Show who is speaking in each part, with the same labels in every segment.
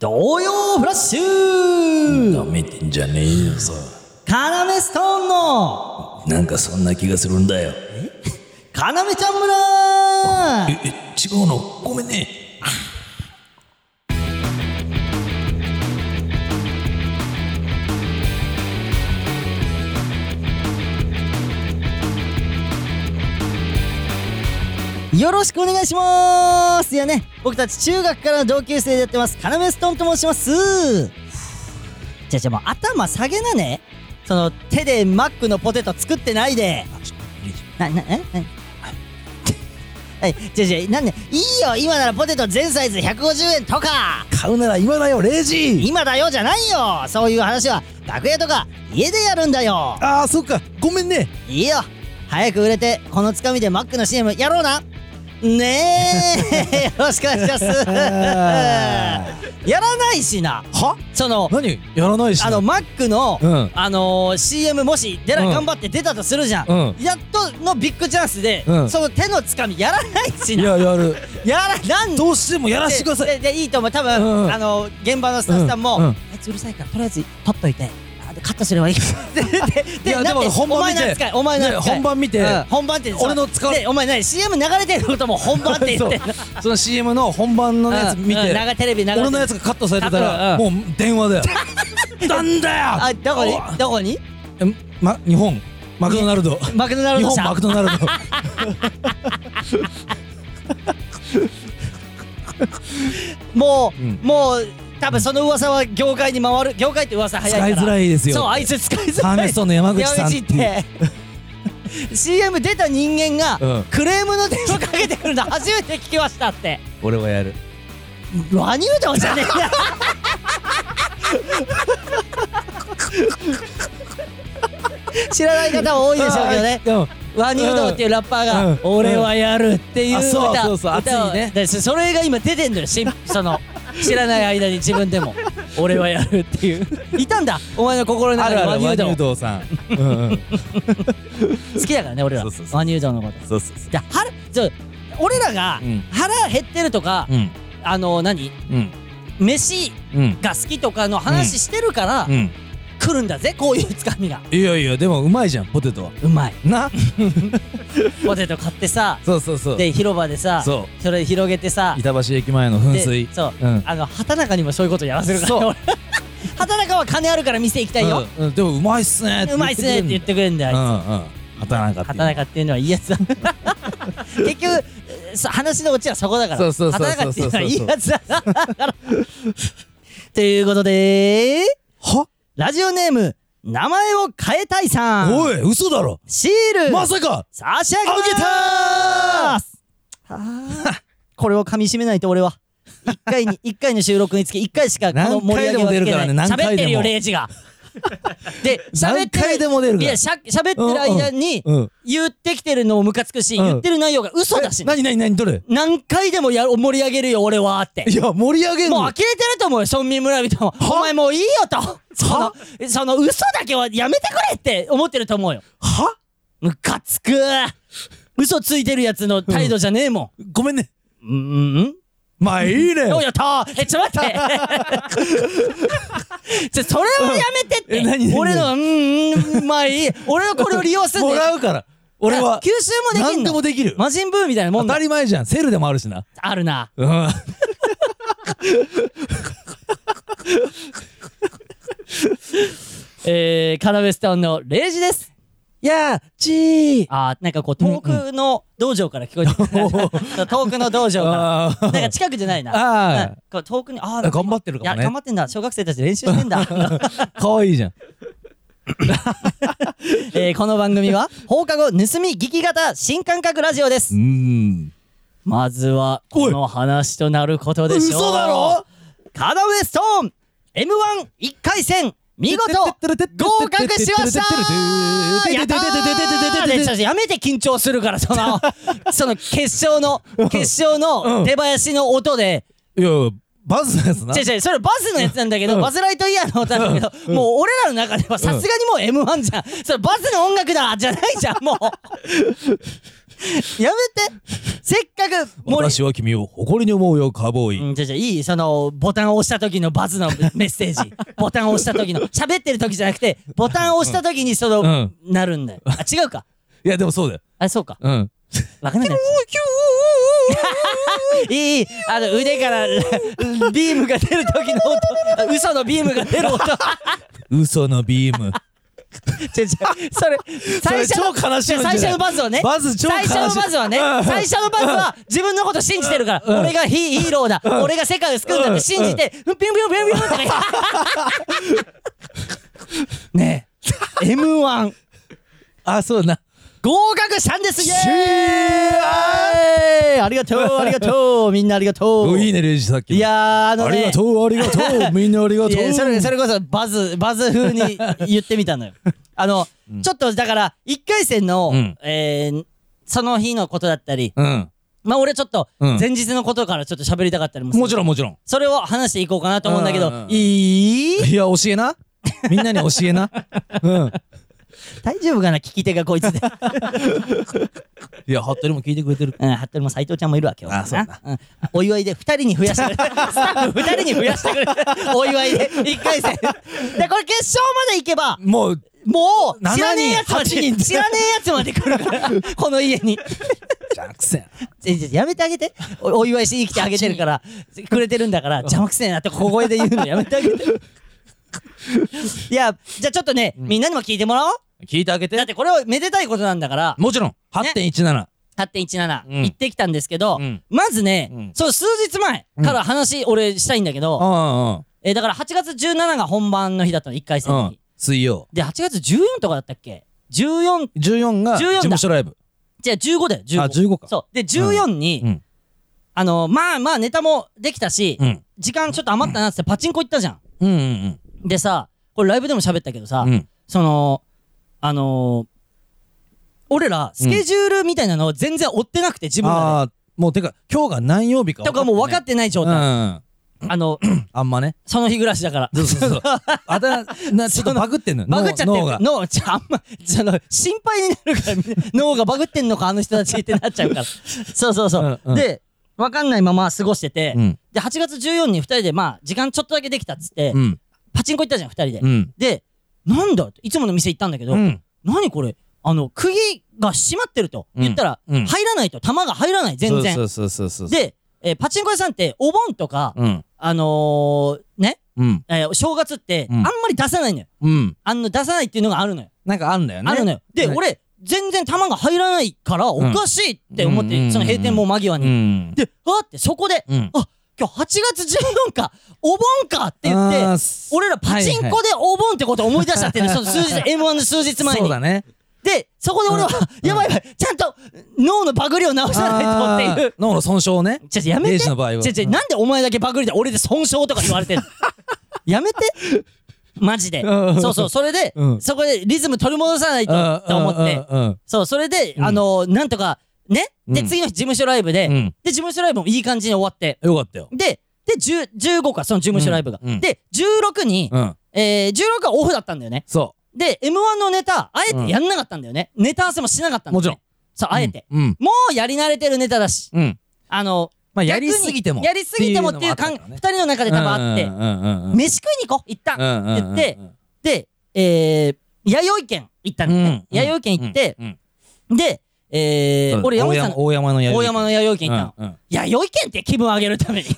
Speaker 1: 童謡フラッシュ
Speaker 2: 舐めてんじゃねえよさ。
Speaker 1: カナメストーンの
Speaker 2: なんかそんな気がするんだよ。
Speaker 1: カナメちゃん村
Speaker 2: え、え、違うのごめんね。
Speaker 1: よろしくお願いしますいやね、僕たち中学からの同級生でやってます、カナメストーンと申しますじゃあじゃあもう頭下げなね。その手でマックのポテト作ってないで。な、な、えなはい、じゃあじゃあ、なんで、いいよ今ならポテト全サイズ150円とか
Speaker 2: 買うなら今だよ、レジ
Speaker 1: 今だよじゃないよそういう話は楽屋とか家でやるんだよ
Speaker 2: ああ、そっか。ごめんね。
Speaker 1: いいよ早く売れてこのつかみでマックの CM やろうなね えよろしくお願いしますやらないしな
Speaker 2: は
Speaker 1: その
Speaker 2: 何やらないしな。
Speaker 1: あのマックの、
Speaker 2: うん
Speaker 1: あのー CM もし出ら、
Speaker 2: うん
Speaker 1: 頑張って出たとするじゃん、
Speaker 2: うん
Speaker 1: やっとのビッグチャンスで、
Speaker 2: うん
Speaker 1: その手のつかみやらないし
Speaker 2: い
Speaker 1: な
Speaker 2: や、やる。
Speaker 1: やらなん
Speaker 2: どうしてもやらしてください。
Speaker 1: でででいいと思う多分、
Speaker 2: うんうん
Speaker 1: あの現場のスタッフさんも、
Speaker 2: うんうん
Speaker 1: あいつうるさいからとりあえず取っといてあでカットすれ ばいいでで
Speaker 2: いやでも
Speaker 1: なん
Speaker 2: 本番見
Speaker 1: お前
Speaker 2: て
Speaker 1: なんつかいお前なんつかい
Speaker 2: ね本番見て
Speaker 1: うん本番って
Speaker 2: 俺の使う
Speaker 1: でお前何 CM 流れてることも本番って言ってんの
Speaker 2: その CM の本番のやつ見
Speaker 1: うんう
Speaker 2: て
Speaker 1: ん、長テレビ流れてる
Speaker 2: 俺のやつがカットされてたら、
Speaker 1: カット
Speaker 2: もう電話だよ。 なんだよ
Speaker 1: あどこに
Speaker 2: お
Speaker 1: どこに
Speaker 2: えま、日本、マクドナルド。
Speaker 1: マクドナル
Speaker 2: 日
Speaker 1: ド
Speaker 2: 本
Speaker 1: さん
Speaker 2: マクドナルド。
Speaker 1: もう、
Speaker 2: うん
Speaker 1: もう多分その噂は業界に回る業界って噂早いから
Speaker 2: 使いづらいですよ
Speaker 1: そうあいつ使いづらい
Speaker 2: カーネストの山口さんっていう
Speaker 1: 山口って CM 出た人間が、
Speaker 2: うん
Speaker 1: クレームの電話かけてくるの初めて聞きましたって
Speaker 2: 俺はやる。
Speaker 1: 何言うてもじゃ ねえな知らない方も多いでしょうけどね
Speaker 2: でも
Speaker 1: ワニうどんっていうラッパーが、
Speaker 2: うん
Speaker 1: 俺はやるっていう
Speaker 2: あ
Speaker 1: 歌,、
Speaker 2: そうそうそう
Speaker 1: 歌を
Speaker 2: 熱いね
Speaker 1: でそそれが今出てんのよ しその知らない間に自分で も俺はやるっていういたんだお前の心の
Speaker 2: あ
Speaker 1: 中
Speaker 2: る
Speaker 1: で
Speaker 2: あ
Speaker 1: ワ
Speaker 2: る
Speaker 1: ニ
Speaker 2: ワ
Speaker 1: うど
Speaker 2: ニ
Speaker 1: ん
Speaker 2: うどんさん。うんうん。
Speaker 1: 好きだからね俺ら
Speaker 2: そうそうそう
Speaker 1: ワニうどんのこと
Speaker 2: そうそうそ
Speaker 1: じゃ腹ちょ俺らが
Speaker 2: うん
Speaker 1: 腹減ってるとか、
Speaker 2: う。うん
Speaker 1: あの何
Speaker 2: うん
Speaker 1: 飯
Speaker 2: うん
Speaker 1: が好きとかの話してるから、
Speaker 2: うん。
Speaker 1: 来るんだぜこういうつかみが
Speaker 2: いやいやでもうまいじゃんポテトは。
Speaker 1: うまい
Speaker 2: な。
Speaker 1: ポテト買ってさ
Speaker 2: そうそうそう。
Speaker 1: で広場でさ
Speaker 2: そ
Speaker 1: れ広げてさ
Speaker 2: 板橋駅前の噴水
Speaker 1: で。そう、
Speaker 2: うん
Speaker 1: あの畑中にもそういうことやらせるから、
Speaker 2: そう
Speaker 1: ね、俺畑中は金あるから店行きたいよ、
Speaker 2: うんうん。でもうまいっすね
Speaker 1: うまいっすねって言ってくれるんだ
Speaker 2: う
Speaker 1: よ、
Speaker 2: んうん。働かなかった。
Speaker 1: 畑中っていうのはいいや つだ結局そ話のオチはそこだから
Speaker 2: そうそうそう
Speaker 1: 畑中っていうのはいい
Speaker 2: そうそ
Speaker 1: やつだということで
Speaker 2: は
Speaker 1: ラジオネーム名前を変えたいさん
Speaker 2: おい嘘だろ。
Speaker 1: シール
Speaker 2: まさか
Speaker 1: 差し上げ
Speaker 2: あげた
Speaker 1: ま
Speaker 2: ー
Speaker 1: すあーこれを噛み締めないと俺は一回 に一回の収録につき一回しかこの盛り上げは聞けない
Speaker 2: 何回でも出るからね何回でも
Speaker 1: 喋ってるよレイジがで喋っ
Speaker 2: 何
Speaker 1: てる
Speaker 2: 回でも出る
Speaker 1: い
Speaker 2: か
Speaker 1: や
Speaker 2: ら。
Speaker 1: しゃ喋ってる間に
Speaker 2: うん。
Speaker 1: 言ってきてるのもムカつくし、
Speaker 2: うん
Speaker 1: 言ってる内容が嘘だし
Speaker 2: え何何何どれ
Speaker 1: 何回でもや盛り上げるよ俺はって
Speaker 2: いや盛り上げん
Speaker 1: もう
Speaker 2: の
Speaker 1: 呆れてると思うよ村民村人もお前もういいよとそのその嘘だけはやめてくれって思ってると思うよ
Speaker 2: は
Speaker 1: ムカつく嘘ついてるやつの態度じゃねえも
Speaker 2: ごめんね。
Speaker 1: ん。うん、うん
Speaker 2: まあいいね
Speaker 1: どう。やったえ、ちょっと待 って。ちょ、それはやめてって。
Speaker 2: うんえ何何
Speaker 1: 俺の、うん、うん、まあいい。俺はこれを利用するん
Speaker 2: も
Speaker 1: だよ
Speaker 2: らうから。俺は
Speaker 1: 吸収もできん
Speaker 2: 何で
Speaker 1: の
Speaker 2: もできる。
Speaker 1: 魔人ブーみたいなも
Speaker 2: 当
Speaker 1: ん
Speaker 2: た
Speaker 1: だ。
Speaker 2: り前じゃん。セールでもあるしな。
Speaker 1: あるな。
Speaker 2: うん。
Speaker 1: えー、カナベスタウンのレイジです。
Speaker 2: やーちー
Speaker 1: あー、なんかこう、遠くの道場から聞こえてくる。 遠くの道場か
Speaker 2: あ
Speaker 1: ら。
Speaker 2: ー
Speaker 1: なんか近くじゃないな。
Speaker 2: あ
Speaker 1: うんこう遠くに、あー、
Speaker 2: あ頑張ってる
Speaker 1: い
Speaker 2: か
Speaker 1: や、
Speaker 2: もね
Speaker 1: 頑張ってんだ。小学生たち練習してん だ。
Speaker 2: かわいいじゃん。
Speaker 1: えーこの番組は放課後盗み聞き型新感覚ラジオで
Speaker 2: う
Speaker 1: す。
Speaker 2: ん。
Speaker 1: まずはこの話となることでしょう。
Speaker 2: 嘘だろ
Speaker 1: カナウエストーン M11 回戦見事合格しましたやったーねちょっとやめて緊張するからそ のその決勝の決勝の出囃子の音で
Speaker 2: いや、バズのやつな
Speaker 1: 違う。違う、それバズのやつなんだけど、バズライトイヤーの歌なんだけど、もう俺らの中ではさすがにもう M1 じゃ ん。それバズの音楽だじゃないじゃん、もう。やめて。せっかく森
Speaker 2: 私は君を誇りに思うよ、カーボーイ。
Speaker 1: うん、じゃあじゃあいいその、ボタンを押した時のバズのメッセー ジ。ボタンを押した時の、喋ってる時じゃなくて、ボタンを押した時にその、
Speaker 2: うん
Speaker 1: なるんだよ。あ、違うか。
Speaker 2: いや、でもそうだよ。
Speaker 1: あ、そうか。
Speaker 2: うん。
Speaker 1: わかんないな。いい、いい。あの、腕から、ビームが出る時の音。あ嘘のビームが出る音。
Speaker 2: 嘘のビーム。
Speaker 1: ちょちょそれ、 最初の、
Speaker 2: それ超悲しい
Speaker 1: じゃあ最初のバズをね。
Speaker 2: バズ超悲
Speaker 1: 最
Speaker 2: し
Speaker 1: 初
Speaker 2: い。
Speaker 1: のバズはね、
Speaker 2: うん
Speaker 1: 最初のバズは自分のこと信じてるから、俺がヒヒーローだ、俺が世界を救うんだって信じて、ピュンピュンピュンピュンピュンとか言ねえ、M1
Speaker 2: あ、そうだな。
Speaker 1: 合格したんですイ
Speaker 2: シ
Speaker 1: エーイありがとう、ありがとう、みんなありがと
Speaker 2: お
Speaker 1: う。
Speaker 2: いいね、レイジさっきの。
Speaker 1: いやー、あの
Speaker 2: あり
Speaker 1: ね
Speaker 2: が、とう、ありがと う。みんなありがと
Speaker 1: いや
Speaker 2: う。
Speaker 1: それそれこそバズバズ風に言ってみたのよあの、ちょっとだから1回戦の、
Speaker 2: うん
Speaker 1: えーその日のことだったり
Speaker 2: うん。
Speaker 1: まあ俺ちょっと
Speaker 2: うん
Speaker 1: 前日のことからちょっと喋りたかったりもする
Speaker 2: もちろん、もちろん。
Speaker 1: それを話していこうかなと思うんだけ
Speaker 2: うんうん
Speaker 1: ど
Speaker 2: うん
Speaker 1: いい
Speaker 2: いや、教えな。みんなに教えな。うん。
Speaker 1: 大丈夫かな聞き手がこいつで、
Speaker 2: いや、ハットリも聞いてくれてる。
Speaker 1: うん、服部も斎藤ちゃんもいるわけよ
Speaker 2: あそうだ
Speaker 1: んお祝いで2人に増や してくれスタッフ2人に増やしてくれお祝いで1回戦でこれ決勝まで行けば
Speaker 2: もう、
Speaker 1: もう
Speaker 2: 7人
Speaker 1: 知らねえやつまで
Speaker 2: 8人
Speaker 1: 知らねえやつまで来るから この家に
Speaker 2: 邪魔くせ
Speaker 1: ちょちょやめてあげておお祝いしに来てあげてるからくれてるんだから邪魔くせえなって小声で言うのやめてあげていやじゃあちょっとね、みんなにも聞いてもらおう
Speaker 2: 聞いてあげ
Speaker 1: だ
Speaker 2: て
Speaker 1: っ。てこれはめでたいことなんだから
Speaker 2: もちろん、8.17。
Speaker 1: 8.17、
Speaker 2: うん
Speaker 1: 言ってきたんですけど、
Speaker 2: うん
Speaker 1: まずね、
Speaker 2: うん
Speaker 1: そう数日前から話、俺したいんだけど、
Speaker 2: うんうん
Speaker 1: えーだから8月17が本番の日だったの1回戦
Speaker 2: う
Speaker 1: の日、
Speaker 2: ん。水曜。
Speaker 1: で8月14とかだったっけ14
Speaker 2: 14
Speaker 1: 14
Speaker 2: が事
Speaker 1: だ
Speaker 2: 務所ライブ。
Speaker 1: じゃあ15だよ15
Speaker 2: あ、15か。
Speaker 1: そう。で、14に、
Speaker 2: うん
Speaker 1: あのまあまあネタもできたし、
Speaker 2: うん。
Speaker 1: 時間ちょっと余ったなっつってパチンコ行ったじゃ
Speaker 2: うんうん
Speaker 1: ん。でさ、これライブでも喋ったけどさ、
Speaker 2: うん。うん。
Speaker 1: その、あのー俺ら、スケジュールみたいなのを全然追ってなくて、自分ら
Speaker 2: ああ、もうてか、今日が何曜日か
Speaker 1: で。とかもう分か
Speaker 2: っ
Speaker 1: ってない状
Speaker 2: てない
Speaker 1: 態。
Speaker 2: うんうん。
Speaker 1: あの、
Speaker 2: あんまね。
Speaker 1: その日暮らしだから。
Speaker 2: そうそう そう。あだな、ちょっとバグってんのよ。
Speaker 1: バグっちゃって
Speaker 2: 脳
Speaker 1: る
Speaker 2: 脳
Speaker 1: から
Speaker 2: が。
Speaker 1: 脳ちょあんまその心配になるからみんな脳がバグってんのかあの人たちってなっちゃうからそうそうそう、
Speaker 2: うんうん
Speaker 1: で分かんないまま過ごしてて、
Speaker 2: うん
Speaker 1: で8月14に2人でまあ時間ちょっとだけできたっつって、
Speaker 2: うん。
Speaker 1: パチンコ行ったじゃん2人で、
Speaker 2: うん。
Speaker 1: でなんだいつもの店行ったんだけど、
Speaker 2: うん。
Speaker 1: 何これあの釘が閉まってると言ったら、
Speaker 2: うんうん
Speaker 1: 入らないと玉が入らない全然
Speaker 2: そうそうそうそうそう。、
Speaker 1: で、えーパチンコ屋さんってお盆とか、
Speaker 2: うん。
Speaker 1: あのーね、
Speaker 2: うん。
Speaker 1: えー正月ってあ
Speaker 2: うん
Speaker 1: んまり出さないのよ、
Speaker 2: うん。
Speaker 1: あの出さないっていうのがあるのよ
Speaker 2: なんかあんだよね。
Speaker 1: あるのよ。で、
Speaker 2: ね
Speaker 1: 俺、全然弾が入らないから、おかしいって思っ
Speaker 2: うんうんうんう
Speaker 1: て、
Speaker 2: ん
Speaker 1: その閉店も間際
Speaker 2: う
Speaker 1: に。
Speaker 2: ん。
Speaker 1: で、わーって、そこで、
Speaker 2: うん。
Speaker 1: 今日8月14か、お盆かって言
Speaker 2: あ
Speaker 1: って、
Speaker 2: ー
Speaker 1: 俺らパチンコでお盆ってこと思い出しちゃって る、
Speaker 2: はい
Speaker 1: そ
Speaker 2: はい
Speaker 1: の数日、M1 の数日前
Speaker 2: そう
Speaker 1: に。
Speaker 2: だね。
Speaker 1: で、そこで俺は、
Speaker 2: うん
Speaker 1: やばいやばい、ちゃんと脳のバグりを直さないとってい
Speaker 2: あ
Speaker 1: う
Speaker 2: ー。脳の損傷をね。
Speaker 1: ちょ、ちょやめ
Speaker 2: レ
Speaker 1: て。
Speaker 2: イジ
Speaker 1: ち
Speaker 2: の場合は
Speaker 1: ょ、ちょ、なんでお前だけバグりで俺で損傷とか言われ てんのやめて。マジで。
Speaker 2: うん
Speaker 1: そうそう、それで
Speaker 2: う、ん
Speaker 1: そこでリズム取り戻さないとって思って。
Speaker 2: うん
Speaker 1: そう、それで、
Speaker 2: うん
Speaker 1: あのなんとか、ね。で、
Speaker 2: うん
Speaker 1: 次の日、事務所ライブで、
Speaker 2: うん。うん
Speaker 1: で、事務所ライブもいい感じに終わって、
Speaker 2: よかったよ。
Speaker 1: で、で、10 15か、その事務所ライブが。
Speaker 2: うんうん
Speaker 1: で、16に、
Speaker 2: うん。
Speaker 1: えー、16はオフだったんだよね。
Speaker 2: そ
Speaker 1: で、M1 のネタ、あえてやんなかったんだよね。ネタ合わせもしなかったんだよ、ね。
Speaker 2: もちろん。
Speaker 1: そう、
Speaker 2: う。
Speaker 1: あえて。
Speaker 2: うん。
Speaker 1: もうやり慣れてるネタだし、
Speaker 2: うん。
Speaker 1: あの、
Speaker 2: まあ、や
Speaker 1: 逆に
Speaker 2: りすぎても。
Speaker 1: やりすぎてもっていう感、二人の中で多分あって、
Speaker 2: て。
Speaker 1: 飯食いに行こう、一旦。
Speaker 2: って
Speaker 1: 言ってで、えー、弥生県行ったんだよね。弥生県行って、、
Speaker 2: うんうん
Speaker 1: で、えー、俺、山
Speaker 2: 大
Speaker 1: 本さん
Speaker 2: 山、大山の弥生
Speaker 1: 大山の弥生県行ったの。
Speaker 2: うんうん
Speaker 1: 弥生県って気分を上げる ために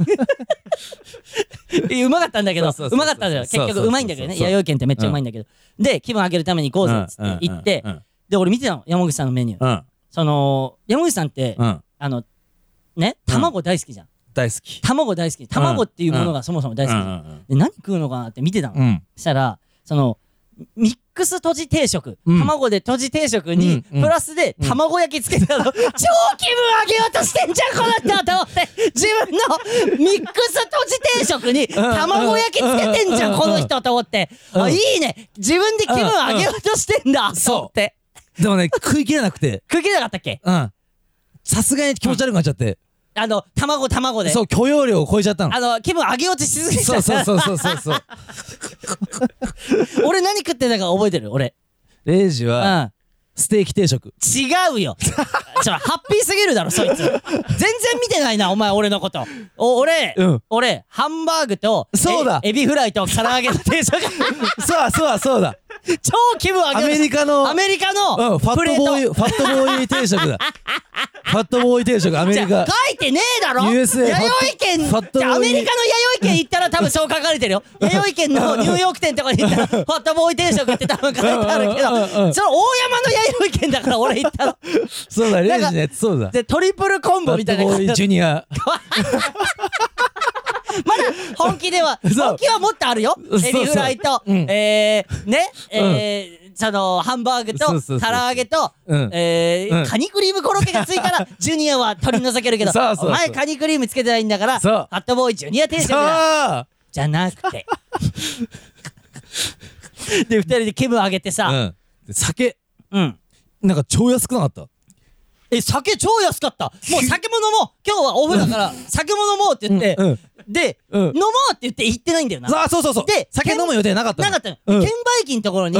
Speaker 1: えうまかったんだけど
Speaker 2: そうそうそ
Speaker 1: う
Speaker 2: うそう
Speaker 1: まかったんだよ結
Speaker 2: そうそうそ
Speaker 1: 局
Speaker 2: うそう
Speaker 1: うまいんだけどね弥生県ってめっちゃうまいんだけど、で気分上げるために行こうぜっつって行って、
Speaker 2: うんうん
Speaker 1: で俺見てたの山口さんのメニュー、
Speaker 2: うん
Speaker 1: その山口さんって、
Speaker 2: うんうん
Speaker 1: あのね卵大好きじゃん、
Speaker 2: 大好き。
Speaker 1: 卵大好き卵っていうものがそもそも大好きじゃん、
Speaker 2: うん
Speaker 1: で何食うのかなって見てたの、
Speaker 2: うんうん。
Speaker 1: したらそのミックスとじ定食、
Speaker 2: うん
Speaker 1: 卵でとじ定食に、
Speaker 2: うんうん
Speaker 1: プラスで卵焼きつけた の、超気分上げようとしてんじゃんこの人と思って自分のミックスとじ定食に卵焼きつけてんじゃんこの人と思って、
Speaker 2: うん
Speaker 1: あいいね自分で気分上げようとしてんだ、と思って
Speaker 2: でもね、食い切れなくて、
Speaker 1: 食い切れなかったっけ
Speaker 2: うん。さすがに気持ち悪くなっちゃって、
Speaker 1: あの卵卵で
Speaker 2: そう、許容量を超えちゃったの。
Speaker 1: あの気分上げようとしすぎち
Speaker 2: そ
Speaker 1: ゃ
Speaker 2: う
Speaker 1: った
Speaker 2: そうそうそうそうそう。
Speaker 1: 俺何食ってたか覚えてる俺
Speaker 2: レイジ
Speaker 1: う
Speaker 2: は、
Speaker 1: ん
Speaker 2: ステーキ定食。
Speaker 1: 違う よちょハッピーすぎるだろ、そいつ。全然見てないな、お前、俺のこと。お、俺、
Speaker 2: うん
Speaker 1: 俺、ハンバーグと、
Speaker 2: そうだ
Speaker 1: えエビフライと唐揚げの定食。
Speaker 2: そうだ、そうだ、そうだ。
Speaker 1: 超気分上
Speaker 2: ア
Speaker 1: げ
Speaker 2: メ
Speaker 1: る
Speaker 2: リカの、
Speaker 1: アメリカ
Speaker 2: う
Speaker 1: の
Speaker 2: ん、ファット
Speaker 1: プレー
Speaker 2: ボーイ、
Speaker 1: ト
Speaker 2: ファットボーイ定 食だ。ファットボーイ定食、アメ
Speaker 1: じ
Speaker 2: リ
Speaker 1: ゃ
Speaker 2: カ
Speaker 1: あ。書いてねえだろ
Speaker 2: USA
Speaker 1: 弥生県
Speaker 2: ファット
Speaker 1: じゃあアメリカの弥生県行ったら多分そう書かれてるよ 弥生県のニューヨーク店とかに行ったらファットボーイ定食って多分書いてあるけど
Speaker 2: うんうんうんうん
Speaker 1: それ大山の弥生県だから俺行った ら
Speaker 2: そうだ、レイジのやつ、そうだ。フ
Speaker 1: でトリプルコンボ
Speaker 2: ァ
Speaker 1: み
Speaker 2: ッ
Speaker 1: た
Speaker 2: ト
Speaker 1: いな
Speaker 2: ボ
Speaker 1: 感
Speaker 2: ー
Speaker 1: じ
Speaker 2: イジュニア。
Speaker 1: まだ本気では、
Speaker 2: そう
Speaker 1: 本気はもっとあるよ。
Speaker 2: そうそう
Speaker 1: エビフライと、
Speaker 2: うん
Speaker 1: えー、ね、えー、その、ハンバーグと、
Speaker 2: そうそうそう
Speaker 1: 唐揚げと、
Speaker 2: うん
Speaker 1: えー
Speaker 2: うん
Speaker 1: カニクリームコロッケがついたら、ジュニアは取り除けるけど、
Speaker 2: そうそうそう
Speaker 1: お前カニクリームつけてないんだから、
Speaker 2: そう
Speaker 1: ハットボーイジュニア定食
Speaker 2: そう
Speaker 1: だ。じゃなくて。で、二人で気分上げて
Speaker 2: う
Speaker 1: さ、
Speaker 2: ん。で酒、
Speaker 1: うん。
Speaker 2: なんか超安くなかった。
Speaker 1: え、酒超安かったもう酒も飲 もう今日はオフだから、酒も飲もうって言って、
Speaker 2: うん。
Speaker 1: で、
Speaker 2: うん
Speaker 1: 飲もうって言って行ってないんだよな。
Speaker 2: あ、そうそうそう。
Speaker 1: で
Speaker 2: 酒飲む予定なかったの。
Speaker 1: なかったの。
Speaker 2: うん
Speaker 1: 券売機のところに、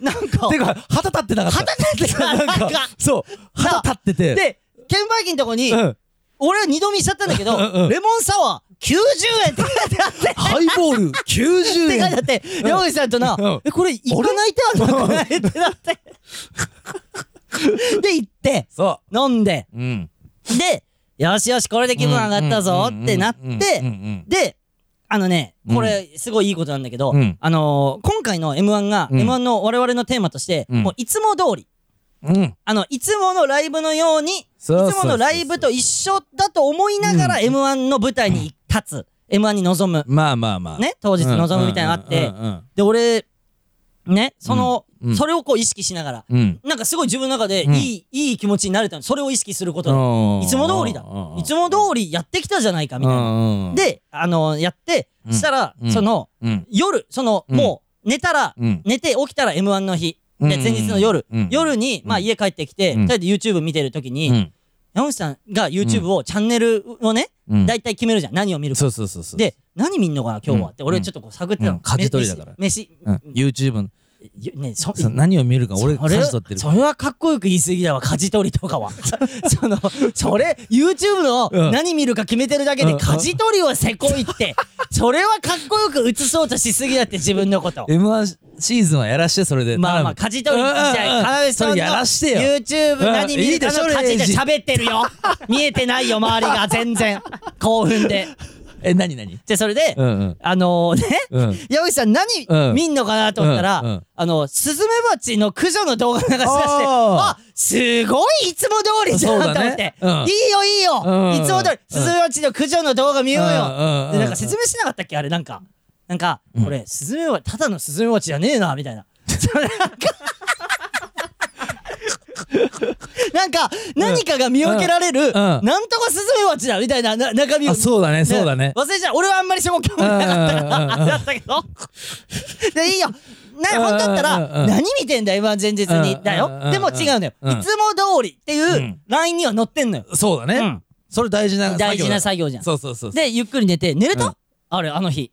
Speaker 1: なんか、
Speaker 2: てか、旗立ってなかった。
Speaker 1: 旗立ってなかった
Speaker 2: なんか、そう、旗立ってて。、
Speaker 1: で、券売機のところに、
Speaker 2: うん。
Speaker 1: 俺は二度見しちゃったんだけど、
Speaker 2: うんうん
Speaker 1: レモンサワー90円って書いてあって、って
Speaker 2: ハイボール90
Speaker 1: 書いてあっ
Speaker 2: 円。
Speaker 1: て、山口さんとな
Speaker 2: うん、
Speaker 1: え、これ行かない手はなく ないってなって。で、行って、
Speaker 2: そ
Speaker 1: 飲んで、
Speaker 2: う。うん。
Speaker 1: で、よしよし、これで気分上がったぞってなっ
Speaker 2: うんうん
Speaker 1: て、で、あのね、これ、すごいいいことなんだけど、
Speaker 2: うん
Speaker 1: あのー今回の M1 が、
Speaker 2: うん
Speaker 1: M1 の我々のテーマとして、
Speaker 2: うん
Speaker 1: もういつも通り、
Speaker 2: うんうんうん。
Speaker 1: あの、いつものライブのように、いつ
Speaker 2: そうそうそう
Speaker 1: ものライブと一緒だと思いながら M1 の舞台に立つ。M1 に臨む。
Speaker 2: まあまあまあ。
Speaker 1: ね当日臨むみたいなのあって
Speaker 2: うん。うん
Speaker 1: で、俺、ね、その
Speaker 2: うんう、ん
Speaker 1: それをこう意識しながら、
Speaker 2: うんうん。
Speaker 1: なんかすごい自分の中で
Speaker 2: うん
Speaker 1: いい、いい気持ちになれたの。それを意識することで。
Speaker 2: うん
Speaker 1: いつも通りだ。いつも通りやってきたじゃないか、みたいな。
Speaker 2: な、
Speaker 1: で、あの、やって、
Speaker 2: うん
Speaker 1: したら、
Speaker 2: うん
Speaker 1: その、
Speaker 2: うん
Speaker 1: 夜、その、
Speaker 2: うん
Speaker 1: もう、寝たら、
Speaker 2: うん
Speaker 1: 寝て起きたら M1 の日。
Speaker 2: うん
Speaker 1: で、前日の夜
Speaker 2: うん。
Speaker 1: 夜に、まあ家帰ってきて、
Speaker 2: うん
Speaker 1: 二人で YouTube 見てる時に
Speaker 2: う、ん
Speaker 1: 山口さんが YouTube を、チャンネルをね、
Speaker 2: うん
Speaker 1: 大体決めるじゃん。何を見るか。
Speaker 2: そうそうそうそう。
Speaker 1: で、何見んのかな、今日は。って、
Speaker 2: うん
Speaker 1: 俺ちょっとこう探ってた
Speaker 2: う
Speaker 1: の。
Speaker 2: ん舵取りだから
Speaker 1: 飯、
Speaker 2: うん、YouTube の
Speaker 1: 飯ね、そ、
Speaker 2: そう何を見るか俺
Speaker 1: そ
Speaker 2: 感じ
Speaker 1: れ
Speaker 2: 取ってる
Speaker 1: それはかっこよく言い過ぎだわ、舵取りと かは。その、それ、YouTube
Speaker 2: う
Speaker 1: の
Speaker 2: ん
Speaker 1: 何見るか決めてるだけで、
Speaker 2: うん
Speaker 1: 舵取りはせこい って。それはかっこよく映そうとしすぎだって、自分のこと。
Speaker 2: M1 シーズンはやらしてそれで
Speaker 1: まあまあ、
Speaker 2: 頼
Speaker 1: 舵
Speaker 2: む
Speaker 1: 取りにしち
Speaker 2: うんう
Speaker 1: ゃ
Speaker 2: んう
Speaker 1: い。
Speaker 2: ん
Speaker 1: かなでさん
Speaker 2: そ
Speaker 1: の
Speaker 2: れやらしてよ
Speaker 1: YouTube
Speaker 2: うん
Speaker 1: 何見るか
Speaker 2: いい
Speaker 1: の
Speaker 2: でし
Speaker 1: 舵
Speaker 2: ょレイ
Speaker 1: 取り
Speaker 2: ジ
Speaker 1: 喋ってるよ。見えてないよ、周りが。全然。興奮で。
Speaker 2: え何何
Speaker 1: で、それで、
Speaker 2: うんうん
Speaker 1: あのね、
Speaker 2: うん
Speaker 1: 矢口さん何
Speaker 2: うん
Speaker 1: 見んのかなと思ったら、
Speaker 2: うんうん
Speaker 1: あの、スズメバチの駆除の動画流し出して、あ
Speaker 2: あ
Speaker 1: すごいいつも通りじゃん
Speaker 2: そ
Speaker 1: と
Speaker 2: うだ
Speaker 1: 思って、
Speaker 2: ねうん
Speaker 1: いいよいいよ、
Speaker 2: うん
Speaker 1: いつも通り、スズメバチの駆除の動画見ようよ、
Speaker 2: うんうん
Speaker 1: で、なんか説明しなかったっけあれ、なんか。なんか、これ、スズメバチ、ただのスズメバチじゃねえな、みたい な。それなんかなんか、何かが見受けられる、
Speaker 2: ん
Speaker 1: なんとかスズメバチだ、みたいなな中身を
Speaker 2: あそうだねそうだね
Speaker 1: 忘れちゃう。俺はあんまりそこ興味なかったから、あれだったけど。で、いいよ。な、
Speaker 2: うん
Speaker 1: 本当だった
Speaker 2: うんうんう
Speaker 1: ら、
Speaker 2: ん
Speaker 1: 何見てんだ、M1 前日
Speaker 2: う
Speaker 1: に。
Speaker 2: ん
Speaker 1: だ
Speaker 2: うん
Speaker 1: よ。
Speaker 2: うん
Speaker 1: でも違うのよ。
Speaker 2: うん
Speaker 1: いつも通りっていううん LINE には載ってんのよ。
Speaker 2: そうだね、
Speaker 1: うん
Speaker 2: それ大事な
Speaker 1: 大事な
Speaker 2: 作
Speaker 1: 作業じ
Speaker 2: 業
Speaker 1: ゃ
Speaker 2: だ
Speaker 1: ん。
Speaker 2: そうそうそう
Speaker 1: で、ゆっくり寝て、寝れ
Speaker 2: う
Speaker 1: た
Speaker 2: ん
Speaker 1: あれ、あの日。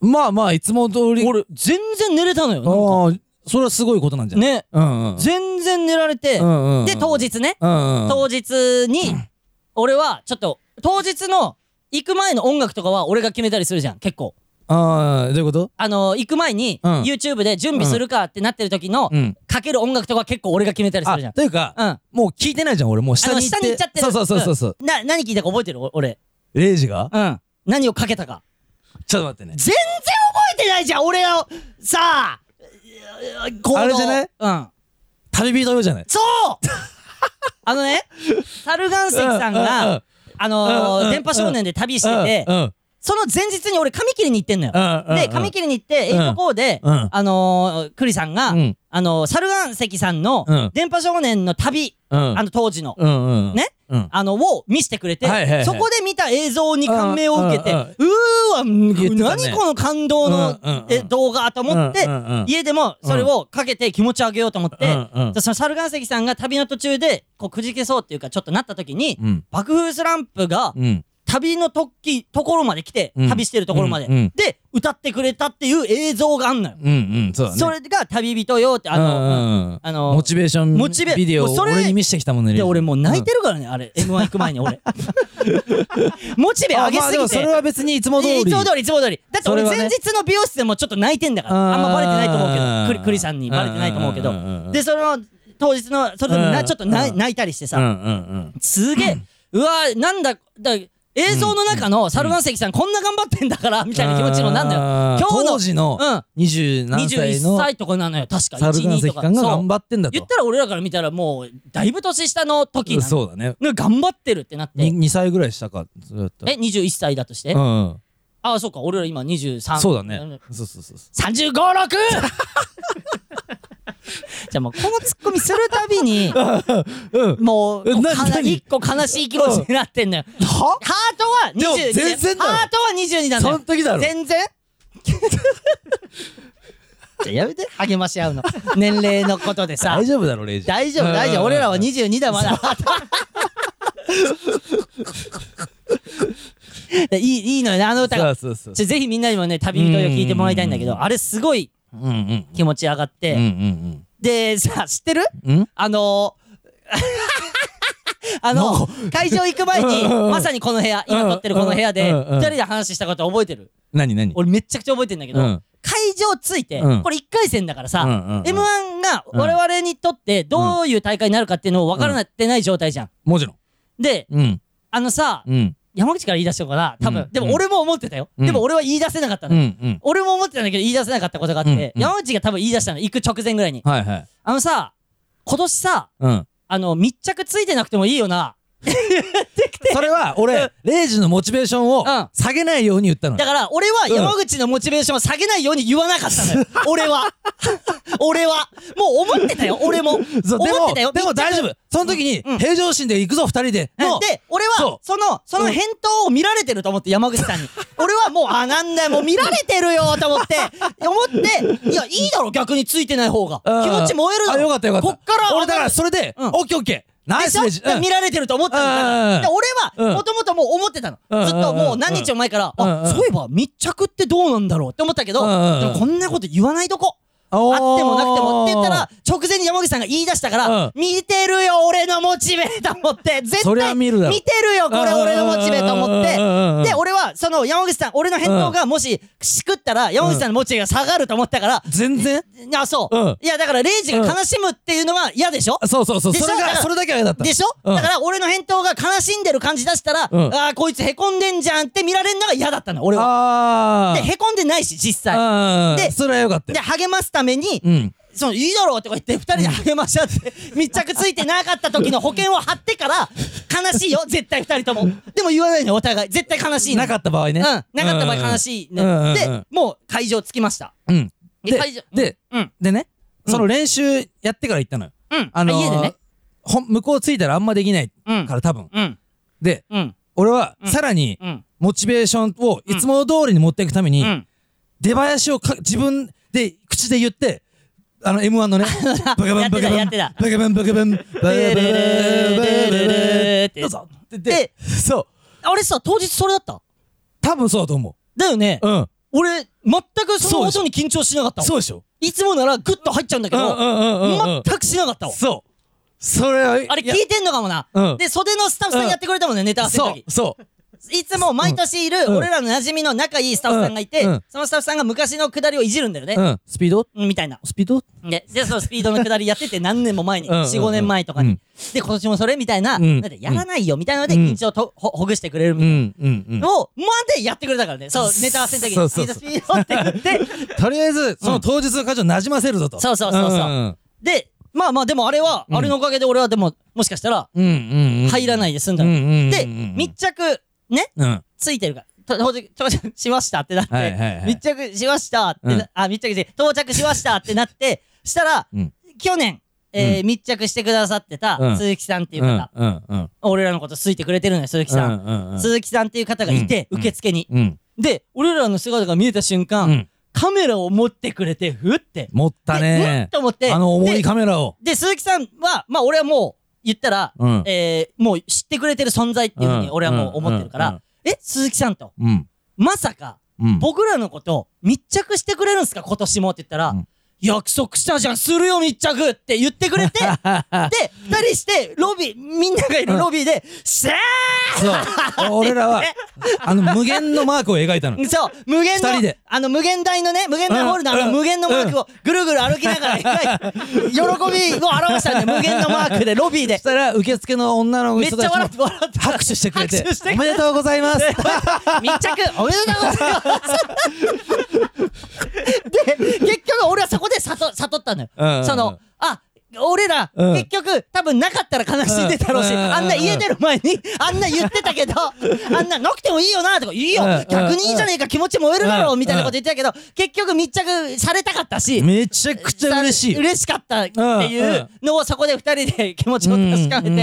Speaker 2: まあまあいつも通り
Speaker 1: 俺、全然寝れたのよ。なんか
Speaker 2: ああそれはすごいことなんじゃない
Speaker 1: ね。
Speaker 2: うんうん
Speaker 1: 全然寝られて
Speaker 2: う。んうん
Speaker 1: で、当日ね。
Speaker 2: うんうん
Speaker 1: 当日に、俺は、ちょっと、当日の、行く前の音楽とかは俺が決めたりするじゃん、結構。
Speaker 2: ああどういうこと
Speaker 1: あの、行く前に、
Speaker 2: うん
Speaker 1: YouTube で準備するかってなってる時の、
Speaker 2: うん
Speaker 1: かける音楽とか結構俺が決めたりす
Speaker 2: あ
Speaker 1: るじゃん。
Speaker 2: というか、
Speaker 1: うん。
Speaker 2: もう聞いてないじゃん俺もう
Speaker 1: あ
Speaker 2: 下
Speaker 1: の
Speaker 2: に行
Speaker 1: 下
Speaker 2: って
Speaker 1: に行っちゃってる。
Speaker 2: そうそうそうそうそう、
Speaker 1: んな、何聞いたか覚えてるお俺。
Speaker 2: レイジが
Speaker 1: うん。何をかけたか。
Speaker 2: ちょっと待ってね
Speaker 1: 全然覚えてないじゃん俺をさあこ
Speaker 2: あれじゃない
Speaker 1: うん。
Speaker 2: 旅人よじゃない
Speaker 1: そうあのね、サルガン石さん
Speaker 2: うんうんう
Speaker 1: が
Speaker 2: ん、
Speaker 1: あの
Speaker 2: うんうんう
Speaker 1: ー、
Speaker 2: ん
Speaker 1: 電波少年で旅してて
Speaker 2: う、んうん
Speaker 1: その前日に俺、髪切りに行ってんのよ。で、髪切りに行って、
Speaker 2: うん
Speaker 1: 8コーで、
Speaker 2: うん
Speaker 1: あのー、クリさんが、
Speaker 2: うん
Speaker 1: あのー、サルガン石さんの
Speaker 2: うん、
Speaker 1: 電波少年の旅、
Speaker 2: うん
Speaker 1: あの、当時の、
Speaker 2: うんうん
Speaker 1: ね
Speaker 2: うん
Speaker 1: あの、を見せてくれて、
Speaker 2: はいはいはい
Speaker 1: そこで見た映像に感銘を受けて、う
Speaker 2: うん
Speaker 1: ーわ、
Speaker 2: 言ってたね
Speaker 1: 何この感動の、
Speaker 2: うんうんうん
Speaker 1: え動画と思って、
Speaker 2: うんうんうん
Speaker 1: 家でもそれをかけて気持ち上げようと思って、
Speaker 2: うんうん
Speaker 1: でその猿岩石さんが旅の途中で、こう、くじけそうっていうか、ちょっとなった時に、
Speaker 2: うん
Speaker 1: 爆風スランプが、
Speaker 2: うん
Speaker 1: 旅の時、ところまで来て、
Speaker 2: うん
Speaker 1: 旅してるところまで。
Speaker 2: うんうん
Speaker 1: で、歌ってくれたっていう映像があんのよ。
Speaker 2: うんうん、そうだね。
Speaker 1: それが旅人よって、あ
Speaker 2: う
Speaker 1: の、
Speaker 2: んうんうん
Speaker 1: あの
Speaker 2: モチベーション
Speaker 1: モチベ
Speaker 2: ビデオ
Speaker 1: もう
Speaker 2: を
Speaker 1: それ
Speaker 2: 俺に見せてきたもんね。
Speaker 1: で、俺もう泣い
Speaker 2: て
Speaker 1: てるからね、あれ。M1 行く前に 俺。モチベ上げすぎて。
Speaker 2: それは別にいつも通り。
Speaker 1: いつも通り、いつも通り。だって俺
Speaker 2: それはね
Speaker 1: 前日の美容室でもちょっと泣いてんだから。あんまバレてないと思うけど。クリクリさんにバレてないと思うけ
Speaker 2: うんうんうんう
Speaker 1: ど。
Speaker 2: ん
Speaker 1: で、その、当日の、それでも
Speaker 2: う
Speaker 1: なんちょっとな
Speaker 2: うん
Speaker 1: 泣いたりして
Speaker 2: う
Speaker 1: さ、
Speaker 2: んうんうん。
Speaker 1: すげえ、うわなんだ、だ映像の中のサルマン関さんこんな頑張ってんだから、みたいな気持ちもなんだよ。
Speaker 2: よ
Speaker 1: 今日の
Speaker 2: 当時の
Speaker 1: うん。
Speaker 2: 20何歳
Speaker 1: 21
Speaker 2: の
Speaker 1: 歳とかなのよ、確か。
Speaker 2: サルガン
Speaker 1: 12
Speaker 2: 石
Speaker 1: とか
Speaker 2: 官が
Speaker 1: そう
Speaker 2: 頑張ってんだと。
Speaker 1: 言ったら俺らから見たらもう、だいぶ年下の時なの。
Speaker 2: そうだね。
Speaker 1: ね頑張ってるってなって。
Speaker 2: 2歳ぐらいしたか。そうだった
Speaker 1: え、21歳だとして、
Speaker 2: うんうん。
Speaker 1: ああ、そうか、俺ら今23。
Speaker 2: そうだね。そうそうそうそ
Speaker 1: 35、6! じゃあもうこのツッコミするたびに、
Speaker 2: う。うん。
Speaker 1: もう、
Speaker 2: えな
Speaker 1: かな
Speaker 2: 何
Speaker 1: 一個悲しい気持ちになってんのよ。
Speaker 2: は
Speaker 1: ハートは
Speaker 2: でも
Speaker 1: 22。
Speaker 2: 全然だよ
Speaker 1: ハートは22なんだ
Speaker 2: そ
Speaker 1: よ
Speaker 2: の。時だろ。
Speaker 1: 全 然じゃあやめて励まし合うの。年齢のことでさ
Speaker 2: 大。丈夫だろ、レイジ。
Speaker 1: 大丈夫、大丈
Speaker 2: う
Speaker 1: 夫。
Speaker 2: ん
Speaker 1: 俺らは22だ、まだ。で いい、いいのよね、あの歌が。
Speaker 2: そうそう
Speaker 1: ち
Speaker 2: そう。
Speaker 1: ょぜひみんなにもね、旅人よ聞いてもらいたいんだけ
Speaker 2: う
Speaker 1: ど、あれすごい
Speaker 2: うんうん。
Speaker 1: 気持ち上がっ
Speaker 2: うん
Speaker 1: て。
Speaker 2: うん
Speaker 1: で、さ、知ってる
Speaker 2: うん。ん
Speaker 1: あのー あの、会場行く前に、
Speaker 2: うんうんうん
Speaker 1: まさにこの部屋、今撮ってるこの部屋で、
Speaker 2: うんうんうん
Speaker 1: 二人で話したこと覚えてる
Speaker 2: 何何
Speaker 1: 俺めっちゃくちゃ覚えてんだけど、
Speaker 2: うん
Speaker 1: 会場ついて、
Speaker 2: うん
Speaker 1: これ1回戦だからさ、
Speaker 2: うんうんうん
Speaker 1: M1 が我々にとってどういう大会になるかっていうのを分からなってない状態じゃん。
Speaker 2: もちろん。
Speaker 1: で、
Speaker 2: うん。
Speaker 1: あのさ、
Speaker 2: うん。
Speaker 1: 山口から言い出したのかな多分、
Speaker 2: うん
Speaker 1: でも俺も思ってたよ、
Speaker 2: うん
Speaker 1: でも俺は言い出せなかった
Speaker 2: う
Speaker 1: の、
Speaker 2: んうん。
Speaker 1: 俺も思ってたんだけど言い出せなかったことがあって、
Speaker 2: うんうん
Speaker 1: 山口が多分言い出したの行く直前ぐらいに
Speaker 2: はいはい。
Speaker 1: あのさ今年さ
Speaker 2: うん。
Speaker 1: あの密着ついてなくてもいいよな
Speaker 2: それは俺、レイジのモチベーションを
Speaker 1: うん
Speaker 2: 下げないように言ったの
Speaker 1: だ。から俺は
Speaker 2: うん
Speaker 1: 山口のモチベーションを下げないように言わなかったのよ俺 は俺はもう思ってたよ俺も思っ
Speaker 2: そうで
Speaker 1: てたよ
Speaker 2: も、でも大丈夫。その時に
Speaker 1: うん、
Speaker 2: 平常心で行くぞ、二人で。の
Speaker 1: で、俺は
Speaker 2: そ、
Speaker 1: その、その
Speaker 2: うん
Speaker 1: 返答を見られてると思って、山口 さんに。俺はもう、あ、なんだよ、もう見られてるよ、と思って、思って、いや、いいだろ、逆についてない方が。気
Speaker 2: うん
Speaker 1: 持ち燃えるだ
Speaker 2: あ、
Speaker 1: ろ。
Speaker 2: よかったよかった。
Speaker 1: こっから、
Speaker 2: 俺だから、それで、
Speaker 1: うん
Speaker 2: オッケーオッケー。ナ
Speaker 1: で
Speaker 2: イ
Speaker 1: し
Speaker 2: ス
Speaker 1: ょ
Speaker 2: レイジ。
Speaker 1: だから
Speaker 2: うん
Speaker 1: 見られてると思ったん
Speaker 2: うんうんう
Speaker 1: だ
Speaker 2: ん
Speaker 1: で俺
Speaker 2: う
Speaker 1: は、
Speaker 2: ん
Speaker 1: もともともう思ってたの
Speaker 2: うんうん。うん
Speaker 1: ずっともう何日も前から、
Speaker 2: うんうん
Speaker 1: あ、そういえば密着ってどうなんだろうって思ったけど、
Speaker 2: う
Speaker 1: で
Speaker 2: んうんうん
Speaker 1: もこんなこと言わないとこ。あ
Speaker 2: おー
Speaker 1: ってもなくてもって言ったら、直前に山口さんが言い出したから、
Speaker 2: うん
Speaker 1: 見てるよ、俺のモチベと思って、絶
Speaker 2: そり
Speaker 1: 対
Speaker 2: ゃ見るだろ
Speaker 1: てるよ、これ俺のモチベと思って
Speaker 2: うんうんうんうんうんう、ん
Speaker 1: で、俺は、その山口さん、俺の返答がもし、しくったら、山口さんのモチベが下がると思ったから、
Speaker 2: 全然
Speaker 1: いや、そう
Speaker 2: うん。
Speaker 1: いや、だから、レイジが悲しむっていうのは嫌でしょ
Speaker 2: あそうそうそう。
Speaker 1: でしょ
Speaker 2: それ
Speaker 1: だか
Speaker 2: が、
Speaker 1: ら
Speaker 2: それだけは嫌だった。
Speaker 1: でしょ
Speaker 2: うん
Speaker 1: だから、俺の返答が悲しんでる感じ出したら、あ
Speaker 2: うん
Speaker 1: ー、こいつへこんでんじゃんって見られるのが嫌だったの、俺は。
Speaker 2: あ
Speaker 1: で、
Speaker 2: ー
Speaker 1: へこんでないし、実際。
Speaker 2: あー。
Speaker 1: で
Speaker 2: それはよかった
Speaker 1: で、
Speaker 2: よ。
Speaker 1: 励ますために、
Speaker 2: うん。
Speaker 1: その、いいだろうとか言って、二人で励まし合 って、密着ついてなかった時の保険を張ってから、悲しいよ、 絶対二人とも。でも言わないの、お互い。絶対悲しいの
Speaker 2: なかった場合ね。
Speaker 1: うん、なかった場合悲
Speaker 2: い。
Speaker 1: しいね。
Speaker 2: うんうんうん
Speaker 1: で、もう会場着きました。
Speaker 2: うん。
Speaker 1: で
Speaker 2: で
Speaker 1: 会場、
Speaker 2: で
Speaker 1: うん、
Speaker 2: でね、
Speaker 1: うん
Speaker 2: その練習やってから行ったのよ。
Speaker 1: うん。
Speaker 2: あのー
Speaker 1: 家でね。
Speaker 2: ほん向こう着いたらあんまできない
Speaker 1: うん
Speaker 2: から多分。
Speaker 1: うん。
Speaker 2: で、
Speaker 1: うん。
Speaker 2: 俺は
Speaker 1: うん
Speaker 2: さらに
Speaker 1: うん。
Speaker 2: モチベーションをいつも通りに持っていくために
Speaker 1: う、ん。
Speaker 2: 出囃子をか自分で口で言って、あの M1 のね、バカバンバカバ
Speaker 1: や
Speaker 2: ン、
Speaker 1: ってたや
Speaker 2: バカバンバカバン、バカバンバカバン
Speaker 1: デレレデレレって
Speaker 2: どうぞって言っ
Speaker 1: で
Speaker 2: て、そう、
Speaker 1: 俺さ、当日それだった
Speaker 2: 多分そうだと思
Speaker 1: だよね
Speaker 2: う。。うん。
Speaker 1: 俺、全くその
Speaker 2: そうでし
Speaker 1: 音に緊張しなかったわ
Speaker 2: そうでしょ
Speaker 1: いつもならグッと入っちゃうんだけ
Speaker 2: うん
Speaker 1: ど、
Speaker 2: うんうんうんうん。
Speaker 1: 全くしなかったわ。
Speaker 2: そう。それは、
Speaker 1: あれ聞いてんのかもな
Speaker 2: う。ん
Speaker 1: で、袖のスタッフさんやってくれたもんね、ネタ合わせの
Speaker 2: そ
Speaker 1: 時
Speaker 2: う、。そう。
Speaker 1: いつも毎年いる、
Speaker 2: うん
Speaker 1: 俺らの馴染みの仲いいスタッフさんがいて
Speaker 2: うんうん、
Speaker 1: そのスタッフさんが昔のくだりをいじるんだよね
Speaker 2: う。ん。スピード
Speaker 1: みたいな。
Speaker 2: スピード
Speaker 1: で、で、そのスピードの下りやってて何年も前に、
Speaker 2: うんうんうん
Speaker 1: 4、5年前とか
Speaker 2: う
Speaker 1: に
Speaker 2: ん。
Speaker 1: で、今年もそれみたいな、
Speaker 2: うん
Speaker 1: だってやらないよみたいなので、
Speaker 2: うん
Speaker 1: 緊張とほほぐしてくれるみ
Speaker 2: う
Speaker 1: たい
Speaker 2: んうんうん
Speaker 1: な。。を、までやってくれたからね。そう、ネタ合わせの時
Speaker 2: そ
Speaker 1: に、
Speaker 2: う
Speaker 1: スピー
Speaker 2: そう
Speaker 1: ド
Speaker 2: そう
Speaker 1: スピードって言って、
Speaker 2: とりあえず、その当日の会場を馴染ませるぞと。
Speaker 1: そうそうそうそうん
Speaker 2: ん
Speaker 1: で、まあまあ、でもあれは、
Speaker 2: うん
Speaker 1: あれのおかげで俺はでも、もしかしたら、
Speaker 2: うん。うんうん。
Speaker 1: 入ら
Speaker 2: い。
Speaker 1: ないで済ん
Speaker 2: う
Speaker 1: だ
Speaker 2: んう
Speaker 1: の。
Speaker 2: んうん。
Speaker 1: で、
Speaker 2: うん
Speaker 1: 密着、ね、
Speaker 2: うん。
Speaker 1: ついてるから、と到着、到着しましたってなって、
Speaker 2: はいはいはい
Speaker 1: 密着しましたってな、
Speaker 2: うん
Speaker 1: あ、密着して、到着しましたってな って、したら、
Speaker 2: うん
Speaker 1: 去年、えー密着してくださってた、
Speaker 2: うん
Speaker 1: 鈴木さんっていう
Speaker 2: う
Speaker 1: 方、
Speaker 2: んうんうん。
Speaker 1: 俺らのこと好いてくれてるのよ、鈴木さん。
Speaker 2: うんうん
Speaker 1: 鈴木さんっていう方がいて、
Speaker 2: うん
Speaker 1: 受付に。
Speaker 2: うん。
Speaker 1: で、俺らの姿が見えた瞬間、
Speaker 2: うん。
Speaker 1: カメラを持ってくれて、ふって。
Speaker 2: 持った
Speaker 1: でう
Speaker 2: ね
Speaker 1: っ。と思って。
Speaker 2: あの重い
Speaker 1: で
Speaker 2: カメラを。
Speaker 1: で、鈴木さんは、まあ俺はもう、言ったら、
Speaker 2: うん。
Speaker 1: えーもう知ってくれてる存在っていうふうに俺はもう思ってるから、え、鈴木さんと、
Speaker 2: うん。
Speaker 1: まさか、
Speaker 2: うん
Speaker 1: 僕らのこと密着してくれるんすか今年もって言ったら、
Speaker 2: うん
Speaker 1: 約束したじゃんするよ密着って言ってく れてで二人してロビーみんながいるロビーで「シャ
Speaker 2: そう。俺らは、あの、無限のマークを描いたの。
Speaker 1: ー!」そう無限
Speaker 2: 二人
Speaker 1: の
Speaker 2: で
Speaker 1: あの無限大のね無限大ホールのあ
Speaker 2: う
Speaker 1: の
Speaker 2: ん
Speaker 1: 無限のマークをぐるぐる歩きながら描いて喜びを表したんで無限のマークでロビー
Speaker 2: そ
Speaker 1: で
Speaker 2: したら、受付の女の
Speaker 1: めっ
Speaker 2: 人
Speaker 1: ちゃ
Speaker 2: た
Speaker 1: 笑
Speaker 2: ちも
Speaker 1: って笑って
Speaker 2: 拍手してくれて
Speaker 1: 拍手してくれ、
Speaker 2: お
Speaker 1: て
Speaker 2: めでとうございます。
Speaker 1: 密着おめでとうございますで結局俺はそこで悟悟ったのよ、
Speaker 2: うんうんうん
Speaker 1: そのあ俺ら、
Speaker 2: うん
Speaker 1: 結局多分なかったら悲しんでたろうし、
Speaker 2: うんうんうんうん
Speaker 1: あんな家出る前にあんな言ってたけどあんななくてもいいよなとかいいよ、
Speaker 2: うんうんうん
Speaker 1: 逆にいいじゃねえか気持ち燃えるだろ
Speaker 2: う
Speaker 1: うんみたいなこと言ってたけど、結局密着されたかったし
Speaker 2: めちゃくちゃ嬉しい。
Speaker 1: 嬉しかったっていうのをそこで2人で気持ちを確かめて、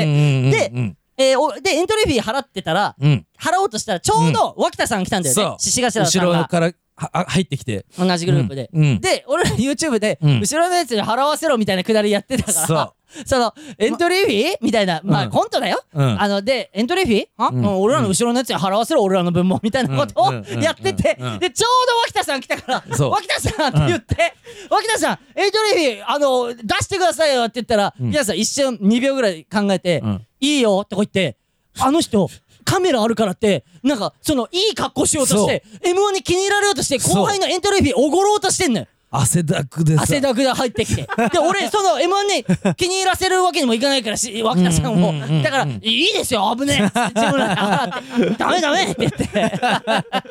Speaker 1: で
Speaker 2: で、うん
Speaker 1: えーおでエントリーフィー払ってたら、
Speaker 2: うん。
Speaker 1: 払おうとしたらちょうど脇田さん来たんだよね、
Speaker 2: そう
Speaker 1: 獅子頭さ
Speaker 2: 後
Speaker 1: ん
Speaker 2: ろ
Speaker 1: が
Speaker 2: からはあ入ってきて。
Speaker 1: 同じグループで、
Speaker 2: うんうん
Speaker 1: で俺ら YouTube で、
Speaker 2: うん
Speaker 1: 後ろのやつに払わせろみたいなくだりやってたから
Speaker 2: そ
Speaker 1: そのエントリーフィーみたいなまあ、
Speaker 2: うん
Speaker 1: コントだよ、
Speaker 2: うん
Speaker 1: あのでエントリーフィーは、
Speaker 2: ん
Speaker 1: うん俺らの後ろのやつに払わせろ俺らの分もみたいなことを
Speaker 2: うんうん
Speaker 1: やってて、
Speaker 2: うん
Speaker 1: でちょうど脇田さん来たから
Speaker 2: そう
Speaker 1: 脇田さんって言って、脇田さんエントリーフィーあの出してくださいよって言ったら、
Speaker 2: ん
Speaker 1: 皆さん一瞬2秒ぐらい考えて、
Speaker 2: うん
Speaker 1: いいよってこう言ってあの人カメラあるからってなんかそのいい格好しようとして m 1に気に入られようとして
Speaker 2: そう
Speaker 1: 後輩のエントリーフィーおごろうとしてんのよ
Speaker 2: 汗だくでさ。
Speaker 1: 汗だくで入って きてで俺その m 1に気に入らせるわけにもいかないからし脇田さんも
Speaker 2: うんうんうんうん
Speaker 1: だから「いいですよ危ねえ」って自分らで払って「ダメダメ」って言って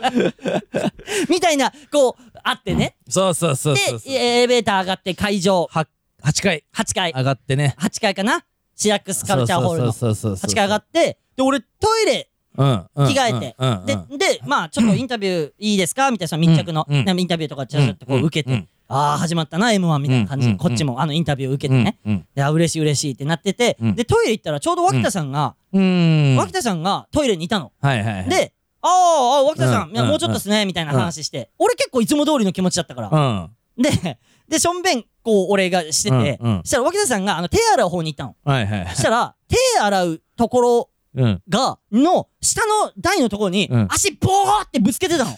Speaker 1: みたいなこうあってね
Speaker 2: そうそうそうそうそう。
Speaker 1: でエレベーター上がって会場
Speaker 2: は8回
Speaker 1: 8階
Speaker 2: 上がってね。
Speaker 1: 8階かなシラックスカルチャーホールの
Speaker 2: そうそうそうそうそう。
Speaker 1: 8階上がってで俺トイレ
Speaker 2: うんうん
Speaker 1: 着替えて
Speaker 2: うんうん
Speaker 1: で、で、まあ、ちょっとインタビューいいです かみたいな、その密着の、
Speaker 2: うんうん
Speaker 1: なんかインタビューとかちょっとこ
Speaker 2: う
Speaker 1: うん受けて、
Speaker 2: うん
Speaker 1: ああ、始まったな、M1 みたいな感じで、
Speaker 2: うん
Speaker 1: こっちもあのインタビュー受けてね。
Speaker 2: うん
Speaker 1: であ嬉しい嬉しいってなってて、
Speaker 2: うん
Speaker 1: で、トイレ行ったらちょうど脇田さんが、
Speaker 2: うん。うん
Speaker 1: 脇田さんがトイレにいたの。
Speaker 2: はいはいはい。、
Speaker 1: で、あーあー、脇田さん、
Speaker 2: うん
Speaker 1: いやもうちょっとっすね、みたいな話して、俺結構いつも通りの気持ちだったから。
Speaker 2: うん。
Speaker 1: で、で、しょんべん、こう、俺がしてて、
Speaker 2: うんうん
Speaker 1: したら脇田さんがあの手洗う方に行ったの。
Speaker 2: はいはい。
Speaker 1: したら、手洗うところ
Speaker 2: うん。
Speaker 1: が、の、下の台のところに
Speaker 2: うん、
Speaker 1: 足、ボーってぶつけてたの。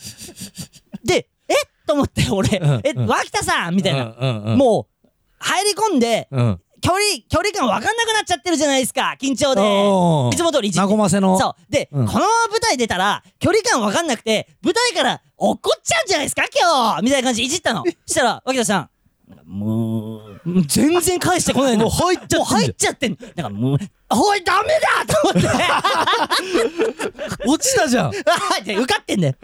Speaker 1: で、えと思って、俺
Speaker 2: うん、
Speaker 1: え、
Speaker 2: うん
Speaker 1: 脇田さんみたいな。
Speaker 2: うんうんうん。
Speaker 1: もう、入り込んで、
Speaker 2: うん、うん。
Speaker 1: 距離、距離感わかんなくなっちゃってるじゃないですか、緊張で。
Speaker 2: おー
Speaker 1: いつも通りいじって
Speaker 2: 和ませの。
Speaker 1: そう。で、
Speaker 2: うん
Speaker 1: このまま舞台出たら、距離感わかんなくて、舞台から怒っちゃうんじゃないですか、今日みたいな感じでいじった の。したら、脇田さん、もう、全然返してこないの。
Speaker 2: もう入っちゃってんじゃん
Speaker 1: もう入っちゃってんの。だからもう、おい、ダメだと思って。
Speaker 2: 落ちたじゃん。
Speaker 1: あ あ、じゃあ受かってんだよ。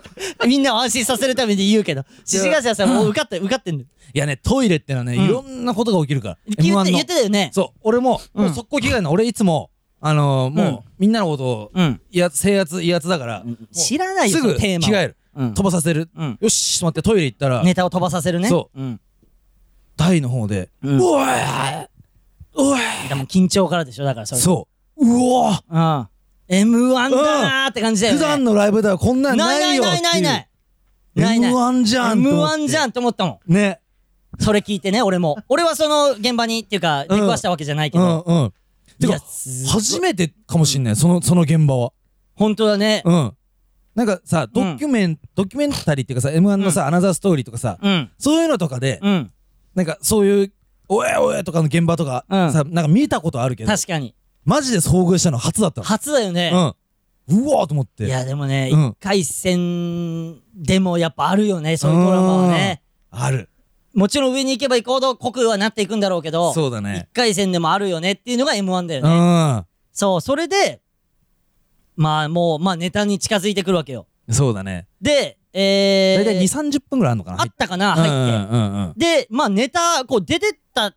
Speaker 1: みんなを安心させるために言うけど。獅子頭さんもう受かって、受かってんだよ。
Speaker 2: いやね、トイレってのはね、
Speaker 1: うん
Speaker 2: いろんなことが起きるから。
Speaker 1: 言って、
Speaker 2: M1 の
Speaker 1: 言ってたよね。
Speaker 2: そう、俺も、
Speaker 1: うん
Speaker 2: もう速攻着替えるの。俺いつも、あのー、もう、みんなのことを、
Speaker 1: うん。
Speaker 2: いや、制圧、威圧だから、もう
Speaker 1: 知らないよ、
Speaker 2: す
Speaker 1: その
Speaker 2: ぐ着
Speaker 1: テーマを。
Speaker 2: 替える。
Speaker 1: うん
Speaker 2: 飛ばさせる。
Speaker 1: うん
Speaker 2: よし、ちょっと待って、トイレ行ったら、
Speaker 1: ネタを飛ばさせるね。。
Speaker 2: そう
Speaker 1: うん。
Speaker 2: 台の方で、
Speaker 1: うん
Speaker 2: おいおい
Speaker 1: でも緊張からでしょ、だからそれ。う。
Speaker 2: そう。うおー
Speaker 1: うん。M1 だなーって感じだよね。
Speaker 2: 普段のライブではこんなん
Speaker 1: ない
Speaker 2: な
Speaker 1: ないい
Speaker 2: よ
Speaker 1: ないないない。ないない。
Speaker 2: M1 じゃんと思って
Speaker 1: M1 じゃんと思ったも
Speaker 2: ね。
Speaker 1: ん。それ聞いてね、俺も。俺はその現場にっていうか、出くわしたわけじゃないけ
Speaker 2: う
Speaker 1: ど。
Speaker 2: んうん。て
Speaker 1: い
Speaker 2: か
Speaker 1: や、、すごい
Speaker 2: 初めてかもしんない、その、その現場は。
Speaker 1: 本当だね。
Speaker 2: うん。なんかさ、ドキュメン、ドキュメンタリーっていうかさ、M1 のさ、アナザーストーリーとかさ、
Speaker 1: うん。
Speaker 2: そういうのとかで、
Speaker 1: うん。
Speaker 2: なんかそういう、おえおえとかの現場とか、
Speaker 1: うん
Speaker 2: さ、なんか見たことあるけど、
Speaker 1: 確かに。
Speaker 2: マジで遭遇したの初だったの。
Speaker 1: 初だよね。
Speaker 2: うん。うわーと思って。
Speaker 1: いや、でもね、一、
Speaker 2: うん
Speaker 1: 回戦でもやっぱあるよね、そういうドラマはね。
Speaker 2: ある。
Speaker 1: もちろん上に行けば行くほど濃くはなっていくんだろうけど、
Speaker 2: そうだ
Speaker 1: 一
Speaker 2: ね。
Speaker 1: 回戦でもあるよねっていうのが M1 だよ
Speaker 2: う
Speaker 1: ね。
Speaker 2: ん。
Speaker 1: そう、それで、まあもう、まあネタに近づいてくるわけよ。
Speaker 2: そうだね。
Speaker 1: で、えー、
Speaker 2: 大体2、30分ぐらいあるのかな
Speaker 1: あったかな、入って。
Speaker 2: うんうんうん
Speaker 1: で、まあネタ、こう出てった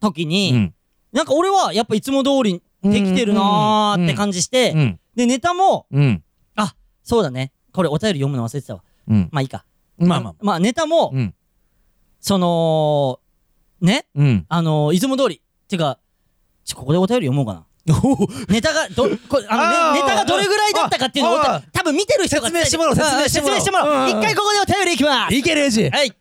Speaker 1: 時に、
Speaker 2: うん。
Speaker 1: なんか俺はやっぱいつも通りできてるなーって感じして、
Speaker 2: うん。
Speaker 1: で、ネタも、
Speaker 2: うん。
Speaker 1: そうだね。これお便り読むの忘れてたわ。
Speaker 2: うん。
Speaker 1: まあいいか。
Speaker 2: まあまあ。
Speaker 1: まあネタも、
Speaker 2: うん。
Speaker 1: その、ね、
Speaker 2: うん。
Speaker 1: あのー、いつも通り。っていうか、ちょ、ここでお便り読もうかな。
Speaker 2: おー
Speaker 1: ネタが、ど、こあの
Speaker 2: あー
Speaker 1: ね、ネタがどれぐらいだったかっていうのを、
Speaker 2: あー
Speaker 1: お便り多分見てる人が
Speaker 2: 説明してもらおう
Speaker 1: 伝えて
Speaker 2: 説明しても
Speaker 1: あ
Speaker 2: らお
Speaker 1: ー説明してもらお
Speaker 2: ううん
Speaker 1: う。一回ここでお便りいきます。
Speaker 2: いけるエイジ
Speaker 1: はい。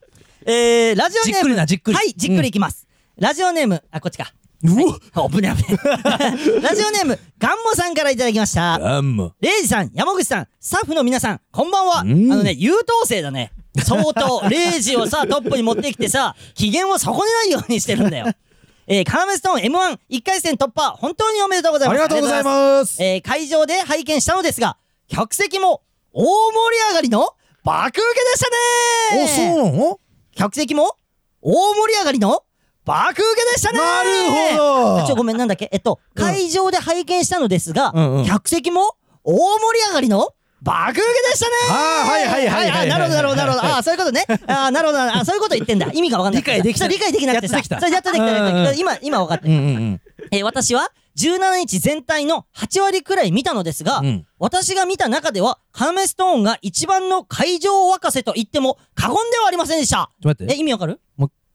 Speaker 1: えー、ラジオ
Speaker 2: じ
Speaker 1: ネー
Speaker 2: っ
Speaker 1: ム。
Speaker 2: くりな、じっくり。
Speaker 1: はい、じっくりいきます。ラジオネーム、あ、こっちか。
Speaker 2: う
Speaker 1: はい
Speaker 2: わ
Speaker 1: あ危ね危ね。 ラジオネーム、ガンモさんからいただきました。
Speaker 2: あんま。
Speaker 1: レイジさん、山口さん、スタッフの皆さん、こんばんは。あ
Speaker 2: ん
Speaker 1: のね、優等生だね。相 当、レイジをさ、トップに持ってきてさ、機嫌を損ねないようにしてるんだよ。 えー、カナメストーン M1、1回戦突破、本当におめでとうござい
Speaker 2: あ
Speaker 1: ま
Speaker 2: り
Speaker 1: す。
Speaker 2: がとうござい
Speaker 1: ありがとうございま
Speaker 2: ます。
Speaker 1: えー、会場で拝見したのですが、客席も大盛り上がりの爆受けでしたね
Speaker 2: お、そうなの
Speaker 1: 客席も大盛り上がりの爆受けでしたね
Speaker 2: なるほど
Speaker 1: あちょ、ごめん、なんだっけえっと、
Speaker 2: うん
Speaker 1: 会場で拝見したのですが、
Speaker 2: うんうん
Speaker 1: 客席も大盛り上がりの爆受けでしたね
Speaker 2: あーはいはいはいはい
Speaker 1: あ
Speaker 2: はい
Speaker 1: なるほど、なるほど、なるほど。あーそういうことね。あーなるほど、あーそういうこと言ってんだ。意味がわかんない。
Speaker 2: 理解でき
Speaker 1: そ
Speaker 2: た
Speaker 1: う理解できなくてさ。
Speaker 2: やっとできた
Speaker 1: そうやっとできた。やっとでき
Speaker 2: うん
Speaker 1: た
Speaker 2: うん
Speaker 1: 今、今わかった
Speaker 2: うんうん
Speaker 1: えー私は17日全体の8割くらい見たのですが、
Speaker 2: うん
Speaker 1: 私が見た中では、カメストーンが一番の会場を沸かせと言っても過言ではありませんでした。
Speaker 2: ちょっと待っ
Speaker 1: え、
Speaker 2: て。
Speaker 1: 意味わかる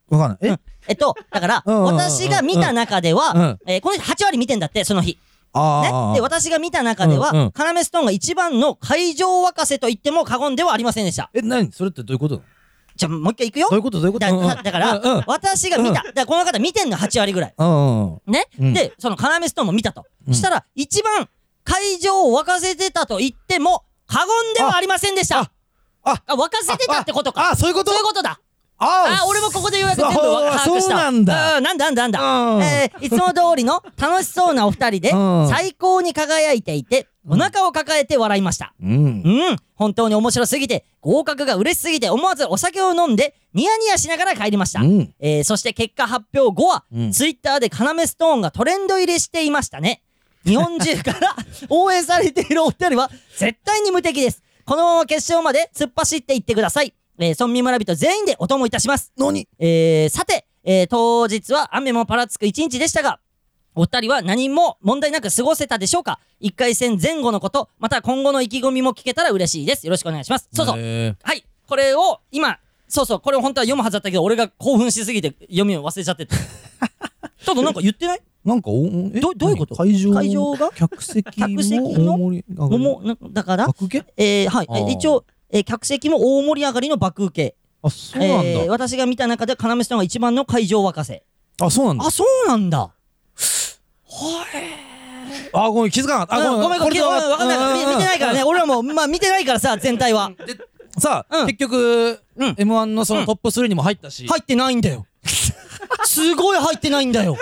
Speaker 2: わかんない。え
Speaker 1: えっと、だから、
Speaker 2: うんうんうんうん
Speaker 1: 私が見た中では、えーこの人8割見てんだって、その日。ね
Speaker 2: あ、
Speaker 1: で、
Speaker 2: ー
Speaker 1: 私が見た中で
Speaker 2: うんう
Speaker 1: は
Speaker 2: ん、
Speaker 1: カメストーンが一番の会場沸かせと言っても過言ではありませんでした。
Speaker 2: え、何それってどういうことなの
Speaker 1: じゃあ、もう一回行くよ
Speaker 2: どう。いうことどういうこと
Speaker 1: だだだから、
Speaker 2: うんうん
Speaker 1: 私が見た、だからこの方見てんの8割ぐらい。
Speaker 2: うんうん。
Speaker 1: ね、
Speaker 2: うん
Speaker 1: で、その要ストーンも見たと。したら、一番会場を沸かせてたと言っても、過言ではありませんでした。あ
Speaker 2: ああ
Speaker 1: 沸かせてたってことか。
Speaker 2: あ、そういうこと
Speaker 1: そういうことだ。
Speaker 2: あ
Speaker 1: あ俺もここでようやく全部わ
Speaker 2: あ
Speaker 1: 把握した。
Speaker 2: そうなんだ。
Speaker 1: うんなんだなんだなんだ。
Speaker 2: うん
Speaker 1: えーいつも通りの楽しそうなお二人で
Speaker 2: うん、
Speaker 1: 最高に輝いていて、お腹を抱えて笑いました。
Speaker 2: うん
Speaker 1: う。ん、本当に面白すぎて、合格が嬉しすぎて、思わずお酒を飲んで、ニヤニヤしながら帰りました。
Speaker 2: うん
Speaker 1: えーそして結果発表後は、
Speaker 2: うん
Speaker 1: ツイッターで要ストーンがトレンド入りしていましたね。日本中から 応援されているお二人は、絶対に無敵です。このまま決勝まで突っ走っていってください。えー村民村人全員でお供いたします。
Speaker 2: 何
Speaker 1: えーさて、えー当日は雨もぱらつく一日でしたが、お二人は何も問題なく過ごせたでしょうか一回戦前後のこと、また今後の意気込みも聞けたら嬉しいです。よろしくお願いします。そうそう。
Speaker 2: えー
Speaker 1: はい。これを、今、そうそう、これを本当は読むはずだったけど、俺が興奮しすぎて読みを忘れちゃって た。ちょっとなんか言ってない
Speaker 2: なんか、おえ
Speaker 1: どどういうこと
Speaker 2: 何会場
Speaker 1: 会場が
Speaker 2: 客席も
Speaker 1: 客席の
Speaker 2: 大盛り上が
Speaker 1: も
Speaker 2: り
Speaker 1: も、なだから、
Speaker 2: 爆受け
Speaker 1: えーはい。え
Speaker 2: あー
Speaker 1: 一応、えー客席も大盛り上がりの爆受け。
Speaker 2: あ、そうなん
Speaker 1: えー
Speaker 2: だ。
Speaker 1: 私が見た中で、要さんが一番の会場沸かせ。
Speaker 2: あ、そうなんだ
Speaker 1: あ、。そうなんだ。
Speaker 2: あ、ごめん、気づかなかった。あ、
Speaker 1: うんごめんごめん、
Speaker 2: これで
Speaker 1: ごめんわかんない。
Speaker 2: う
Speaker 1: み見てないからね。俺らも、まあ見てないからさ、全体は。
Speaker 2: さ
Speaker 1: うん
Speaker 2: あ、結局、
Speaker 1: うん
Speaker 2: M1 のそ
Speaker 1: うん
Speaker 2: のトップ3にも入ったし。
Speaker 1: 入ってないんだよ。すごい入ってないんだよ。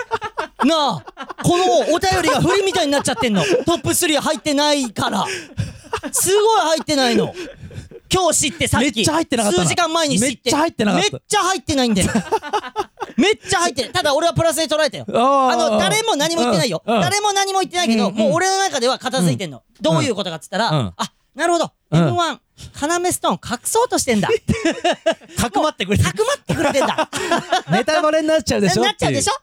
Speaker 1: なあ、このお便りが振りみたいになっちゃってんの。トップ3入ってないから。すごい入ってないの。今日知ってさっき。
Speaker 2: めっちゃ入ってなかったな
Speaker 1: 数時間前に知って。
Speaker 2: めっちゃ入ってなかった
Speaker 1: めっちゃ入ってないんだよ。めっちゃ入ってる。ただ俺はプラスで捉えたよ。
Speaker 2: あ
Speaker 1: あ
Speaker 2: ー
Speaker 1: の、誰も何も言ってないよ。
Speaker 2: うんうん
Speaker 1: 誰も何も言ってないけど、
Speaker 2: うんうん
Speaker 1: もう俺の中では片付いてんの。どういうことかっつったら、
Speaker 2: うん
Speaker 1: あ、なるほど。
Speaker 2: うん
Speaker 1: M1、要ストーン隠そうとしてんだ。
Speaker 2: かくまってくれて
Speaker 1: たくまってくれてんだ。
Speaker 2: ネタバレになっちゃうでしょ
Speaker 1: なっちゃうでしょ
Speaker 2: っ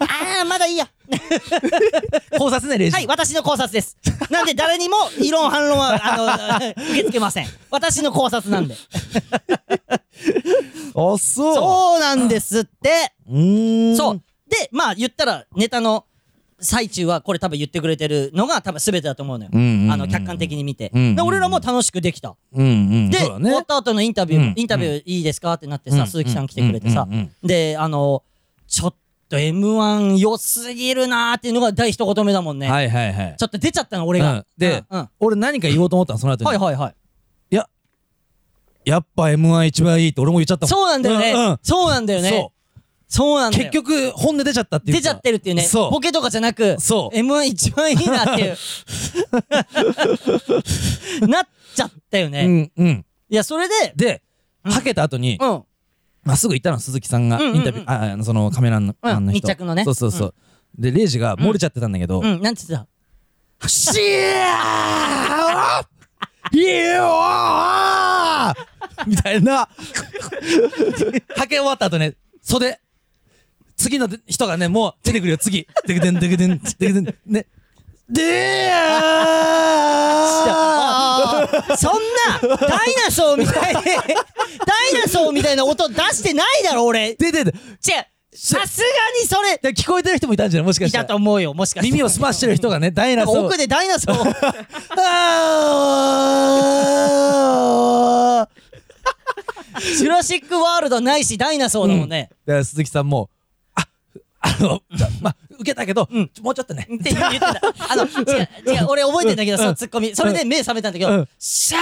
Speaker 1: ああ、まだいいや。
Speaker 2: ていう考察ね、レイジ。
Speaker 1: はい、私の考察です。なんで誰にも異論反論は、あの、受け付けません。私の考察なんで。
Speaker 2: あ、そ
Speaker 1: そうなんですって。
Speaker 2: う。うーん。
Speaker 1: そう。。で、まあ言ったらネタの最中はこれ多分言ってくれてるのが多分全てだと思うのよ。
Speaker 2: うんうんうん
Speaker 1: あの、客観的に見て。
Speaker 2: うんうんうん
Speaker 1: で、俺らも楽しくできた。
Speaker 2: うんうん。
Speaker 1: で、
Speaker 2: そうだ
Speaker 1: 終わ
Speaker 2: ね
Speaker 1: っ。た後のインタビューも、
Speaker 2: うん
Speaker 1: インタビューいいですかってなって
Speaker 2: うんう
Speaker 1: さ、
Speaker 2: ん
Speaker 1: 鈴木さん来てくれてさ
Speaker 2: うんうん、
Speaker 1: で、あの、ちょっと M1 良すぎるなーっていうのが第一言目だもんね。
Speaker 2: はいはいはい
Speaker 1: ち。ょっと出ちゃったの、俺
Speaker 2: う
Speaker 1: が
Speaker 2: ん。で
Speaker 1: うんうん
Speaker 2: 俺何か言おうと思ったの、その後に。
Speaker 1: はいはいはい。
Speaker 2: やっぱ M1 一番いいって俺も言っちゃったもん。
Speaker 1: そうなんだよ
Speaker 2: うんう
Speaker 1: ね
Speaker 2: ん。
Speaker 1: そうなんだよね
Speaker 2: そ。
Speaker 1: そうなん
Speaker 2: う。
Speaker 1: だよ
Speaker 2: 結。局、本音出ちゃったっていう
Speaker 1: 出
Speaker 2: か。
Speaker 1: ちゃってるっていうね。
Speaker 2: そう
Speaker 1: ボケとかじゃなく、
Speaker 2: そう
Speaker 1: M1 一番いいなって いう。 なっちゃったよ
Speaker 2: う
Speaker 1: ね。
Speaker 2: んうん。
Speaker 1: いや、それで、
Speaker 2: で、はけた後に、
Speaker 1: うん。
Speaker 2: まあ、すぐ行ったの、鈴木さんが、
Speaker 1: うんうんうん
Speaker 2: インタビュー、あ、あの、そのカメラマンの,、
Speaker 1: うん
Speaker 2: 人。
Speaker 1: 密着のね
Speaker 2: そうそうそう。で、レイジが漏れちゃってたんだけど、
Speaker 1: うん、なんつってた
Speaker 2: シャーイエーみたいな。はけ終わった後ね、袖。次の人がね、もう出てくるよ、次。でくでん、でくでん、でくでん、ね。でー
Speaker 1: あーそんな、ダイナソーみたいに、 ダイナソーみたいな音出してないだろ、俺。違う。
Speaker 2: 出てて。
Speaker 1: さすがにそれ、
Speaker 2: で聞こえてる人もいたんじゃないもしか
Speaker 1: い
Speaker 2: したた
Speaker 1: と
Speaker 2: ら。
Speaker 1: 思うよ、もしかして。
Speaker 2: 耳を澄ましてる人がね、ダイナソー。
Speaker 1: 奥でダイナソー。
Speaker 2: あー
Speaker 1: ジュラシックワールドないし、ダイナソーだもんね。
Speaker 2: だから鈴木さんも、あ、あ の、まあ、受けたけど、
Speaker 1: うん
Speaker 2: ちょもうちょっとね。
Speaker 1: って言ってた。あの、違う、違う、俺覚えてんだけど、
Speaker 2: うん
Speaker 1: そのツッコミ。それで目覚めたんだけど、
Speaker 2: うん
Speaker 1: シャ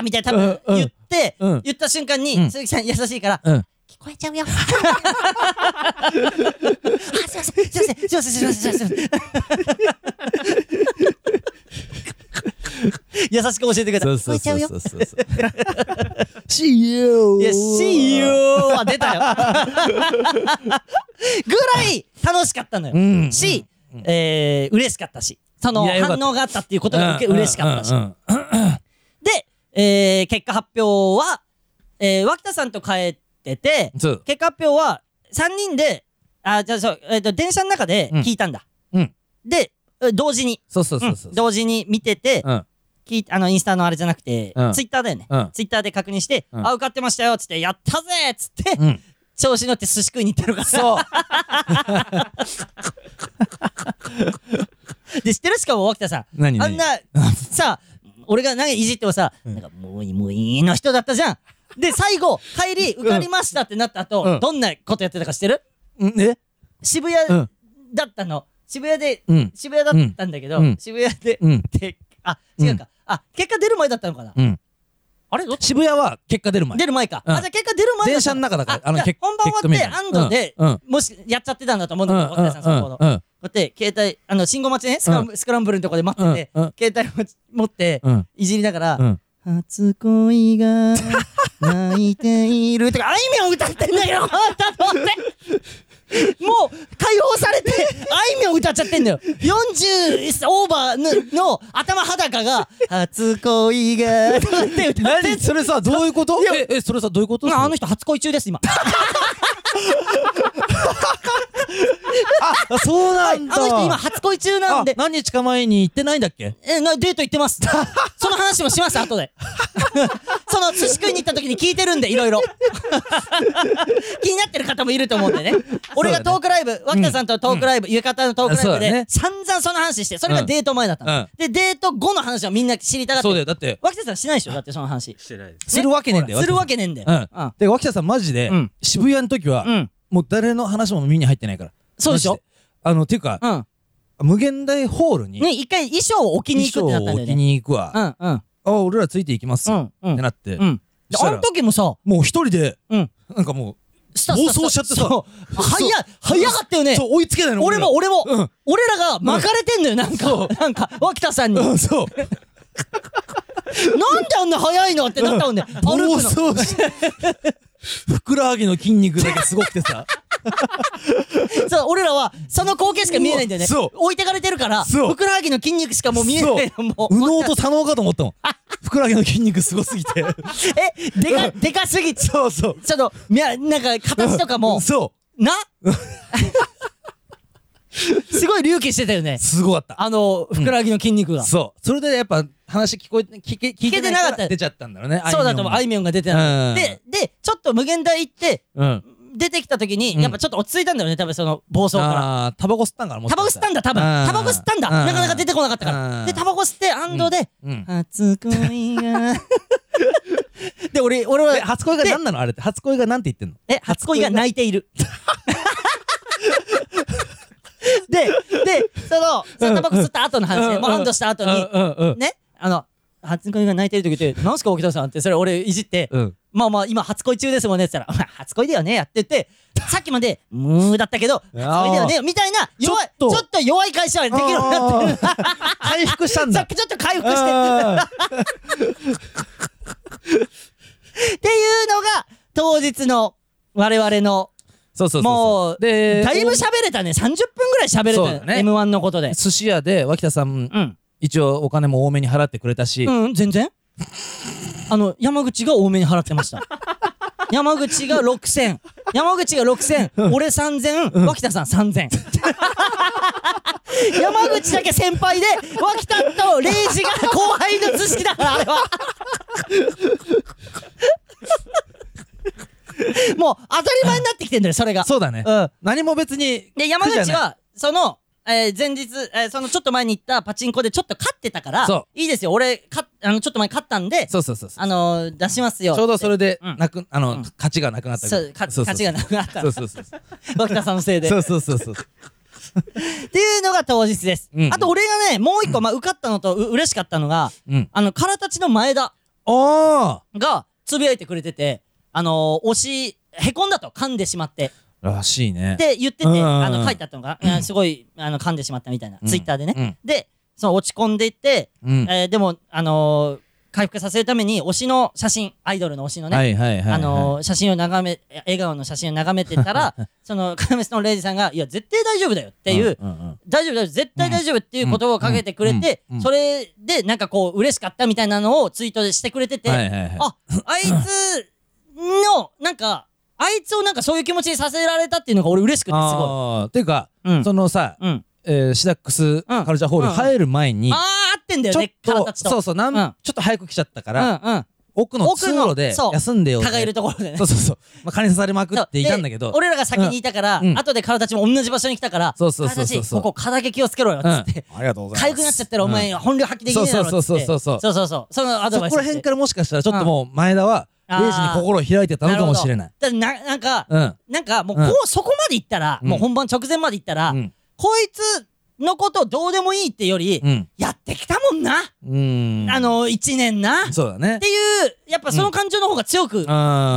Speaker 1: ーみたいな多分
Speaker 2: うん
Speaker 1: 言って
Speaker 2: うん、
Speaker 1: 言った瞬間に、
Speaker 2: うん
Speaker 1: 鈴木さん優しいから、
Speaker 2: うん。
Speaker 1: 聞こえちゃうよ。あ、すいません、すいません、すいません、すいません、すいません。優しく教えてください。聞こえちゃうよ。
Speaker 2: うそう。See you!
Speaker 1: いや、See you! は出たよ。ぐらい楽しかったのよ。
Speaker 2: うん
Speaker 1: し、えー、嬉しかったし、その
Speaker 2: いやよか
Speaker 1: 反
Speaker 2: った
Speaker 1: 応があったっていうことが受け嬉しかったし
Speaker 2: う。ん
Speaker 1: で、えー、結果発表は、えー、脇田さんと帰ってて、
Speaker 2: そう
Speaker 1: 結果発表は3人で、あ、じゃあそう、えっ、と、電車の中で聞いたんだ。
Speaker 2: うん
Speaker 1: で、え同時に、
Speaker 2: そうそう
Speaker 1: う
Speaker 2: そ
Speaker 1: ん
Speaker 2: うそう。
Speaker 1: 同時に見てて、
Speaker 2: うん。
Speaker 1: 聞いあの、インスタのあれじゃなくて、
Speaker 2: うん
Speaker 1: ツイッターだよね。
Speaker 2: うん
Speaker 1: ツイッターで確認して、
Speaker 2: うん
Speaker 1: あ、受かってましたよっつって、やったぜっつって、
Speaker 2: うん。
Speaker 1: 調子に乗って寿司食いに行ったの が
Speaker 2: そう。
Speaker 1: で、知ってるしかも脇田さん。
Speaker 2: 何
Speaker 1: あんな、さ、俺が何かいじってもさ、なんかもういい、もういいの人だったじゃん。で、最後、帰り、受かりましたってなった後、
Speaker 2: うん
Speaker 1: どんなことやってたか知ってる
Speaker 2: んえ
Speaker 1: 渋
Speaker 2: う
Speaker 1: 谷
Speaker 2: ん
Speaker 1: だったの。渋谷で、
Speaker 2: うん。
Speaker 1: 渋谷だったんだけど、
Speaker 2: うん
Speaker 1: 渋谷で、
Speaker 2: うん。
Speaker 1: であ、違うか。あ、結果出る前だったのかな、
Speaker 2: うん。
Speaker 1: あれどっち
Speaker 2: 渋谷は結果出る前。
Speaker 1: 出る前か。
Speaker 2: うん
Speaker 1: あ、じゃあ結果出る前だった
Speaker 2: 電車の中だから
Speaker 1: あ
Speaker 2: あの
Speaker 1: じゃあ
Speaker 2: 結
Speaker 1: 本番終わって、
Speaker 2: 結果
Speaker 1: 安
Speaker 2: 見ない
Speaker 1: 堵で、
Speaker 2: うん
Speaker 1: もしやっちゃってたんだと思うんだけど、脇田さん、そのこの。
Speaker 2: うん。
Speaker 1: こうやって携帯あの信号待ちねスクランブスクランブルのとこで待ってて、
Speaker 2: うんうん
Speaker 1: 携帯を持って
Speaker 2: うん。
Speaker 1: いじりながら「
Speaker 2: うん。
Speaker 1: 初恋が泣いている」と かあいみょん歌ってんだ けどこうだと思ってもう解放されてあいみょん歌っちゃってんだよ40オーバーのの頭裸が「初恋 が」とかって歌って
Speaker 2: 何それさ、どういうことえ、え、それさ、どういうこと
Speaker 1: まああの人初恋中です今あ
Speaker 2: あ、そうなんだ。
Speaker 1: の人今初恋中なん
Speaker 2: あ
Speaker 1: で
Speaker 2: 何日か前に行ってないんだっけ
Speaker 1: え、な、デート行って ます。その話もします、後で。その、寿司食いに行った時に聞いてるんで、い ろいろ。気になってる方もいると思うんでね。俺がトークライブ、脇田さんとトークライブ、浴衣のトークライ
Speaker 2: そ
Speaker 1: ブ
Speaker 2: うだ
Speaker 1: で
Speaker 2: ね、
Speaker 1: 散々その話して、それがデート前だったの。で、デート後の話はみんな知りたがって
Speaker 2: そう
Speaker 1: る。
Speaker 2: だよ。だって、
Speaker 1: 脇田さんしないでしょだってその話。
Speaker 3: してないです。
Speaker 2: するわけねえんだよ。
Speaker 1: するわけ
Speaker 2: け
Speaker 1: ねえんだよ。
Speaker 2: うん。で、脇田さんマジで
Speaker 1: うん、
Speaker 2: 渋谷の時は
Speaker 1: う、ん。
Speaker 2: もう誰の話も耳に入ってないから。
Speaker 1: そうでしょ
Speaker 2: マジあの、っていうか、
Speaker 1: うん。
Speaker 2: 無限大ホールに、
Speaker 1: ね、一回衣装を置きに行くってなったんだ
Speaker 2: 衣装を
Speaker 1: よ
Speaker 2: 着
Speaker 1: ね。
Speaker 2: に行くわ。
Speaker 1: う
Speaker 2: あ、
Speaker 1: ん、うん。
Speaker 2: 俺らついていきます。
Speaker 1: う
Speaker 2: っ
Speaker 1: ん、う
Speaker 2: て
Speaker 1: ん。
Speaker 2: なって
Speaker 1: う、ん。で、
Speaker 2: した
Speaker 1: あ
Speaker 2: ら
Speaker 1: の時もさ、
Speaker 2: もう一人で、
Speaker 1: うん。
Speaker 2: なんかもう、
Speaker 1: ス
Speaker 2: 暴走しちゃってさ、
Speaker 1: そう早い、早かったよね。
Speaker 2: そう、追いつけないの。
Speaker 1: 俺も俺も、
Speaker 2: うん
Speaker 1: 俺らが巻かれてんのよなんか、なんか脇田さんに、
Speaker 2: うん、 そう。
Speaker 1: なんであんな早いのってなったもんね、歩
Speaker 2: 暴
Speaker 1: くの
Speaker 2: 走して。ふくらはぎの筋肉だけすごくてさ。
Speaker 1: そう俺らはその光景しか見えないんだよね
Speaker 2: うわそう
Speaker 1: 置いてかれてるから
Speaker 2: そう
Speaker 1: ふくらはぎの筋肉し かもう見えないのもう
Speaker 2: 右脳と左脳かと思ったもん。ふくらはぎの筋肉すごすぎて。
Speaker 1: えでかでかすぎちょ
Speaker 2: そうそう。
Speaker 1: っといやなんか形とかも
Speaker 2: そ
Speaker 1: な すごい隆起してたよね
Speaker 2: う。すごかった。
Speaker 1: あのふくらはぎの筋肉が、
Speaker 2: そう。それでやっぱ話聞こえて、聞け、聞い
Speaker 1: け
Speaker 2: て
Speaker 1: て
Speaker 2: な
Speaker 1: なかっ
Speaker 2: か
Speaker 1: た
Speaker 2: った。出ちゃったんだろうね。
Speaker 1: そうだと思うあ
Speaker 2: あ
Speaker 1: い
Speaker 2: い
Speaker 1: みょんが出てな
Speaker 2: うん
Speaker 1: いででちょっと無限大行って
Speaker 2: みょんは。うん。
Speaker 1: 出てきた時に、
Speaker 2: うん
Speaker 1: やっぱちょっと落ち着いたんだよね多分その暴走から
Speaker 2: ああ、タバコ吸ったんかなも
Speaker 1: タバコ吸ったんだ、多分。
Speaker 2: あー
Speaker 1: タバコ吸ったんだ。
Speaker 2: あー
Speaker 1: なかなか出てこなかったか
Speaker 2: あ
Speaker 1: ら。
Speaker 2: ー
Speaker 1: で、タバコ吸って、安藤で、
Speaker 2: うん。
Speaker 1: 初恋 が。で、俺、俺
Speaker 2: え、
Speaker 1: は、
Speaker 2: 初恋が
Speaker 1: で
Speaker 2: 何なのあれって。初恋が何て言ってんの
Speaker 1: え、初恋が泣いてい る。で、で、その、そのタバコ吸った後の話
Speaker 2: うん
Speaker 1: ね、
Speaker 2: うん
Speaker 1: もう安藤した後に、
Speaker 2: うんうん
Speaker 1: ね、あの、初恋が泣いてる時って、何すか、沖田さんって、それ俺いじって、
Speaker 2: うん。
Speaker 1: まあまあ、今、初恋中ですもんね、って言ったら、まあ初恋だよね、やって て、さっきまで、むーだったけど、初恋だよね、みたいな、弱い、ち
Speaker 2: ちょ
Speaker 1: ょ
Speaker 2: っと
Speaker 1: っと弱い会社はできるようになってる。
Speaker 2: 回復したん
Speaker 1: さ
Speaker 2: だ
Speaker 1: っ。きちょっと回復して
Speaker 2: あ
Speaker 1: っていうのが当日の我々の
Speaker 2: ーそうそうそうそう。
Speaker 1: もう
Speaker 2: で、
Speaker 1: だいぶ喋れたね30分ぐらい喋れ
Speaker 2: そう
Speaker 1: た
Speaker 2: だね
Speaker 1: m 1のことで
Speaker 2: 寿司屋で、脇田さん、
Speaker 1: うん、
Speaker 2: 一応お金も多めに払ってくれたし、
Speaker 1: うん、全然あの山口が多めに払ってました 山口が6000山口が6000、俺3000、脇田さん3000 山口だけ先輩で脇田と礼二が後輩の図式だからあれは もう当たり前になってきてんだよそれが
Speaker 2: そうだね。
Speaker 1: うん
Speaker 2: 何も別に。
Speaker 1: で、山
Speaker 2: 苦じゃ
Speaker 1: 口
Speaker 2: ない、
Speaker 1: は、その、えー前日、えーそのちょっと前に行ったパチンコでちょっと勝ってたから
Speaker 2: そ、
Speaker 1: いいですよ、俺、かあのちょっと前勝ったんで、
Speaker 2: そうそうそうそう
Speaker 1: あのー出しますよ。
Speaker 2: ちょうどそれで
Speaker 1: うん
Speaker 2: なく、あの、
Speaker 1: うん
Speaker 2: 価値がなくなった
Speaker 1: そうか価値がなくなった
Speaker 2: そうそうそうそう
Speaker 1: 脇田さんのせいで。
Speaker 2: そうそうそうそう
Speaker 1: っていうのが当日です。
Speaker 2: うん
Speaker 1: あと俺がね、もう一個、まあ、受かったのとう嬉しかったのが、
Speaker 2: うん
Speaker 1: あの、空たちの前田
Speaker 2: おー
Speaker 1: がつぶやいてくれてて、あのー、推し、へこんだと噛んでしまって、
Speaker 2: らしいね
Speaker 1: って言ってて、
Speaker 2: うんうんうん
Speaker 1: あの、書いてあったのが、うんすごい、あの、噛んでしまったみたいな、ツイッターでね。
Speaker 2: ね
Speaker 1: で、その落ち込んでいって、
Speaker 2: うん、うん
Speaker 1: えーでも、あのー回復させるために推しの写真、アイドルの推しのね、
Speaker 2: はいはいはいはい、
Speaker 1: あのー写真を眺め、え笑顔の写真を眺めてた ら、その、カラメスのレイジさんが、いや、絶対大丈夫だよっていう、
Speaker 2: うんうん
Speaker 1: 大丈夫大丈夫絶対大丈夫っていう言葉をかけてくれて、
Speaker 2: うんうんうん
Speaker 1: それでなんかこう嬉しかったみたいなのをツイートでしてくれてて、
Speaker 2: うんはいはいはい
Speaker 1: ああいつのなんかあいつをなんかそういう気持ちにさせられたっていうのが俺嬉しくてすご
Speaker 2: あーっていうか、
Speaker 1: い。うん、
Speaker 2: そのさ、
Speaker 1: うん、
Speaker 2: えーシダックスカルチャーホール入る前に、
Speaker 1: あー合ってんだよ
Speaker 2: ちょっ
Speaker 1: ね
Speaker 2: と
Speaker 1: 体ちと。
Speaker 2: そうそうなん、
Speaker 1: うん
Speaker 2: ちょっと早く来ちゃったか
Speaker 1: う
Speaker 2: ら、
Speaker 1: んうん。
Speaker 2: 奥の通路
Speaker 1: 奥の
Speaker 2: で
Speaker 1: そう
Speaker 2: 休んでよ、
Speaker 1: 蚊がいるところでね。
Speaker 2: そうそ うそう、まあ、蚊に刺されまくっていたんだけ
Speaker 1: で
Speaker 2: ど
Speaker 1: 俺らが先にいたから、
Speaker 2: うんうん
Speaker 1: 後で体たちも同じ場所に来たから、
Speaker 2: そうそうそうそう
Speaker 1: 体たちここ肩気をつけろよっつって、
Speaker 2: うん、ありがとうご
Speaker 1: 痒くなっちゃったらお前本領発揮できねえだろっつって。
Speaker 2: そうそうそうそう
Speaker 1: そうそうそう。そのアド
Speaker 2: そ
Speaker 1: バイスを
Speaker 2: こら
Speaker 1: して。
Speaker 2: 辺からもしかしたらちょっともう前田は
Speaker 1: うん
Speaker 2: レイジに心を開いてたのかもしれない。
Speaker 1: だからななんか、
Speaker 2: うん。
Speaker 1: なんかもうこう、
Speaker 2: うん
Speaker 1: そこまで行ったら、
Speaker 2: うん
Speaker 1: もう本番直前まで行ったら、
Speaker 2: うん。
Speaker 1: こいつのことどうでもいいってより、
Speaker 2: うん。
Speaker 1: やってきたもんな、
Speaker 2: うん。
Speaker 1: あ、の1年な、っ
Speaker 2: そうだね
Speaker 1: て。いうやっぱその感情の方が強く、
Speaker 2: うん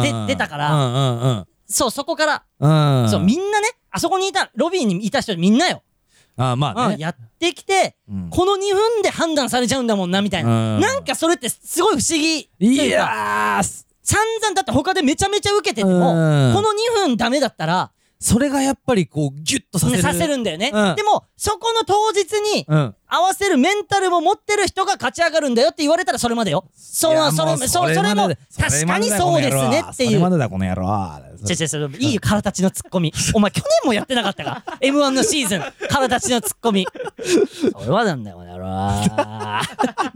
Speaker 1: で出たから
Speaker 2: うんうんうん
Speaker 1: そうそこから、
Speaker 2: うん。うん。
Speaker 1: そうみんなねあそこにいたロビーにいた人みんなよ、
Speaker 2: あーまあ
Speaker 1: うん
Speaker 2: ね。
Speaker 1: やってきて、
Speaker 2: うん
Speaker 1: この2分で判断されちゃうんだもんなみたいな、
Speaker 2: うん
Speaker 1: なんかそれってすごい不思議と
Speaker 2: い
Speaker 1: いうか
Speaker 2: やーす
Speaker 1: 散々だって他でめちゃめちゃ受けてても、
Speaker 2: うん
Speaker 1: この2分ダメだったら
Speaker 2: それがやっぱりこうギュッとさせ
Speaker 1: ね
Speaker 2: る。
Speaker 1: させるんだよね、
Speaker 2: うん
Speaker 1: でもそこの当日に
Speaker 2: うん。
Speaker 1: 合わせるメンタルも持ってる人が勝ち上がるんだよって言われたらそれまでよそ
Speaker 2: い
Speaker 1: の
Speaker 2: や
Speaker 1: そ
Speaker 2: も
Speaker 1: の
Speaker 2: う
Speaker 1: そそれ
Speaker 2: ま
Speaker 1: も
Speaker 2: で
Speaker 1: 確かにそうですねっていう
Speaker 2: それまでだこの野郎はそれまでだこの野郎は。
Speaker 1: ちょちょちょいいよ空たちのツッコ ミお前去年もやってなかったか m 1のシーズン空たちのツッコミそれはなんだよこの野 郎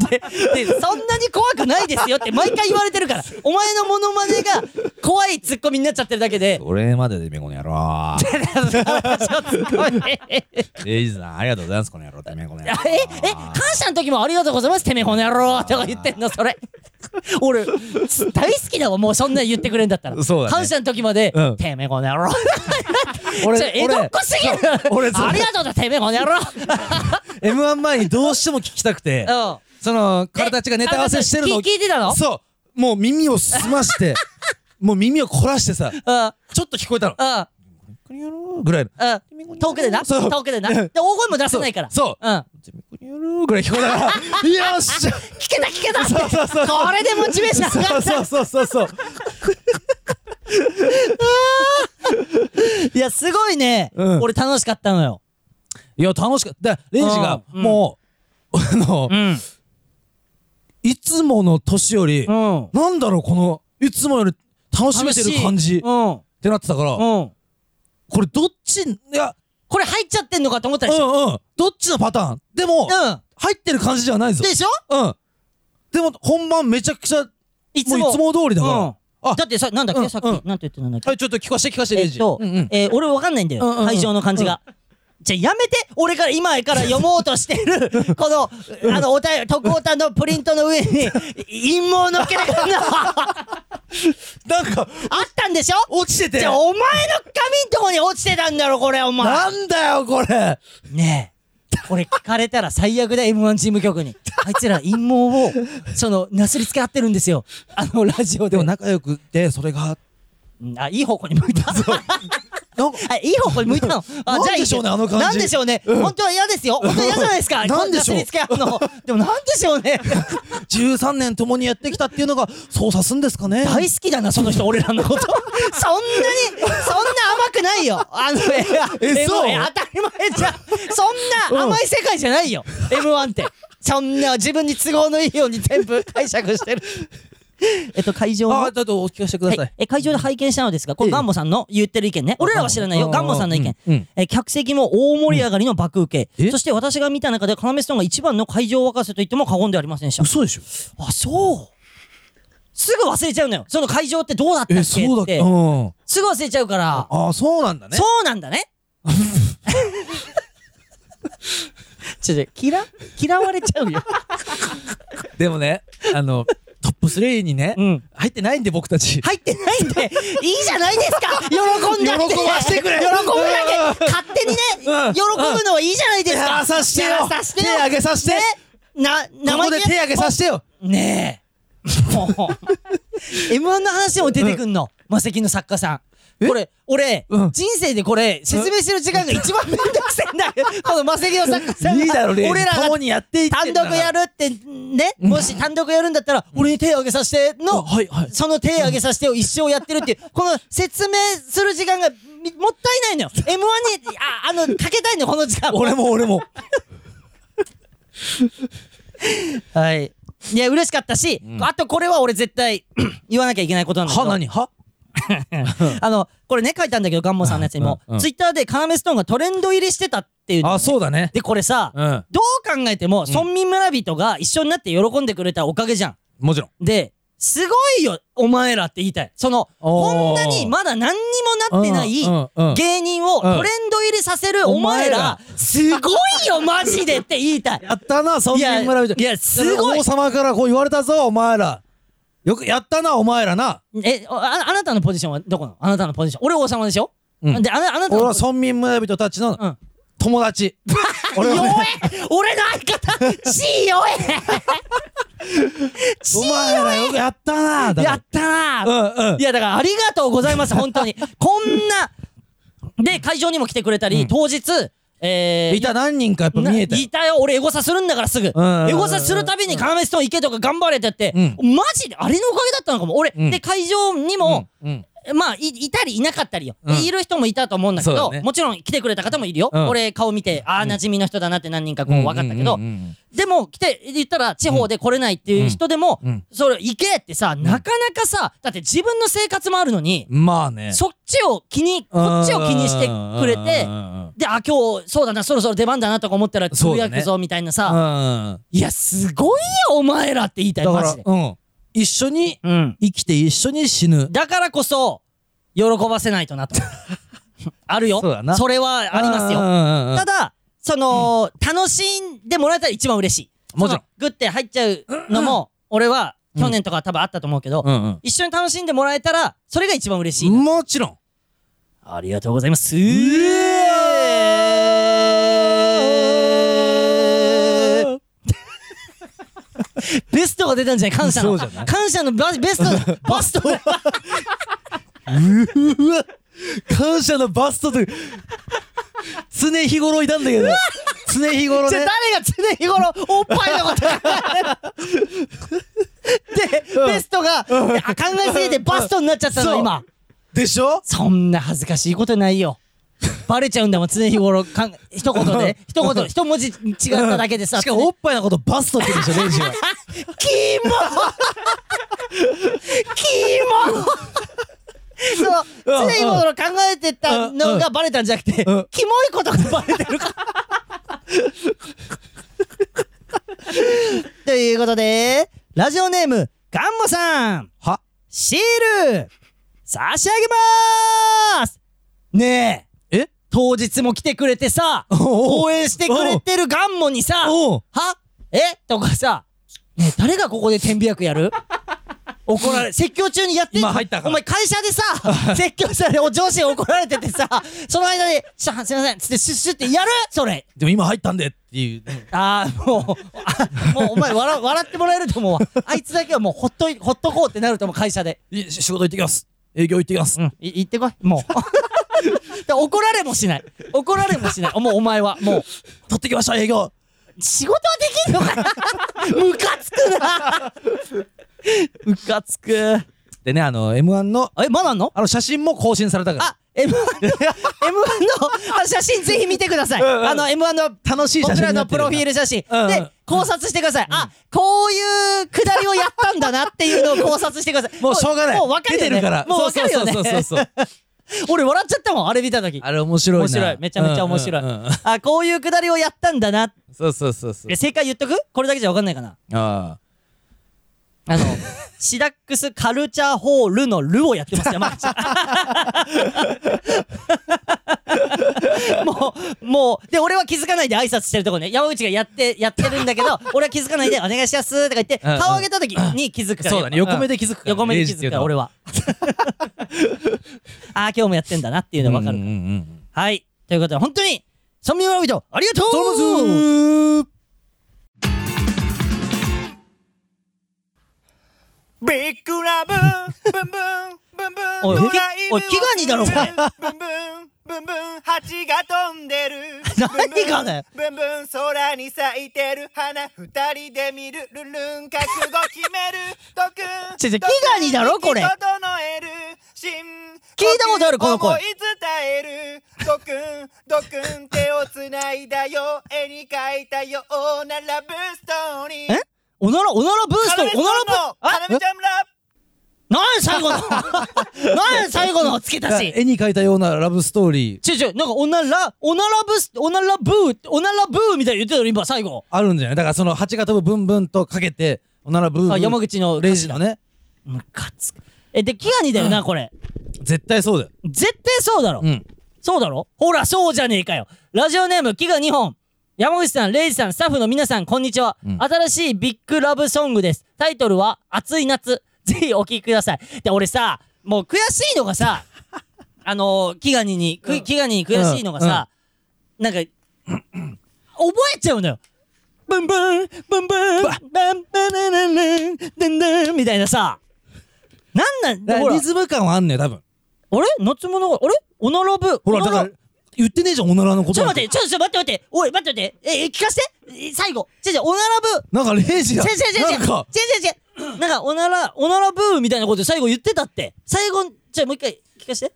Speaker 1: ででそんなに怖くないですよって毎回言われてるからお前のモノマネが怖いツッコミになっちゃってるだけで
Speaker 2: それまででめこの野郎。
Speaker 1: 空たちのツッコミ
Speaker 2: レイジさんありがとうございますこの野郎てめこの野郎。
Speaker 1: ええ感謝の時もありがとうございますてめえこの野郎とか言ってんのそれ俺つ大好きだわもうそんなん言ってくれんだったら
Speaker 2: そうだね
Speaker 1: 感謝の時まで、
Speaker 2: うん
Speaker 1: てめえこの野郎
Speaker 2: 俺
Speaker 1: ちょ江戸っ子すぎる
Speaker 2: 俺俺そう
Speaker 1: ありがとうだてめえこの野 郎
Speaker 2: M1 前にどうしても聞きたくて。
Speaker 1: うん
Speaker 2: その、彼たちがネタ合わせしてるのを
Speaker 1: き聞いてたの
Speaker 2: そう。もう耳をすまして、 もう耳を凝らしてさ、
Speaker 1: うんうん
Speaker 2: ちょっと聞こえたの。ぐらいの。
Speaker 1: うん遠くでな
Speaker 2: そう
Speaker 1: 遠くでなで大声も出せないから
Speaker 2: そう
Speaker 1: うん聞
Speaker 2: ぐらい聞こえたから、 よっしゃ
Speaker 1: けた聞けた
Speaker 2: そうそうそう
Speaker 1: これでモチベーション上がった
Speaker 2: そうそうそ うそう。
Speaker 1: いやすごいね
Speaker 2: うん
Speaker 1: 俺楽しかったのよ
Speaker 2: いや、楽しかった。でレイジが、
Speaker 1: うん
Speaker 2: もう、あの
Speaker 1: う、ん
Speaker 2: いつもの年より
Speaker 1: う、ん
Speaker 2: なんだろう、この、いつもより楽しめてる感じっ
Speaker 1: うん
Speaker 2: てなってたから、
Speaker 1: うん
Speaker 2: これどっち、いや、
Speaker 1: これ入っちゃってんのかと思った
Speaker 2: う
Speaker 1: で
Speaker 2: ん
Speaker 1: しょ
Speaker 2: うん。どっちのパターンでも、
Speaker 1: うん
Speaker 2: 入ってる感じじゃないぞ。
Speaker 1: でしょ
Speaker 2: うん。でも、本番めちゃくち
Speaker 1: い
Speaker 2: ゃ、もういつも通りだから。
Speaker 1: うん
Speaker 2: あ
Speaker 1: だってさなんだっ
Speaker 2: う
Speaker 1: け
Speaker 2: ん
Speaker 1: さっき
Speaker 2: うん
Speaker 1: なんて言ってたんだっ
Speaker 2: は
Speaker 1: け
Speaker 2: い、ちょっと聞かせて聞かせて、
Speaker 1: え
Speaker 2: レイ
Speaker 1: っ
Speaker 2: ジ。
Speaker 1: と
Speaker 2: うんうん
Speaker 1: えー俺わかんないんだ
Speaker 2: うんうんう
Speaker 1: よ
Speaker 2: ん
Speaker 1: 会場の感じがじゃあやめて俺から今から読もうとしてる このあのお便り徳太のプリントの上に 陰謀のっけてくるのあ
Speaker 2: なんか、
Speaker 1: ったんでしょ
Speaker 2: 落ちてて
Speaker 1: じゃあ。お前の髪んとこに落ちてたんだろこれお前
Speaker 2: なんだよ、これ。
Speaker 1: ねえ。これ聞かれたら最悪だ、M1 チーム局に。あいつら陰謀を、その、なすりつけ合ってるんですよ。あの、ラジオで
Speaker 2: でも
Speaker 1: もな。
Speaker 2: 仲良くて、それが、
Speaker 1: あ、いい方向に向いた。
Speaker 2: なんか、
Speaker 1: あ、いい方向に向いたの。あ、
Speaker 2: なんでしょうね
Speaker 1: いい
Speaker 2: あの感じ
Speaker 1: なんでしょうね。本当は嫌ですよ。本当は嫌じゃないですか。
Speaker 2: なんでしょう
Speaker 1: なすりつけ合うの。でもなんでしょう ね。
Speaker 2: 13年共にやってきたっていうのが、そうさすんですかね。
Speaker 1: 大好きだな、その人、俺ら のこと。そんなに、そんな甘くないよ。あの、え、
Speaker 2: えそう
Speaker 1: M1 当たり前じゃん。そんな甘い世界じゃない よ。M1 って。そんな自分に都合のいいように全部解釈して る。えっと、会場の
Speaker 2: あ、ちょっとお聞かせてくださ
Speaker 1: はいい。え会場で拝見したのですが、こ
Speaker 2: え
Speaker 1: れ
Speaker 2: え
Speaker 1: ガンモさんの言ってる意見ね。俺らは知らないよ。
Speaker 2: あ
Speaker 1: ガンモさんの意見。
Speaker 2: うんうん
Speaker 1: え客席も大盛り上がりの爆受
Speaker 2: うん
Speaker 1: け。
Speaker 2: え
Speaker 1: そして私が見た中で、要ストーンが一番の会場沸かせと言っても過言ではありませんでした。
Speaker 2: 嘘でしょ
Speaker 1: あ、そう。すぐ忘れちゃうのよ。その会場ってどうだったっけ
Speaker 2: え、そうだ
Speaker 1: っ
Speaker 2: っけ
Speaker 1: て
Speaker 2: う。ん。
Speaker 1: すぐ忘れちゃうから。
Speaker 2: あ、そうなんだね。
Speaker 1: そうなんだね。ちょちょ、嫌、嫌われちゃうよ。
Speaker 2: でもね、あの、トップ3にね、
Speaker 1: うん。
Speaker 2: 入ってないんで僕たち。
Speaker 1: 入ってないんで、いいじゃないですか喜んだって
Speaker 2: 喜ばしてくれ
Speaker 1: 喜ぶだけ
Speaker 2: うん
Speaker 1: 勝手にね、
Speaker 2: うん
Speaker 1: 喜ぶのはいいじゃないです
Speaker 2: 手
Speaker 1: か
Speaker 2: 上げさしてよ
Speaker 1: やらさしてよ
Speaker 2: 手上げさして
Speaker 1: ねな、
Speaker 2: こ
Speaker 1: 生
Speaker 2: こ
Speaker 1: 意
Speaker 2: で
Speaker 1: 気
Speaker 2: 手
Speaker 1: な
Speaker 2: 上げさせてよ
Speaker 1: ねえ。もう、M1 の話でも出てくんの、マセキの作家さん。
Speaker 2: え
Speaker 1: これ、俺、
Speaker 2: うん
Speaker 1: 人生でこれ、説明してる時間が一番めんどくせえんだよ。このマセキの作家さんが。
Speaker 2: いいだろ、レイジ
Speaker 1: 俺らが
Speaker 2: 共にやっていって
Speaker 1: 単
Speaker 2: んだ
Speaker 1: 独
Speaker 2: から
Speaker 1: やるってね、もし単独やるんだったら、俺に手を挙げさせての、
Speaker 2: あはいはい
Speaker 1: その手を挙げさせてを一生やってるっていう、この説明する時間がみもったいない のよ。M1 に、あ、あの、かけたいのよ、この時間。
Speaker 2: 俺も俺も。
Speaker 1: はい。いや、嬉しかったし、あとこれは俺絶対 言わなきゃいけないことなんだけ
Speaker 2: は、
Speaker 1: ど、
Speaker 2: 何は
Speaker 1: あの、これね、書いたんだけど、ガンモさんのやつにも
Speaker 2: うんう、ん
Speaker 1: ツイッターでカナメストーンがトレンド入りしてたっていうのね、
Speaker 2: あ、そうだね。
Speaker 1: で、これさ、
Speaker 2: うん。
Speaker 1: どう考えても、村民村人が一緒になって喜んでくれたおかげじゃん。
Speaker 2: もちろん。
Speaker 1: で、すごいよ、お前らって言いたい。その、こ
Speaker 2: お
Speaker 1: ん
Speaker 2: ー
Speaker 1: なにまだ何にもなってない
Speaker 2: うんうんうん
Speaker 1: 芸人をトレンド入りさせるお前
Speaker 2: お前
Speaker 1: ら
Speaker 2: ら、
Speaker 1: すごいよ、マジでって言い たい。
Speaker 2: やったな、村民村人。
Speaker 1: いやいやすごい
Speaker 2: 王様からこう言われたぞ、お前ら。よくやったな、お前らな。
Speaker 1: え、ああなたのポジションはどこなのあなたのポジション。俺王様でしょ、
Speaker 2: うん
Speaker 1: で、あなあなた
Speaker 2: 俺
Speaker 1: の
Speaker 2: は
Speaker 1: ポジション。
Speaker 2: 村民村人たちの
Speaker 1: うん
Speaker 2: 友 達。俺は
Speaker 1: 弱
Speaker 2: ね
Speaker 1: え俺の相方 血弱
Speaker 2: お前らよくやったな、
Speaker 1: え
Speaker 2: だ
Speaker 1: や
Speaker 2: か
Speaker 1: ったな、
Speaker 2: ら。うんうん
Speaker 1: い。やだからありがとうござい ます本当にこんなで会場にも来てくれたり、当日えー、
Speaker 2: いた何人かやっぱ
Speaker 1: な
Speaker 2: 見えたよ
Speaker 1: いたよ俺エゴサするんだからすぐ、
Speaker 2: うんうんうん
Speaker 1: エゴサするたびに「カナメストーン行け」とか頑張れってって、
Speaker 2: う
Speaker 1: マジであれのおかげだったのかも俺、
Speaker 2: うん
Speaker 1: で会場にも、
Speaker 2: うんうん
Speaker 1: まあいいたりいなかったりよ、
Speaker 2: うん
Speaker 1: でいる人もいたと思うんだけ
Speaker 2: そ
Speaker 1: ど
Speaker 2: うだね
Speaker 1: もちろん来てくれた方もいるよ、
Speaker 2: うん
Speaker 1: 俺顔見てああ馴染みの人だなって何人かこう分かったけど、
Speaker 2: うんうんうん
Speaker 1: でも来て言ったら地方で来れないっていう人でも、
Speaker 2: うんうん
Speaker 1: それ行けってさなかなかさだって自分の生活もあるのに、
Speaker 2: うんまあね。
Speaker 1: そっちを気にこっちを気にしてくれて
Speaker 2: うんうんうんうん
Speaker 1: であ今日そうだなそろそろ出番だなとか思ったらつぶやく
Speaker 2: そう
Speaker 1: ぞみたいなさ、
Speaker 2: うん
Speaker 1: いやすごいよお前らって言いたい
Speaker 2: だか
Speaker 1: マ
Speaker 2: ら
Speaker 1: ジで、、
Speaker 2: うん。一緒に
Speaker 1: うん、
Speaker 2: 生きて一緒に死ぬ。
Speaker 1: だからこそ喜ばせないと なとあるよ
Speaker 2: そうだな
Speaker 1: れはありますよ
Speaker 2: うんうんうんうん
Speaker 1: ただ、その、楽しんでもらえたら一番嬉しい。
Speaker 2: もちろん
Speaker 1: その。グッて入っちゃうのも、俺は、去年とかは多分あったと思うけど、
Speaker 2: うん
Speaker 1: 一緒に楽しんでもらえたら、それが一番嬉しい。
Speaker 2: うん。もちろん。
Speaker 1: ありがとうございます。 ベストが出たんじゃない感謝の。
Speaker 2: そうじゃない
Speaker 1: 感謝のバベス ト、バ スト。
Speaker 2: うわ感謝のバストという常日頃いたんだけど常 日頃
Speaker 1: じゃあ
Speaker 2: ね
Speaker 1: 誰が常日頃おっぱいのこと考え てで、
Speaker 2: うん
Speaker 1: ベストが、いや考えすぎてバストになっちゃった
Speaker 2: そ
Speaker 1: の
Speaker 2: う
Speaker 1: 今
Speaker 2: でしょ
Speaker 1: そんな恥ずかしいことないよバレちゃうんだもん常日頃かん一言で一言一文字違っただけでさ
Speaker 2: しかもおっぱいのことバストって言うんでしょレイジは
Speaker 1: キモキモそう
Speaker 2: うん
Speaker 1: 常日頃考えてたのがバレたんじゃなくてキ
Speaker 2: う
Speaker 1: モ
Speaker 2: ん
Speaker 1: いことがバレてるから ということでラジオネームガンモさん
Speaker 2: は
Speaker 1: シール差し上げまーすねえ
Speaker 2: え
Speaker 1: 当日も来てくれてさ
Speaker 2: おうおう
Speaker 1: 応援してくれてるガンモにさ
Speaker 2: おう
Speaker 1: はえとかさ、ねえ誰がここで天秤役 やる怒られ、説教中にやってんの
Speaker 2: 今入ったから
Speaker 1: お前会社で さ、説教され、お上司に怒られててさ、その間に、すいません、つってシュッシュってやるそれ。
Speaker 2: でも今入ったんでっていう
Speaker 1: ああ、もう、あもうお前笑笑ってもらえると思うわ。あいつだけはもうほっとい、ほっとこうってなると思う、会社で。
Speaker 2: い仕事行ってきます営業行ってきます、
Speaker 1: うん、 い行ってこい、もう。で怒られもしない。怒られもしない。もうお前は、もう。
Speaker 2: 取ってきました営業
Speaker 1: 仕事はできんの かなムカつくなムカつく。え、
Speaker 2: でねあの m 1の
Speaker 1: まだあんの
Speaker 2: あの写真も更新されたから
Speaker 1: あ、M1 の、M1 のあ写真ぜひ見てください。
Speaker 2: うんうん
Speaker 1: あの M1 の
Speaker 2: 楽しい写
Speaker 1: 僕
Speaker 2: 真
Speaker 1: ら
Speaker 2: にな
Speaker 1: の
Speaker 2: って
Speaker 1: プ
Speaker 2: る
Speaker 1: ロフィール写真。
Speaker 2: うんうん
Speaker 1: で、考察してください。あ、こういうくだりをやったんだなっていうのを考察してください。
Speaker 2: もうしょうがない
Speaker 1: もう分かるよね。
Speaker 2: 出てるから
Speaker 1: もう分かるよね。
Speaker 2: そうそうそうそうそう
Speaker 1: 俺笑っちゃったもん、あれ見た時。
Speaker 2: あれ面白いな
Speaker 1: 面白い。めちゃめちゃ面白い。
Speaker 2: うんうんうん
Speaker 1: あ、こういうくだりをやったんだな。
Speaker 2: そうそうそうそう
Speaker 1: え正解言っとくこれだけじゃ分かんないかな。
Speaker 2: あ
Speaker 1: あ の、シダックスカルチャー ホールのルをやってます、山口さん。 もう、もう、で、俺は気づかないで挨拶してるとこね、山口がやって、やってるんだけど、 俺は気づかないで、お願いしますとか言って、
Speaker 2: うんうん
Speaker 1: 顔上げた時に気づくから。
Speaker 2: そうだね
Speaker 1: やっぱ
Speaker 2: 横目で気づくからね
Speaker 1: 横目で気づくから、俺 は。ああ、今日もやってんだなっていうの分かる
Speaker 2: うん
Speaker 1: か
Speaker 2: うん
Speaker 1: ら。
Speaker 2: うん
Speaker 1: はい。ということで、本当に、村民村人、ありがとう
Speaker 2: どうも
Speaker 3: ビッグラブブンブンブンブン
Speaker 1: おい
Speaker 3: ドライブ
Speaker 1: おいキガニだろお前
Speaker 3: ブンブンブンブンブンブン蜂が飛んでる
Speaker 1: 何がだよ
Speaker 3: ブンブンブンブン空に咲いてる花二人で見るルルン覚悟決めるドクン
Speaker 1: 違う違う
Speaker 3: ドク
Speaker 1: キ
Speaker 3: ン
Speaker 1: ガニだろこれ
Speaker 3: 息整える新
Speaker 1: 聞いたことあるこの声
Speaker 3: 思い伝えるドクンドクン手をつないだよ絵に描いたようなラブストーリー
Speaker 1: えおなら、おならブースト、
Speaker 3: カナメちゃん
Speaker 1: おならブ
Speaker 3: のカナメ
Speaker 1: ース
Speaker 3: ちゃんラブ
Speaker 1: 何最 後の何最後のつけたし
Speaker 2: 絵に描いたようなラブストーリー
Speaker 1: ちょちょ、なんかおなら、おならブス、おならブー、おならブーみたいに言ってたの今最後。
Speaker 2: あるんじゃないだからその蜂が飛ぶブンブンとかけておならブーブ
Speaker 1: あ、山
Speaker 2: ー
Speaker 1: 口の
Speaker 2: レジのね
Speaker 1: ムカつく。え、で、キガニだよな、これ。
Speaker 2: 絶対そうだよ
Speaker 1: 絶対そうだろ。
Speaker 2: うん
Speaker 1: そうだろほら、そうじゃねえかよ。ラジオネーム、キガ2本。山口さん、レイジさん、スタッフの皆さん、こんにちは。
Speaker 2: うん
Speaker 1: 新しいビッグラブソングです。タイトルは、暑い夏。 ぜひお聴きください。で、俺さ、もう悔しいのが さ、あのー、キガニに、くキガニに悔しいのがさ、なんか、 覚えちゃうのよ。ブンブン、ブンブン、バンバンバンバンバンバンバンみたいなさ、なん
Speaker 2: だ
Speaker 1: なん、
Speaker 2: か
Speaker 1: ほ
Speaker 2: ら
Speaker 1: ら
Speaker 2: リ、ズム感はあんねよ多分
Speaker 1: あれ夏物が、あれおならぶ。
Speaker 2: ほら
Speaker 1: おな
Speaker 2: だ
Speaker 1: ら
Speaker 2: から言ってねえじゃんおならのこと
Speaker 1: ちょっと待
Speaker 2: っ
Speaker 1: って、ちょっとちょっと待って待って、おい、待って待って、え、え聞かせてえ最後。ちょちょ、おならぶ。
Speaker 2: てなんかレジだ
Speaker 1: ちょちょちょちょ、
Speaker 2: なんか
Speaker 1: ちょちょちょ、なんか、おなら、おならぶーみたいなこと最後言ってたって。最後、ちょ、もう一回聞かせて。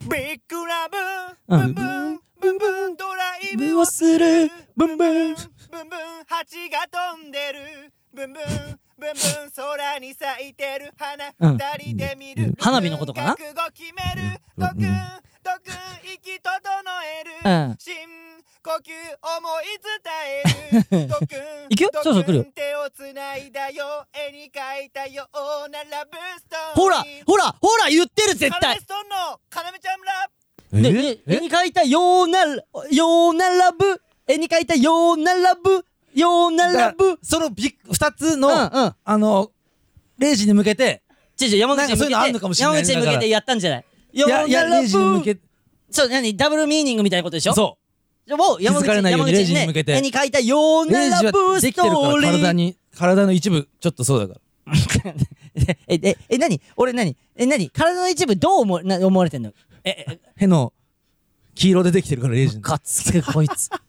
Speaker 3: ビッグラブ
Speaker 1: う
Speaker 3: ブ
Speaker 1: ん
Speaker 3: ンブンブンブンドライ
Speaker 1: 目
Speaker 3: ブを
Speaker 1: をする、ブンブン。
Speaker 3: ブンブン蜂が飛んでるブンブンブンブン空に咲いてる花
Speaker 1: うん
Speaker 3: 二人で見る
Speaker 1: 花火のことかな
Speaker 3: 覚悟決めるドクンドクン息整え
Speaker 1: う
Speaker 3: る
Speaker 1: ん
Speaker 3: 深呼吸思い伝え るドクン
Speaker 1: いくよ
Speaker 3: ド
Speaker 1: そろそろ来るよ
Speaker 3: クン手をつないだよ絵に描いたようなラブストーリー
Speaker 1: ほら、ほら、ほら、言ってる、絶
Speaker 3: カナメ
Speaker 1: 対
Speaker 3: ス。トーンのカナメちゃんラブ
Speaker 2: え
Speaker 1: で、ね絵に描いたような、ようなラブ。絵に描いたようなラブ。ような
Speaker 2: だ
Speaker 1: ラ
Speaker 2: か
Speaker 1: ブ
Speaker 2: ら。そのビッグ二つの、
Speaker 1: うんうん
Speaker 2: あのレジに向けて
Speaker 1: ちょちょ、山口に
Speaker 2: なんかそういうのあんの
Speaker 1: 向
Speaker 2: かも
Speaker 1: けて、
Speaker 2: し
Speaker 1: 山口に
Speaker 2: れないね
Speaker 1: 向け
Speaker 2: だ
Speaker 1: て
Speaker 2: から
Speaker 1: やったんじゃないよう
Speaker 2: や
Speaker 1: な
Speaker 2: や
Speaker 1: ラ
Speaker 2: レジに向
Speaker 1: ブ。
Speaker 2: けて
Speaker 1: そう、何ダブルミーニングみたいなことでしょ
Speaker 2: そ
Speaker 1: もう山口
Speaker 2: 気づかれないように
Speaker 1: 山口
Speaker 2: レジに向けて
Speaker 1: ね絵に描いたよう
Speaker 2: うレ
Speaker 1: な
Speaker 2: ジ
Speaker 1: ラブ
Speaker 2: はで
Speaker 1: ス
Speaker 2: きて
Speaker 1: ト
Speaker 2: るから
Speaker 1: ーリー。
Speaker 2: 体に体の一部ちょっとそうだから
Speaker 1: え、え、え、何俺何え、何体の一部どう思うな思われてん のえ、え、
Speaker 2: への黄色でできてるからレジに
Speaker 1: かつく、こい つ。か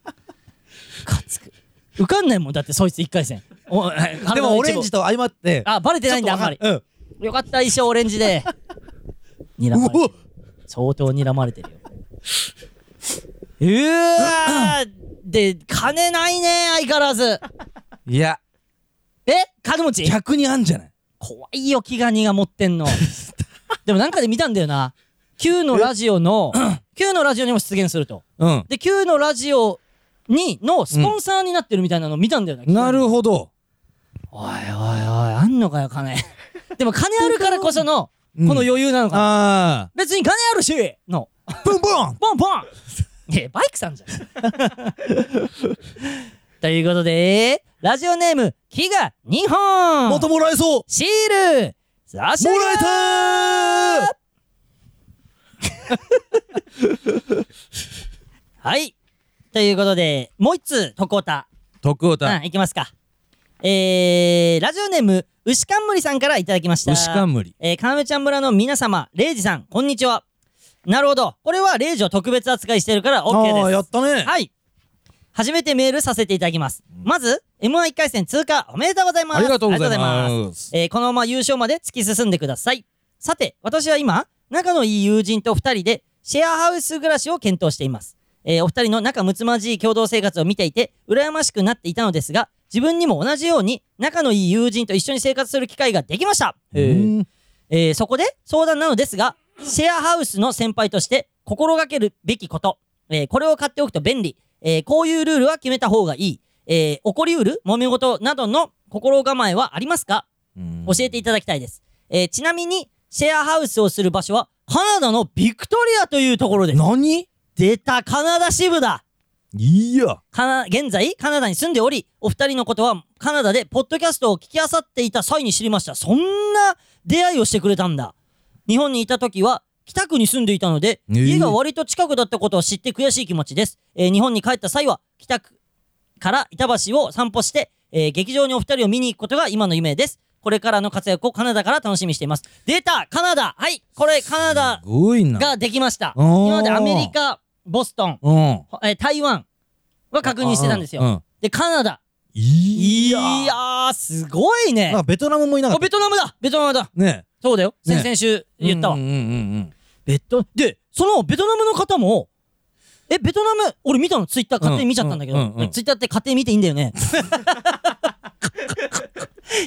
Speaker 1: つく。受かんないもん、だってそいつ一回戦。お体の一部
Speaker 2: でもオレンジと相まって
Speaker 1: あ、バレて
Speaker 2: ち
Speaker 1: ない
Speaker 2: ょっ
Speaker 1: ん
Speaker 2: と
Speaker 1: だ、あ
Speaker 2: わ
Speaker 1: んま
Speaker 2: か
Speaker 1: り
Speaker 2: ん。うん
Speaker 1: よかった、衣装オレンジ で。睨まれて
Speaker 2: う
Speaker 1: る
Speaker 2: お
Speaker 1: 相当睨まれてる よ。うわーで、金ないね、相変わらず。
Speaker 2: いや
Speaker 1: え金持ち
Speaker 2: 逆にあんじゃない
Speaker 1: 怖いよ、キガニが持って んの。でもなんかで見たんだよな。Q のラジオの、Q のラジオにも出現すると。
Speaker 2: うん
Speaker 1: で、Q のラジオに、のスポンサーになってるみたいなの見たんだよな。
Speaker 2: なる
Speaker 1: ほ
Speaker 2: ほど
Speaker 1: ど。おいおいおい、あんのかよ、 金。でも金あるからこその、この余裕なのかな。
Speaker 2: あ
Speaker 1: 別に金あるしの、
Speaker 2: あブンブン
Speaker 1: ポン ポンいや、バイクさんじゃん。ということで、ラジオネーム、キガ2本
Speaker 2: またもらえそう
Speaker 1: シール差し上
Speaker 2: も
Speaker 1: げます
Speaker 2: らえたー
Speaker 1: はい。ということで、もう一通、徳岡。
Speaker 2: 徳太
Speaker 1: うん、いきますか。えー、ラジオネーム、牛冠さんからいただきました。
Speaker 2: 牛冠
Speaker 1: えー、かなめちゃん村の皆様、レイジさん、こんにちは。なるほど。これはレイジを特別扱いしてるから OK です。
Speaker 2: ああやったね
Speaker 1: はい。初めてメールさせていただきます。まず、M11 回戦通過おめでとうございます。
Speaker 2: ありがとうございます
Speaker 1: ありがとうございえーこのまま優勝まで突き進んでください。さて、私は今、仲のいい友人と2人でシェアハウス暮らしを検討しています。えーお二人の仲睦まじい共同生活を見ていて、羨ましくなっていたのですが、自分にも同じように仲のいい友人と一緒に生活する機会ができました。
Speaker 2: うん
Speaker 1: えーそこで相談なのですが、シェアハウスの先輩として心がけるべきこと、えーこれを買っておくと便利、えーこういうルールは決めた方がいい、えー起こりうる揉め事などの心構えはありますか教えていただきたいです。えーちなみに、シェアハウスをする場所はカナダのビクトリアというところです。
Speaker 2: 何
Speaker 1: 出た、カナダ支部だ
Speaker 2: いや。
Speaker 1: カナ、現在、カナダに住んでおり、お二人のことは、カナダで、ポッドキャストを聞き漁っていた際に知りました。そんな出会いをしてくれたんだ。日本にいた時は、北区に住んでいたので、
Speaker 2: えー
Speaker 1: 家が割と近くだったことを知って悔しい気持ちです。えー日本に帰った際は、北区から板橋を散歩して、えー劇場にお二人を見に行くことが今の夢です。これからの活躍をカナダから楽しみにしています。出たカナダはいこれ、カナダ
Speaker 2: すごいな。
Speaker 1: ができました。
Speaker 2: あー
Speaker 1: 今までアメリカ、ボストン、
Speaker 2: うん。
Speaker 1: ほえー台湾は確認してたんです
Speaker 2: う
Speaker 1: よ。
Speaker 2: ん。
Speaker 1: で、カナダ。
Speaker 2: い
Speaker 1: い
Speaker 2: や
Speaker 1: や
Speaker 2: ー。
Speaker 1: ー、すごいね
Speaker 2: なん。かベトナムもいなか
Speaker 1: あ、
Speaker 2: っ
Speaker 1: ベトナムだベトナムだ
Speaker 2: た。ね
Speaker 1: そうだよ。
Speaker 2: ね
Speaker 1: 先々週
Speaker 2: え。
Speaker 1: 言ったわ
Speaker 2: うん。うんうんうん。
Speaker 1: ベト、で、そのベトナムの方も、え、ベトナム、俺見たのツイッター勝手に見ちゃったんだけど、
Speaker 2: うんうんうんうん
Speaker 1: ツイッターって勝手に見ていいんだよ ね。ツイ
Speaker 2: いや、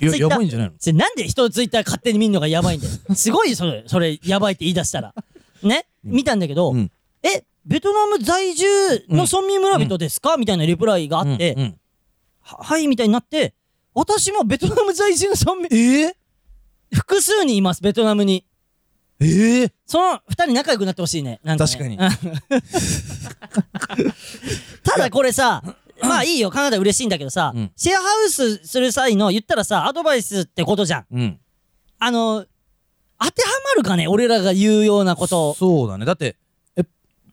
Speaker 1: ッタ
Speaker 2: や
Speaker 1: ー
Speaker 2: ばいんじゃないの
Speaker 1: それなんで人のツイッター勝手に見るのがやばいんだよ。すごい、それ、それ、やばいって言い出したら。ね見たんだけど、
Speaker 2: うん
Speaker 1: え、ベトナム在住の村民村人ですか、みたいなリプライがあって、
Speaker 2: うんうん
Speaker 1: ははい、みたいになって、私もベトナム在住の村民、
Speaker 2: え
Speaker 1: 複数にいます、ベトナムに。
Speaker 2: ーえー
Speaker 1: その二人仲良くなってほしいね。なんかね
Speaker 2: 確かに。
Speaker 1: うん ただこれさ、まあいいよ、カナダ嬉しいんだけどさ、
Speaker 2: うん
Speaker 1: シェアハウスする際の言ったらさ、アドバイスってことじゃん。
Speaker 2: うん。
Speaker 1: あの、当てはまるかね俺らが言うようなことを。
Speaker 2: そうだね。だって、え、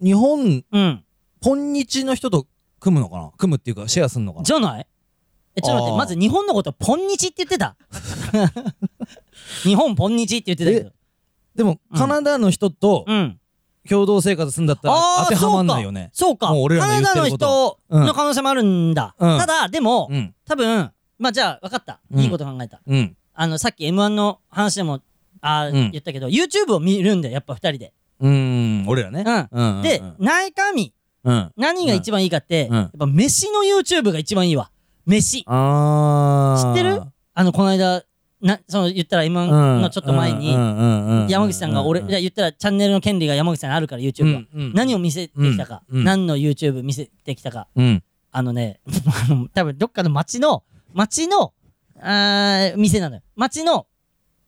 Speaker 2: 日本、
Speaker 1: うん。
Speaker 2: 本日の人と組むのかな組むっていうか、シェアすんのかな
Speaker 1: じゃないえ、ちょっと待っ
Speaker 2: あー
Speaker 1: て、まず日本のこと、ポンニチって言って た。日本ポンニチって言ってたけど。
Speaker 2: でも、
Speaker 1: うん
Speaker 2: カナダの人と
Speaker 1: うん。
Speaker 2: 共同生活すんだったら
Speaker 1: あー
Speaker 2: 当てはまんないよね。
Speaker 1: そうか。
Speaker 2: もう俺ら
Speaker 1: カ
Speaker 2: の言
Speaker 1: ナ
Speaker 2: っ
Speaker 1: ダの
Speaker 2: てること
Speaker 1: 人の可能性もあるんだ。
Speaker 2: うん
Speaker 1: ただ、でも、
Speaker 2: うん。
Speaker 1: 多分、まあじゃあ、分かった。
Speaker 2: うん
Speaker 1: いいこと考えた。
Speaker 2: うん。
Speaker 1: あの、さっき M1 の話でも、あー、
Speaker 2: うん
Speaker 1: 言ったけど、YouTube を見るんだよ、やっぱ二人で。
Speaker 2: うーん。俺らね。
Speaker 1: うん
Speaker 2: うん。
Speaker 1: で
Speaker 2: うん、
Speaker 1: 中身、
Speaker 2: うん。
Speaker 1: 何が一番いいかって、
Speaker 2: うん
Speaker 1: やっぱ飯の YouTube が一番いいわ。飯。
Speaker 2: あー。
Speaker 1: 知ってるあの、この間、な、その、言ったら M1 のちょっと前に、山
Speaker 2: 山
Speaker 1: 口さんが俺、いや言ったらチャンネルの権利が山口さんにあるから YouTube は。何を見せてきたか、
Speaker 2: うんうん
Speaker 1: 何の YouTube 見せてきたか。
Speaker 2: うん
Speaker 1: あのね、 あの多分どっかの町の、町の、あー店なのよ。町の、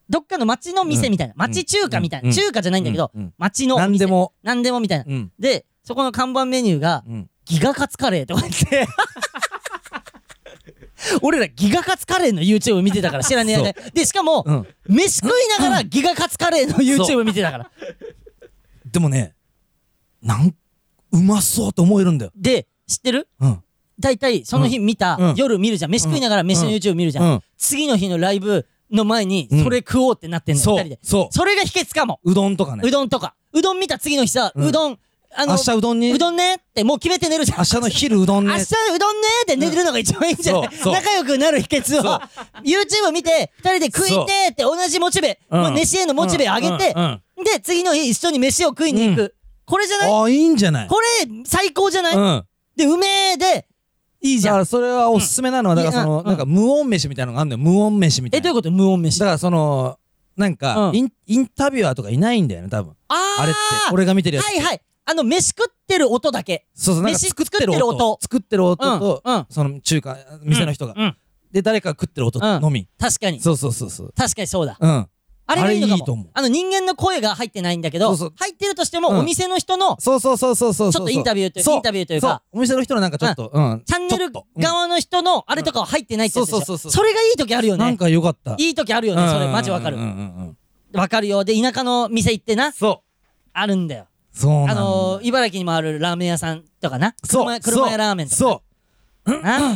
Speaker 1: どっかの町の店みたいな。町中華みたいな。
Speaker 2: うん
Speaker 1: 中華じゃないんだけど、
Speaker 2: うんうん
Speaker 1: 町のお店。
Speaker 2: 何で。も
Speaker 1: 何でもみたいな。
Speaker 2: うん
Speaker 1: で、そこの看板メニューが、
Speaker 2: うん
Speaker 1: ギガカツカレーとか言 って。俺らギガカツカレーの YouTube 見てたから知らねえやね。で、しかも、
Speaker 2: うん
Speaker 1: 飯食いながらギガカツカレーの YouTube 見てたから。
Speaker 2: でもねなんうまそうと思えるんだよ
Speaker 1: で、知ってる
Speaker 2: うん
Speaker 1: 大体その日見た、
Speaker 2: うん
Speaker 1: 夜見るじゃん飯食いながら飯の YouTube 見るじゃん、
Speaker 2: うん
Speaker 1: 次の日のライブの前に
Speaker 2: うん
Speaker 1: それ食おうってなってんの、
Speaker 2: そ
Speaker 1: 二人
Speaker 2: う
Speaker 1: で
Speaker 2: そ
Speaker 1: それが秘訣かも、
Speaker 2: ううどんとかね
Speaker 1: うどんとかうどん見た次の日さ、
Speaker 2: う
Speaker 1: うんどんあの
Speaker 2: 明日うどんに
Speaker 1: うどんねってもう決めて寝るじゃん
Speaker 2: 明日の昼うどん
Speaker 1: 明
Speaker 2: ね
Speaker 1: 日うどんねって寝てるのが一番いいんじゃない、
Speaker 2: そうそう
Speaker 1: 仲良くなる秘訣
Speaker 2: そう
Speaker 1: を YouTube 見て二人で食いてーって同じモチベ、
Speaker 2: うん
Speaker 1: もう飯へのモチベ上げて、
Speaker 2: うんうん
Speaker 1: で次の日一緒に飯を食いに行く、
Speaker 2: うん
Speaker 1: これじゃない
Speaker 2: ああいいんじゃない
Speaker 1: これ最高じゃない、
Speaker 2: うん
Speaker 1: でうめーでいいじ
Speaker 2: だ
Speaker 1: ゃん
Speaker 2: からそれはおすすめなのはだからそ
Speaker 1: いやう
Speaker 2: の
Speaker 1: ん
Speaker 2: なんか無音飯みたいなのがあるんだよ無音飯みた
Speaker 1: え、
Speaker 2: い
Speaker 1: どうい
Speaker 2: な
Speaker 1: うこと無音飯。
Speaker 2: だからそのなんか
Speaker 1: うん
Speaker 2: インインタビュアーとかいないんだよね多分
Speaker 1: あー
Speaker 2: あれって俺が見てるやつ
Speaker 1: はいはい。あの、飯食ってる音だけ。
Speaker 2: そうそうなんか
Speaker 1: 飯
Speaker 2: 作ってる音作ってる音と
Speaker 1: うんうん
Speaker 2: その中華店の人が
Speaker 1: うん。
Speaker 2: で誰かが食ってる音のみ
Speaker 1: 確かに。
Speaker 2: そうそうそうそう
Speaker 1: 確かにそうだ。
Speaker 2: うん
Speaker 1: あれがいいの
Speaker 2: あれいいと
Speaker 1: か
Speaker 2: 思う
Speaker 1: も。あの、人間の声が入ってないんだけ
Speaker 2: そ
Speaker 1: ど、
Speaker 2: うそう
Speaker 1: 入ってるとして
Speaker 2: うん
Speaker 1: も、お店の人の、
Speaker 2: そうそうそうそうそう
Speaker 1: ち
Speaker 2: そう
Speaker 1: ょっとインタビューという
Speaker 2: そう
Speaker 1: インタビューというか
Speaker 2: そお店の人のなんかちょっとうん
Speaker 1: チャンネル
Speaker 2: ちょっとうん
Speaker 1: 側の人の、あれとかは入ってないってやつでしょ
Speaker 2: そうそうそう
Speaker 1: そ
Speaker 2: そう
Speaker 1: れがいい時あるよ
Speaker 2: なん
Speaker 1: ね。
Speaker 2: か良かったい
Speaker 1: いい時あるよね。それ、マジわかる
Speaker 2: うんう。んうん
Speaker 1: わかるよ。で、田舎の店行ってな、
Speaker 2: そ
Speaker 1: あるんだよ。
Speaker 2: うそうな
Speaker 1: あ
Speaker 2: の
Speaker 1: のー、茨城にもあるラーメン屋さんとかな。
Speaker 2: そう
Speaker 1: 車屋車屋ラーメンとか
Speaker 2: そう
Speaker 1: な。な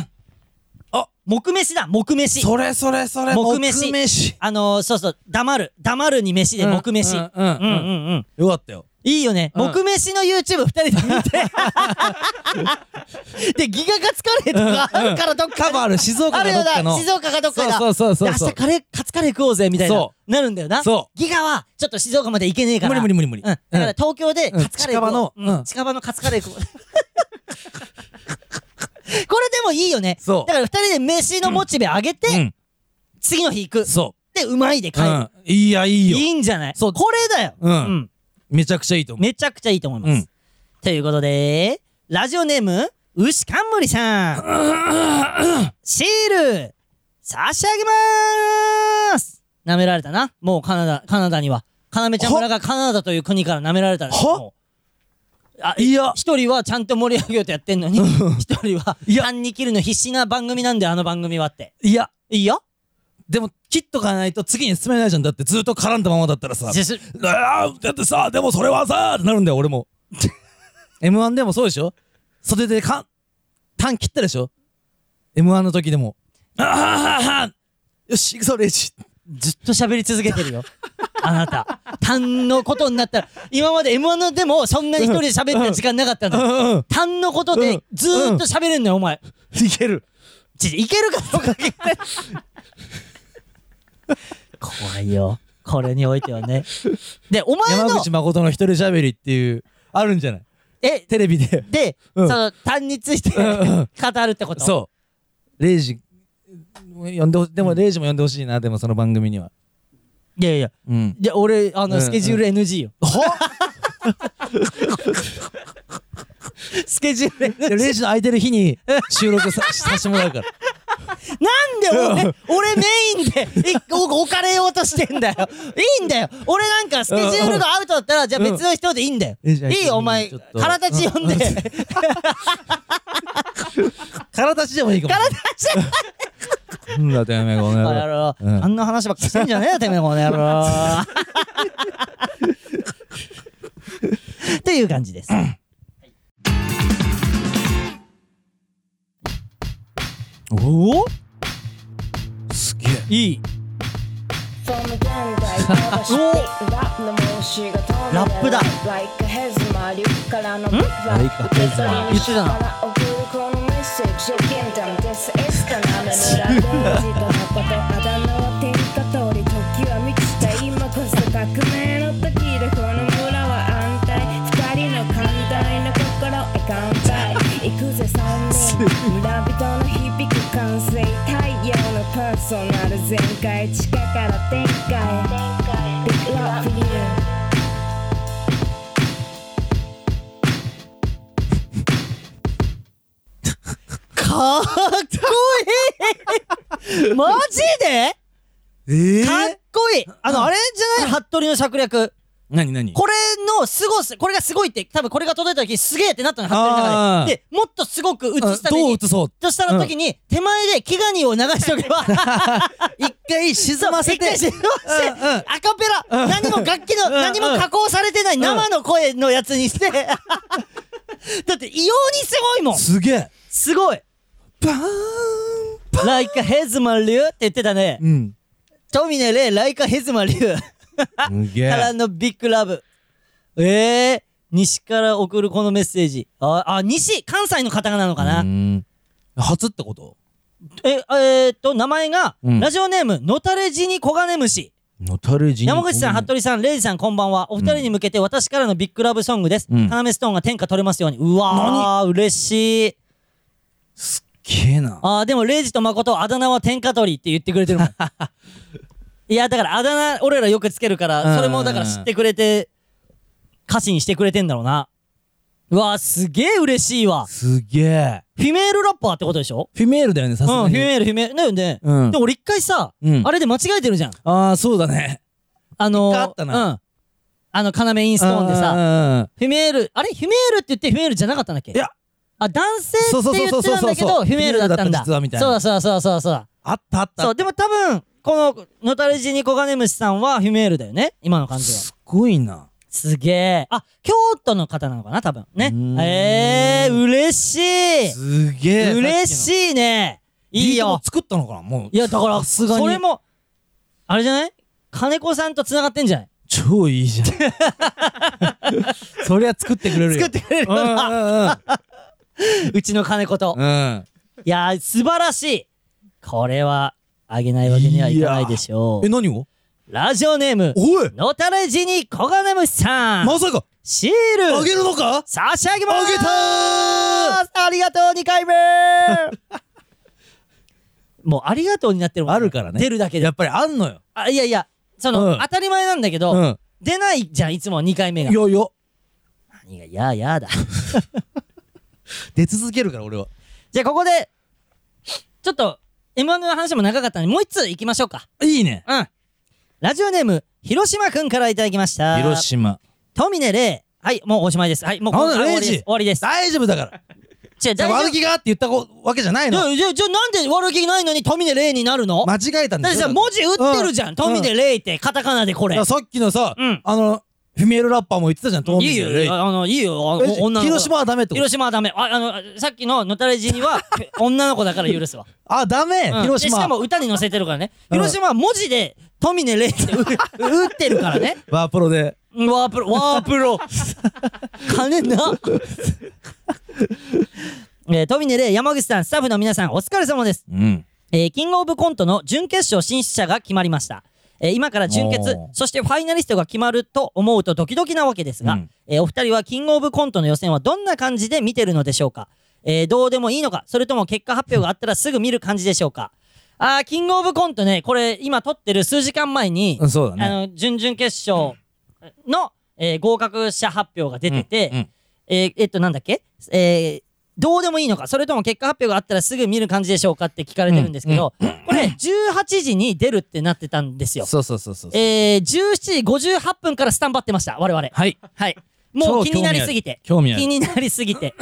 Speaker 2: あ
Speaker 1: 木飯だ、木飯。
Speaker 2: それそれそれ
Speaker 1: 木飯
Speaker 2: 木飯
Speaker 1: あのー、そうそう、黙る。黙るに飯で
Speaker 2: うん
Speaker 1: 木飯。
Speaker 2: う
Speaker 1: うんんうん
Speaker 2: う
Speaker 1: ん
Speaker 2: う
Speaker 1: うんんうん。
Speaker 2: よかったよ
Speaker 1: いいよね。
Speaker 2: うん
Speaker 1: 木飯の YouTube 二人 で見て。で、ギガカツカレーとかあるからどっか
Speaker 2: カバーある静岡
Speaker 1: あ
Speaker 2: か
Speaker 1: る
Speaker 2: ど
Speaker 1: よ
Speaker 2: っ
Speaker 1: な。
Speaker 2: かの
Speaker 1: 静岡かどっかが。
Speaker 2: そうそうそうそう
Speaker 1: で
Speaker 2: そ
Speaker 1: 明
Speaker 2: う
Speaker 1: 日カレー、カツカレー食おうぜ、みたいな
Speaker 2: そ。
Speaker 1: なるんだよな。
Speaker 2: そ
Speaker 1: ギガは、ちょっと静岡まで行けねえから。
Speaker 2: 無理無理無理無理
Speaker 1: うん。だから東京でカツカレー行こう
Speaker 2: うん近場
Speaker 1: う
Speaker 2: のうん
Speaker 1: ん近場のカツカレー食おう。これでもいいよね。
Speaker 2: そう
Speaker 1: だから二人で飯のモチベ上げて、
Speaker 2: うん
Speaker 1: 次の日行く。
Speaker 2: そ
Speaker 1: で、うまいで
Speaker 2: う
Speaker 1: 帰る。
Speaker 2: うんいいやいいよ
Speaker 1: いいんじゃない
Speaker 2: そう
Speaker 1: これだよ、
Speaker 2: うんめちゃくちゃいいと思う
Speaker 1: めちゃくちゃいいと思います。
Speaker 2: うん
Speaker 1: ということで、ラジオネーム、牛冠さん。 シール、差し上げまーす舐められたな。もうカナダ、カナダには。カナメちゃん村がカナダという国から舐められたら。
Speaker 2: は
Speaker 1: もうあ
Speaker 2: いや
Speaker 1: 一人はちゃんと盛り上げようとやってんのに、一人は、
Speaker 2: いや
Speaker 1: 半に切るの必死な番組なんで、あの番組はって。
Speaker 2: いや、
Speaker 1: いいよ
Speaker 2: でも、切っとかないと次に進めないじゃん。だってずっと絡んだままだったらさ。
Speaker 1: じゃす
Speaker 2: あーだってさ、でもそれはさ、ってなるんだよ、俺も。M1 でもそうでしょ袖でかん、タン切ったでしょ ?M1 の時でも。あーはーはーよし、行くぞ、レイジ。
Speaker 1: ずっと喋り続けてるよ。あなた。単のことになったら、今まで M1 のでもそんなに一人で喋った時間なかったん
Speaker 2: う
Speaker 1: だよ。
Speaker 2: んうん。
Speaker 1: 単のことでずーっと喋れんのよ、お前。
Speaker 2: いける。
Speaker 1: ちょいけるかどうか聞い て。怖いよ。これにおいてはね。で、お前
Speaker 2: 山
Speaker 1: の
Speaker 2: 口、誠の一人喋りっていう、あるんじゃない
Speaker 1: え、
Speaker 2: テレビで。
Speaker 1: で、
Speaker 2: うん
Speaker 1: その、単について
Speaker 2: うんうん
Speaker 1: 語るってこと
Speaker 2: そう。レイジ、呼んでほでもレイジも呼んでほしいな、でもその番組には。
Speaker 1: いやいや。
Speaker 2: うん。
Speaker 1: いや、俺、あ
Speaker 2: う
Speaker 1: の、
Speaker 2: ん
Speaker 1: スケジュール NG よ。 スケジュール NG
Speaker 2: いやレイジの空いてる日に収録 ささせてもらうから。
Speaker 1: なんで俺、俺メインで一個置かれようとしてんだよ。いいんだよ。俺なんかスケジュールがアウトだったら、じゃあ別の人でいいんだよ。
Speaker 2: うん
Speaker 1: いいよ、お前。
Speaker 2: ちょっと
Speaker 1: 空立ち呼んで。空立
Speaker 2: 空立ちでもいいかもしれない。
Speaker 1: ち
Speaker 2: なんだてめえ、この
Speaker 1: あ
Speaker 2: 野
Speaker 1: や
Speaker 2: 郎。
Speaker 1: ろ
Speaker 2: うん
Speaker 1: あんな話ばっかしてんじゃねえよ、てめえ、この野 郎。という感じです。
Speaker 2: おおすげえ。
Speaker 1: いい。
Speaker 4: ラップだ言ってたな村人の響く歓声太陽のパーソナル全開地下から展開 Big love for you
Speaker 1: かっこいいマジで
Speaker 2: え
Speaker 1: かっこいいあの、あれじゃない服部の策略。
Speaker 2: なになに
Speaker 1: これのすごす、これがすごいって、多分これが届いた時すげえってなったの、服部の
Speaker 2: あ
Speaker 1: 中
Speaker 2: ー
Speaker 1: で。で、もっとすごく映すため
Speaker 2: どう
Speaker 1: に。
Speaker 2: 映そう
Speaker 1: としたら時に、手前で毛ガニを流しておけ ば、
Speaker 2: 一回沈ませ
Speaker 1: 一回
Speaker 2: て。
Speaker 1: 沈ませて、
Speaker 2: うんうん
Speaker 1: アカペラ、何も楽器の、
Speaker 2: うんうん
Speaker 1: 何も加工されてない生の声のやつに して、だって異様にすごいもん
Speaker 2: すげえ。
Speaker 1: すごい
Speaker 2: バーン
Speaker 1: Like a Hezma 流って言ってたね。
Speaker 2: うん。
Speaker 1: トミネレ、Like a Hezma 流
Speaker 2: すげ
Speaker 1: から
Speaker 2: え。
Speaker 1: のビッグラブ。ええ西から送るこのメッセージ。あ、あ西関西の方なのかな、
Speaker 2: うん初ってこと
Speaker 1: え、えーっと、名前が、
Speaker 2: うん
Speaker 1: ラジオネーム、のたれ死に黄金虫。
Speaker 2: のたれじに
Speaker 1: 山口さん、服部さん、レイジさん、こんばんは。お二人に向けて私からのビッグラブソングです。
Speaker 2: うん
Speaker 1: カナメストーンが天下取れますように。うわー、嬉しい。
Speaker 2: けえな。
Speaker 1: あー、でも、レイジと誠、あだ名は天下取りって言ってくれてる もん。いや、だから、あだ名、俺らよくつけるか
Speaker 2: うん
Speaker 1: ら、それもだから知ってくれて、歌詞にしてくれてんだろうな。うわー、すげえ嬉しいわ。
Speaker 2: すげえ。
Speaker 1: フィメールラッパーってことでしょ
Speaker 2: フィメールだよね、さ
Speaker 1: うん
Speaker 2: すが、
Speaker 1: フィ
Speaker 2: に。
Speaker 1: メール、フィメール。だよね。
Speaker 2: うん
Speaker 1: で、俺一回さ、
Speaker 2: うん
Speaker 1: あれで間違えてるじゃん。
Speaker 2: ああ、そうだね。
Speaker 1: あの
Speaker 2: 一
Speaker 1: ー、
Speaker 2: 回あったな
Speaker 1: うん。あの、要インストーンでさ、
Speaker 2: さ。
Speaker 1: フィメール、あれフィメールって言ってフィメールじゃなかったんだっけ
Speaker 2: いや。
Speaker 1: あ、男性
Speaker 2: そう
Speaker 1: っ
Speaker 2: そう
Speaker 1: て
Speaker 2: そ
Speaker 1: 言っ
Speaker 2: うそう
Speaker 1: てたんだけ
Speaker 2: そうそうそ
Speaker 1: ど、
Speaker 2: う
Speaker 1: フィメールだったんだ。
Speaker 2: フィメールだった実はみたいな
Speaker 1: そうだそうだそうだそうだそうだ。
Speaker 2: あったあった。
Speaker 1: そう、でも多分、この、のたれじにこがねむしさんはフィメールだよね今の感じは。
Speaker 2: すごいな。
Speaker 1: すげえ。あ、京都の方なのかな多分。ね
Speaker 2: うーん。
Speaker 1: ええー、嬉し
Speaker 2: すげ
Speaker 1: い。
Speaker 2: え。
Speaker 1: 嬉
Speaker 2: い。
Speaker 1: しいね。いい
Speaker 2: ビート
Speaker 1: よ
Speaker 2: も。作ったのかなもう。
Speaker 1: いや、だから、
Speaker 2: さすがに。
Speaker 1: それも、あれじゃない金子さんと繋がってんじゃない
Speaker 2: 超い いじゃん。そりゃ作ってくれるよ。
Speaker 1: 作ってくれる
Speaker 2: うんう
Speaker 1: うちの金子と。
Speaker 2: んうん。うん。
Speaker 1: いやー、素晴らしいこれは、あげないわけにはいかないでしょ
Speaker 2: え、
Speaker 1: う。
Speaker 2: 何を
Speaker 1: ラジオネーム、
Speaker 2: おい
Speaker 1: のたれじにこがねむしさん、
Speaker 2: まさか
Speaker 1: シー
Speaker 2: あげ
Speaker 1: ル、
Speaker 2: るのか
Speaker 1: 差し上げま
Speaker 2: あ
Speaker 1: す
Speaker 2: げたー
Speaker 1: ありがとう、2回目 もう、ありがとうになってるもん、
Speaker 2: あるからね。
Speaker 1: 出るだけで
Speaker 2: や。っぱりあんのよ。
Speaker 1: あ、いやいや、その、
Speaker 2: うん
Speaker 1: 当たり前なんだけど、
Speaker 2: うん。
Speaker 1: 出ないじゃん、いつも2回目が。
Speaker 2: よよ。
Speaker 1: 何が、いやいやだ。
Speaker 2: 出続けるから俺は。
Speaker 1: じゃあ、ここで、ちょっと、M1 の話も長かったので、もう1通行きましょうか。
Speaker 2: いいね。
Speaker 1: うん。ラジオネーム、広島くんからいただきました。
Speaker 2: 広島。
Speaker 1: トミネレイ、はい、もうおしまいです。はい、もうこの
Speaker 2: なんだ
Speaker 1: 終わり
Speaker 2: 0
Speaker 1: です終
Speaker 2: 時
Speaker 1: わりです。
Speaker 2: 大丈夫だから。
Speaker 1: じゃあ、大丈夫
Speaker 2: 悪気があって言ったわけじゃないの。
Speaker 1: いやじゃあ、じゃあなんで悪気ないのに富で霊になるの
Speaker 2: 間違えたん
Speaker 1: だ
Speaker 2: だ
Speaker 1: って
Speaker 2: よ
Speaker 1: さ、文字打ってるじゃ。
Speaker 2: うん
Speaker 1: 富で霊って、カタカナでこ
Speaker 2: だ
Speaker 1: れ
Speaker 2: から。さっきのさ
Speaker 1: うん、
Speaker 2: あの、フィメールラッパーも言ってたじゃん、トーミ
Speaker 1: い
Speaker 2: ー
Speaker 1: い
Speaker 2: ズレイ
Speaker 1: よ、あの、いいよ、あ
Speaker 2: え
Speaker 1: の女の子。
Speaker 2: 広島はダメってこと
Speaker 1: 広島はダメ。あ、あの、さっきののたれじに は、女の子だから許すわ。
Speaker 2: あ、ダメ
Speaker 1: うん
Speaker 2: 広
Speaker 1: でしか
Speaker 2: 島
Speaker 1: も歌に載せてるからね。
Speaker 2: うん
Speaker 1: 広島は文字で、富で霊ってう打ってるからね。
Speaker 2: ワープロで。
Speaker 1: ワープロ、ワープ ロ。金な。 えー、富根礼、山口さん、スタッフの皆さん、お疲れ様です。
Speaker 2: うん。
Speaker 1: えーキングオブコントの準決勝進出者が決まりました。えー今から準決
Speaker 2: おー、
Speaker 1: そしてファイナリストが決まると思うとドキドキなわけですが、
Speaker 2: うん
Speaker 1: えーお二人はキングオブコントの予選はどんな感じで見てるのでしょうか、えーどうでもいいのかそれとも結果発表があったらすぐ見る感じでしょうかあーキングオブコントね、これ今撮ってる数時間前に、
Speaker 2: うんそうだね
Speaker 1: あの、準々決勝の、えー合格者発表が出てて、
Speaker 2: うんうん
Speaker 1: えーえっと、なんだっけえーどうでもいいのかそれとも結果発表があったらすぐ見る感じでしょうかって聞かれてるんですけど、これ18時に出るってなってたんですよ。
Speaker 2: そうそうそうそう。
Speaker 1: えー、17時58分からスタンバってました我々。
Speaker 2: はい。
Speaker 1: はい。もう
Speaker 2: 超興味ある
Speaker 1: 気になりすぎて。
Speaker 2: 興味ある
Speaker 1: 気になりすぎ て。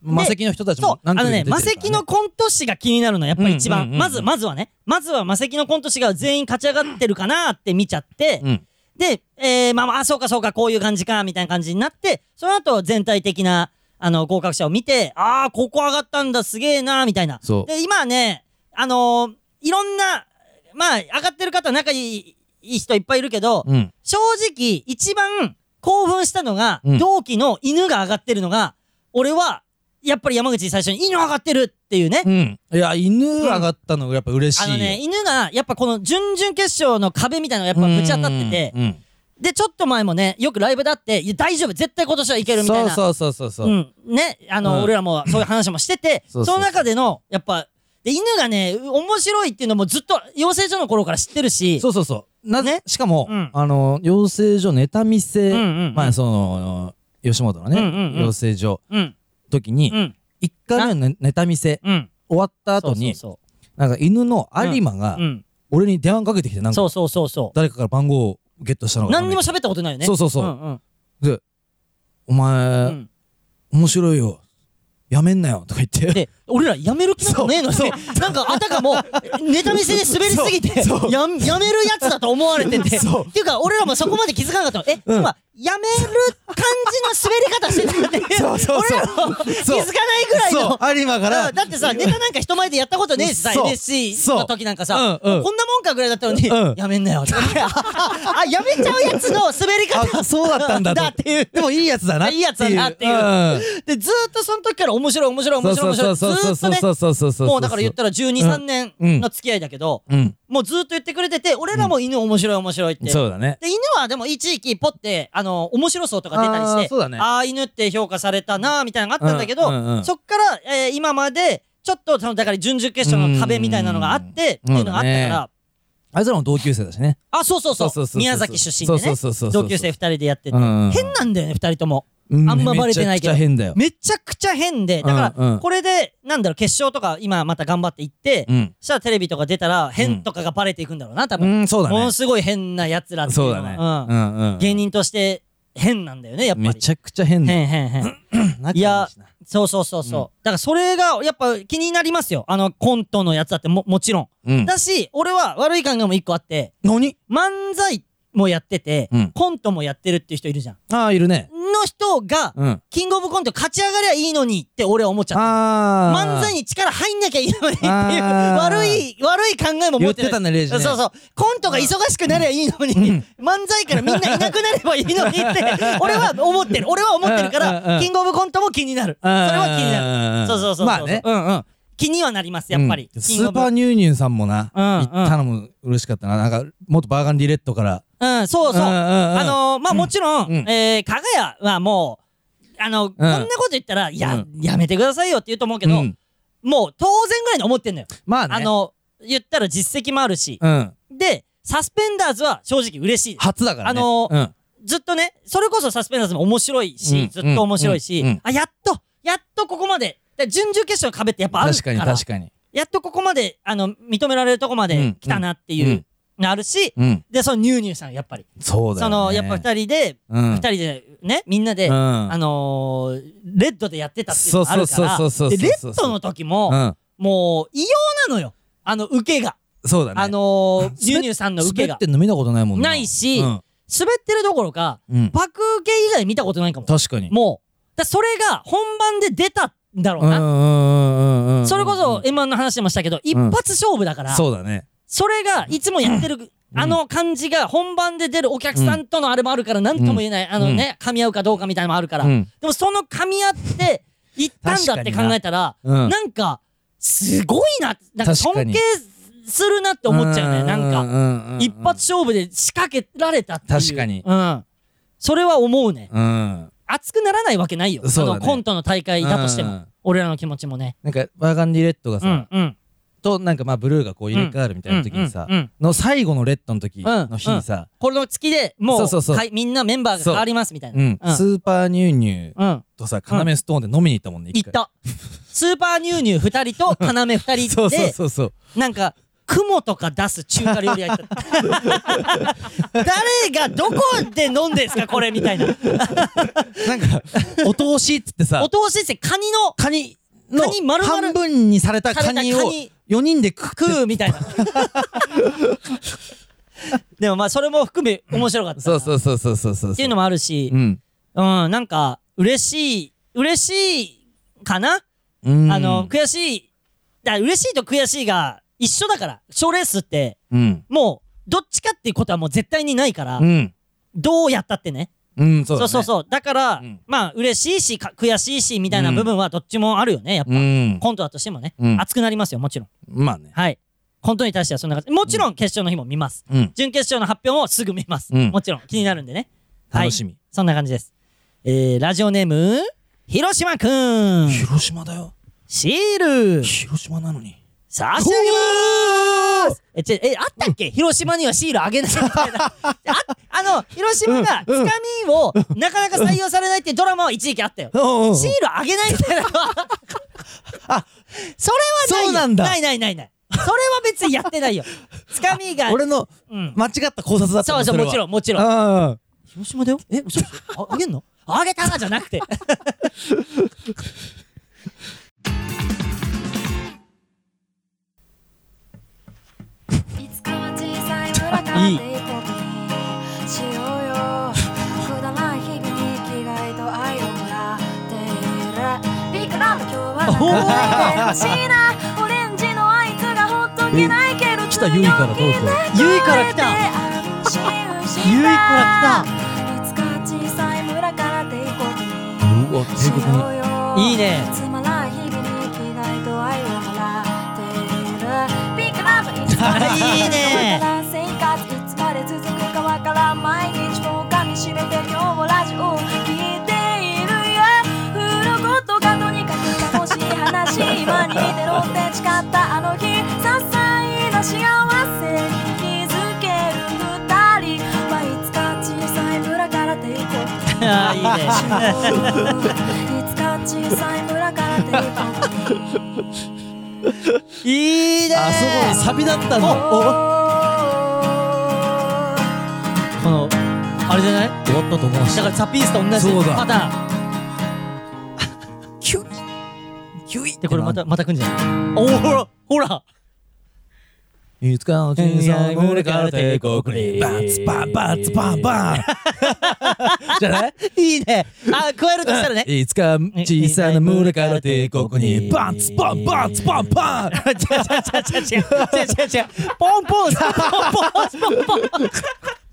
Speaker 2: 魔石の人たち
Speaker 1: そ
Speaker 2: も
Speaker 1: う、あ
Speaker 2: 何組
Speaker 1: のね、
Speaker 2: も出てるか
Speaker 1: 魔
Speaker 2: らね。
Speaker 1: 石のコント師が気になるのはやっぱり一番、
Speaker 2: うんうんうんうん
Speaker 1: まず、まずはね、まずは魔石のコント師が全員勝ち上がってるかなって見ちゃって、
Speaker 2: うん。
Speaker 1: で、えー、まあまあ、そうかそうか、こういう感じか、みたいな感じになって、その後、全体的な、あの、合格者を見て、ああ、ここ上がったんだ、すげえな、みたいな。
Speaker 2: そう
Speaker 1: で、今はね、あのーいろんな、まあ、上がってる方、仲いいいい人いっぱいいるけど、
Speaker 2: うん。
Speaker 1: 正直、一番興奮したのが、
Speaker 2: うん
Speaker 1: 同期の犬が上がってるのが、俺は、やっぱり山口に最初に犬上がってるっていうね、
Speaker 2: うん。いや、犬上がったのがやっぱ嬉し
Speaker 1: あ
Speaker 2: いよ。
Speaker 1: のね、犬が、やっぱこの準々決勝の壁みたいなのがやっぱぶち当たってて、
Speaker 2: うんうん
Speaker 1: で、ちょっと前もね、よくライブだって、いや、大丈夫、絶対今年はいけ
Speaker 2: う
Speaker 1: る
Speaker 2: ん。
Speaker 1: みたい
Speaker 2: そう
Speaker 1: な。
Speaker 2: そうそうそうそう。
Speaker 1: ん。ね、あの、
Speaker 2: うん
Speaker 1: 俺らもそういう話もしてて、
Speaker 2: そうそうそう
Speaker 1: その中での、やっぱ、で、犬がね、う面白いっていうのもずっと養成所の頃から知ってるし、
Speaker 2: そうそうそう。な
Speaker 1: ね
Speaker 2: しかも、
Speaker 1: うん
Speaker 2: あの、養成所ネタ見せ、
Speaker 1: うんうんうん
Speaker 2: まあ、その、吉本のね、
Speaker 1: うんうんうん
Speaker 2: 養成所
Speaker 1: うん、
Speaker 2: 時に
Speaker 1: う、ん、
Speaker 2: 一回目のネネタ見せ
Speaker 1: うん。
Speaker 2: 終わった後に、
Speaker 1: そう
Speaker 2: なんか犬の有馬
Speaker 1: そ
Speaker 2: が
Speaker 1: うそう。う、ん。
Speaker 2: 俺に電話かけてきて、なん
Speaker 1: そ
Speaker 2: か、
Speaker 1: うそうそうそ
Speaker 2: 誰かから番号をゲットしたの
Speaker 1: う。
Speaker 2: が
Speaker 1: 何にも喋ったことないよね。
Speaker 2: そうそうそう
Speaker 1: うんうん
Speaker 2: で、お
Speaker 1: う
Speaker 2: 前、
Speaker 1: ん。
Speaker 2: 面白いよ。やめんなよ。とか 言って。
Speaker 1: で、俺らやめる気なんかねえのに、なんかあたかも、ネタ見せで滑りすぎて、
Speaker 2: そうそう
Speaker 1: やんやめるやつだと思われてて、
Speaker 2: そう
Speaker 1: っていうか、俺らもそこまで気づかなかったの。え、
Speaker 2: うん
Speaker 1: 今、やめる感じの滑り方してたんで、
Speaker 2: そうそうそう
Speaker 1: 俺ら も気づか
Speaker 2: そう
Speaker 1: ないぐらいの。
Speaker 2: そう、有馬か
Speaker 1: う
Speaker 2: ら
Speaker 1: ん、だってさ、ネタなんか人前でやったことねえしさ、
Speaker 2: そう
Speaker 1: NSC の時なんかさ、
Speaker 2: そううんうん
Speaker 1: こんなもんかぐらいだったのに、
Speaker 2: うん
Speaker 1: やめんなよって。あ、やめちゃうやつの滑り方
Speaker 2: あ、そうだったんだと。
Speaker 1: だっていう。
Speaker 2: でもいいやつだな。
Speaker 1: いいやつだなっていうんで、ずーっとその時から面白い面白い面白い面白い。ずーっとね、
Speaker 2: そうそうそ
Speaker 1: もうだから言ったら12、3年
Speaker 2: うん
Speaker 1: の付き合いだけど、
Speaker 2: うん
Speaker 1: もうずっと言ってくれてて、俺らも犬面白い面白いって。で、
Speaker 2: そうだね
Speaker 1: 犬はでも一時期ポって、あの、面白そうとか出たり
Speaker 2: あー
Speaker 1: して、
Speaker 2: そうだね
Speaker 1: あー犬って評価されたなーみたいなのがあったんだけど、
Speaker 2: うんうんうん
Speaker 1: そっから、えー今まで、ちょっとその、だから準々決勝の壁みたいなのがあって、って
Speaker 2: うん
Speaker 1: いうのがあったから、
Speaker 2: そうだあいつらも同級生だしね
Speaker 1: あ、そうそうそう
Speaker 2: そうそうそうそう
Speaker 1: 宮崎出身で
Speaker 2: そ
Speaker 1: ね
Speaker 2: うそうそうそうそう
Speaker 1: 同級生二人でやってて、
Speaker 2: うんうんうん
Speaker 1: 変なんだよね、二人とも。
Speaker 2: あん
Speaker 1: あんまバレてないけど
Speaker 2: めちゃくちゃ変だよ
Speaker 1: めちゃくちゃ変で、だか
Speaker 2: うんう
Speaker 1: ら、
Speaker 2: ん
Speaker 1: これで、なんだろう、決勝とか今また頑張っていって、
Speaker 2: うん
Speaker 1: そしたらテレビとか出たら、変とかがバレていくんだろうな、多
Speaker 2: う
Speaker 1: 分。
Speaker 2: んそうだ
Speaker 1: も
Speaker 2: ね
Speaker 1: のすごい変な奴らっていう
Speaker 2: そう
Speaker 1: の
Speaker 2: だね
Speaker 1: は。うん
Speaker 2: んうん
Speaker 1: 芸人として変なんだよね、やっぱり。
Speaker 2: めちゃくちゃ変だよ
Speaker 1: 変変変。
Speaker 2: 仲
Speaker 1: い
Speaker 2: い
Speaker 1: や
Speaker 2: しな、
Speaker 1: そうそうそうそう。だからそれが、やっぱ気になりますよ。あの、コントのやつだっても、もちろん。
Speaker 2: うん
Speaker 1: だし、俺は悪い考えも一個あって、
Speaker 2: 何
Speaker 1: 漫才もやってて
Speaker 2: うん、
Speaker 1: コントもやってるっていう人いるじゃん。
Speaker 2: ああいるね
Speaker 1: の人が、
Speaker 2: うん
Speaker 1: キングオブコント勝ち上がりゃいいのにって俺は思っちゃった。
Speaker 2: ああ
Speaker 1: 漫才に力入んなきゃいいのにっていう
Speaker 2: あー
Speaker 1: 悪い悪い考えも持って
Speaker 2: 言ってたねレイジね
Speaker 1: そうそうコントが忙しくなりゃいいのに、漫才からみんないなくなればいいのにって 俺は思ってる俺は思ってるか
Speaker 2: うんうんう
Speaker 1: ら
Speaker 2: ん
Speaker 1: キングオブコントも気になるそれは気になるそうそうそうそう
Speaker 2: まあね
Speaker 1: うんうん気にはなりますやっぱり、
Speaker 2: うんス
Speaker 1: キングオ
Speaker 2: ー
Speaker 1: ブ
Speaker 2: パーニューニューさんもな
Speaker 1: うんうん
Speaker 2: 行ったのも嬉しかったななんか元バーガンディレッドから
Speaker 1: うんそうそう、
Speaker 2: うんうんうん
Speaker 1: あのーまあもちろん、
Speaker 2: うんうん
Speaker 1: えー、加賀谷はもうあの、こんなこと言ったらいや、やめてくださいよって言うと思うけど、
Speaker 2: うん
Speaker 1: もう当然ぐらいに思ってんのよ、
Speaker 2: まあね
Speaker 1: あの言ったら実績もあるし、
Speaker 2: うん
Speaker 1: で、サスペンダーズは正直嬉しい。
Speaker 2: 初だからね
Speaker 1: あの
Speaker 2: うん
Speaker 1: ずっとね、それこそサスペンダーズも面白いし、
Speaker 2: うん
Speaker 1: ずっと面白いし、
Speaker 2: うんうん
Speaker 1: あ、やっと、やっとここまで、で準々決勝の壁ってやっぱある
Speaker 2: 確
Speaker 1: か、
Speaker 2: からに確かに
Speaker 1: やっとここまで、あの、認められるとこま
Speaker 2: う
Speaker 1: で
Speaker 2: ん
Speaker 1: 来たなっていうなるし、
Speaker 2: うん。
Speaker 1: で、そのニューニューさん、やっぱり。
Speaker 2: そうだよね。
Speaker 1: その、やっぱ二人で、
Speaker 2: うん
Speaker 1: 二人でね、みんなで、
Speaker 2: うん
Speaker 1: あのー、レッドでやってたっていうのがあるから、
Speaker 2: そうそうそうそうそうそう
Speaker 1: でレッドの時も、
Speaker 2: うん。
Speaker 1: もう異様なのよ。あの、受けが。
Speaker 2: そうだね。
Speaker 1: あのー、
Speaker 2: 滑っ
Speaker 1: ニューニューさんの受け
Speaker 2: 滑
Speaker 1: が
Speaker 2: って。んの見たことないもん
Speaker 1: ないし、
Speaker 2: うん。
Speaker 1: 滑ってるどころか、
Speaker 2: うん
Speaker 1: 爆受け以外見たことないかも。
Speaker 2: 確かに。
Speaker 1: もう。だそれが本番で出たんだろ
Speaker 2: う
Speaker 1: うん
Speaker 2: う
Speaker 1: な。
Speaker 2: んうんうんうんうん。
Speaker 1: それこそ、M1 の話でもしたけど、一発勝負だから、
Speaker 2: そうだね。
Speaker 1: それがいつもやってる、あの感じが本番で出るお客さんとのあれもあるから、なんとも言えない、あのね、噛み合うかどうかみたいなのもあるから、
Speaker 2: うん
Speaker 1: でもその噛み合っていったんだって考えたら、
Speaker 2: 確かになうん
Speaker 1: なんか、すごいな、なんか
Speaker 2: 確か
Speaker 1: 尊
Speaker 2: に
Speaker 1: 敬するなって思っちゃうね、なんか。
Speaker 2: か
Speaker 1: 一発勝負で仕掛けられたっていう
Speaker 2: 確かに
Speaker 1: うんそれは思うね
Speaker 2: うん。
Speaker 1: 熱くならないわけないよ
Speaker 2: そうだね
Speaker 1: のコントの大会だとして
Speaker 2: う
Speaker 1: も
Speaker 2: ん
Speaker 1: 俺らの気持ちもね
Speaker 2: なんか、バーガンディレッドが
Speaker 1: う
Speaker 2: さ、
Speaker 1: んうん
Speaker 2: と、なんかまあ、ブルーがこう入れ替わるみたいな時にさ
Speaker 1: うんうんうん、
Speaker 2: の最後のレッドの
Speaker 1: う
Speaker 2: 時
Speaker 1: ん
Speaker 2: の日にさ、
Speaker 1: これの月でも
Speaker 2: そうそう
Speaker 1: う
Speaker 2: そう
Speaker 1: はいみんなメンバーが変わりますみたいな
Speaker 2: う
Speaker 1: うん
Speaker 2: ん、スーパーニューニュー
Speaker 1: うん
Speaker 2: とさ、カナメストーンで飲みに行ったもんね、
Speaker 1: 行
Speaker 2: 一
Speaker 1: っ
Speaker 2: 回。
Speaker 1: たスーパーニューニュー2人と要2
Speaker 2: そ
Speaker 1: 人
Speaker 2: うそう
Speaker 1: で
Speaker 2: そうそう。
Speaker 1: なんか雲とか出す中華料理屋行った 誰がどこで飲んでんすかこれみたいな
Speaker 2: なんか、お通しっつってさ
Speaker 1: お、通しってカニの
Speaker 2: カニの
Speaker 1: カニ丸々
Speaker 2: 半分にされたカニを
Speaker 1: されたカニ
Speaker 2: 4人で食う。
Speaker 1: 食うみ たいな。でもまあそれも含め面白かったな
Speaker 2: そうそうそうそうそうそう。
Speaker 1: っていうのもあるし
Speaker 2: う、ん。
Speaker 1: うん、なんか嬉しい、嬉しいかな、
Speaker 2: うん。
Speaker 1: あの、、悔しい、だ嬉しいと悔しいが一緒だから、賞レースって、
Speaker 2: うん。
Speaker 1: もうどっちかっていうことはもう絶対にないから、
Speaker 2: うん。
Speaker 1: どうやったってね。
Speaker 2: うん、
Speaker 1: そう
Speaker 2: そ
Speaker 1: う
Speaker 2: だね。
Speaker 1: そうそうだから、
Speaker 2: うん
Speaker 1: まあ嬉しいし、か悔しいしみたいな部分はどっちもあるよね、やっぱ。
Speaker 2: うん。
Speaker 1: コントだとしてもね、
Speaker 2: うん
Speaker 1: 熱くなりますよ、もちろん。
Speaker 2: まあね。
Speaker 1: はい。コントに対してはそんな感じ。もちろん決勝の日も見ます。
Speaker 2: うん。
Speaker 1: 準決勝の発表もすぐ見ます。
Speaker 2: うん
Speaker 1: もちろん気になるんでね。
Speaker 2: 楽しみ
Speaker 1: はい、そんな感じです。えー、ラジオネーム、広島くん。
Speaker 2: 広島だよ。
Speaker 1: シール、
Speaker 2: 広島なのに。
Speaker 1: 差し上げますえ、ちょ、え、あったっけ広島にはシールあげないみたいな。 あ、あの、広島がつかみをなかなか採用されないっていうドラマは一時期あったよ。
Speaker 2: おうおう
Speaker 1: シールあげないみ たいなのはそれはないよ
Speaker 2: そうなんだ
Speaker 1: ないないないない。それは別にやってないよ。つかみが。
Speaker 2: 俺の
Speaker 1: うん
Speaker 2: 間違った考察だった
Speaker 1: そうそう、もちろん、もちろん。
Speaker 2: ん。うん。
Speaker 1: 広島だよえ嘘嘘ああげんのあげたなじゃな くて
Speaker 5: いつかは小さい村から出て行こうにしようよくだらない日々に生きがいと愛をもらっているビッグラブ今日はなんか泣いてほしいなオレンジのあいつがほっとけないけど
Speaker 2: 来たゆいからどうぞ
Speaker 1: ゆいから来 たゆいから来
Speaker 5: いつかは小さい村から出て行こう
Speaker 2: うわ、帝国に。
Speaker 1: いいね
Speaker 5: つまらない日々に生きがいと愛をもらっているビッグラブいつまで
Speaker 1: いいね
Speaker 5: 生活いつまで続くかわからん毎日も噛みしめて今日もラジオを聞いているよ振ることがとにかく楽しい話今に出ろって誓ったあの日些細な幸せに気づける二人まあいつか小さい村から出て行こう
Speaker 1: あーいい
Speaker 5: いつ
Speaker 1: ね
Speaker 5: か小さい村から出て行こう
Speaker 1: いいね
Speaker 2: あ、そう、サビだったの。
Speaker 5: お
Speaker 2: 終わ
Speaker 1: このあれじゃない
Speaker 2: 終わったと思うし
Speaker 1: だからザ・ピースと同じ
Speaker 2: そうだ
Speaker 1: パターン
Speaker 2: キュイキュイっ
Speaker 1: でこれまたまた来んじゃないおーほらほら
Speaker 2: いつかの人生の俺から帝国にバツバンバツバンバ ンじゃない
Speaker 1: いいねあ加えるとしたらね
Speaker 2: いつか小さな村から帝国にバンツバンバンツバン バ
Speaker 1: 違
Speaker 2: ン
Speaker 1: う違う違う違う違う違う違うポンポンさポンポンポンポン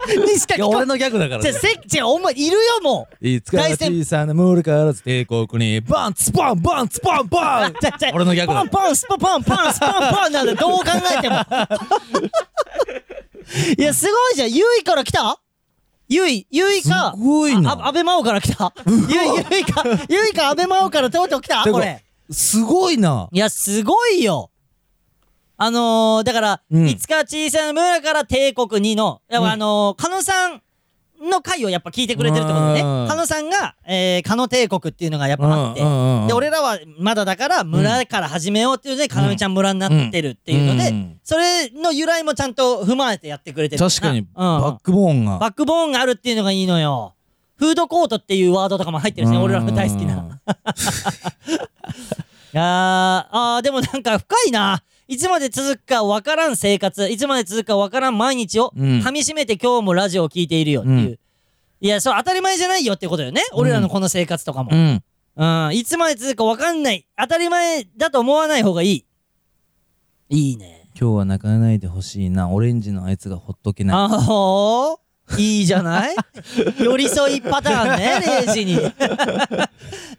Speaker 1: にしか
Speaker 2: い
Speaker 1: 聞
Speaker 2: や
Speaker 1: こえ
Speaker 2: 俺のギャグだから
Speaker 1: じゃ
Speaker 2: ね
Speaker 1: あせ違うお前いるよもう
Speaker 2: いつか小さな村から帝国にバンツバンバンツバンバン
Speaker 1: じゃあじゃあ
Speaker 2: 俺のギャグ
Speaker 1: ポ
Speaker 2: だ
Speaker 1: ンポンスポポンポンスポンポンなんだどう考えてもいやすごいじゃんゆいから来たゆいゆいか
Speaker 2: すごいな
Speaker 1: ああ安倍真央から来たゆいゆいかゆいか安倍真央からとうとう来た
Speaker 2: てか
Speaker 1: これ
Speaker 2: すごいない
Speaker 1: やすごいよあのー、だから、
Speaker 2: うん
Speaker 1: いつか小さな村から帝国にの、やっぱあのー、狩野さんの回をやっぱ聞いてくれてるってことね。
Speaker 2: うん
Speaker 1: 狩野さんが、えー、狩野帝国っていうのがやっぱあって、
Speaker 2: うんうんうんうん
Speaker 1: で、俺らはまだだから村から始めようっていうので、かなめちゃん村になってるっていうので、
Speaker 2: うん
Speaker 1: それの由来もちゃんと踏まえてやってくれてるから
Speaker 2: 確かに、
Speaker 1: うん
Speaker 2: バックボーンが。
Speaker 1: バックボーンがあるっていうのがいいのよ。フードコートっていうワードとかも入ってるしね、俺らの大好きな。いやー、あーでもなんか深いな。いつまで続くかわからん生活、いつまで続くかわからん毎日を
Speaker 2: うん
Speaker 1: 噛み締めて今日もラジオを聞いているよっていう。
Speaker 2: うん
Speaker 1: いや、それ当たり前じゃないよってことよね。俺らのこの生活とかも
Speaker 2: う。ん。
Speaker 1: うん、いつまで続くかわかんない。当たり前だと思わない方がいい。いいね。
Speaker 2: 今日は泣かないでほしいな。オレンジのあいつがほっとけない。
Speaker 1: あほーいいじゃない 寄り添いパターンね、0時に。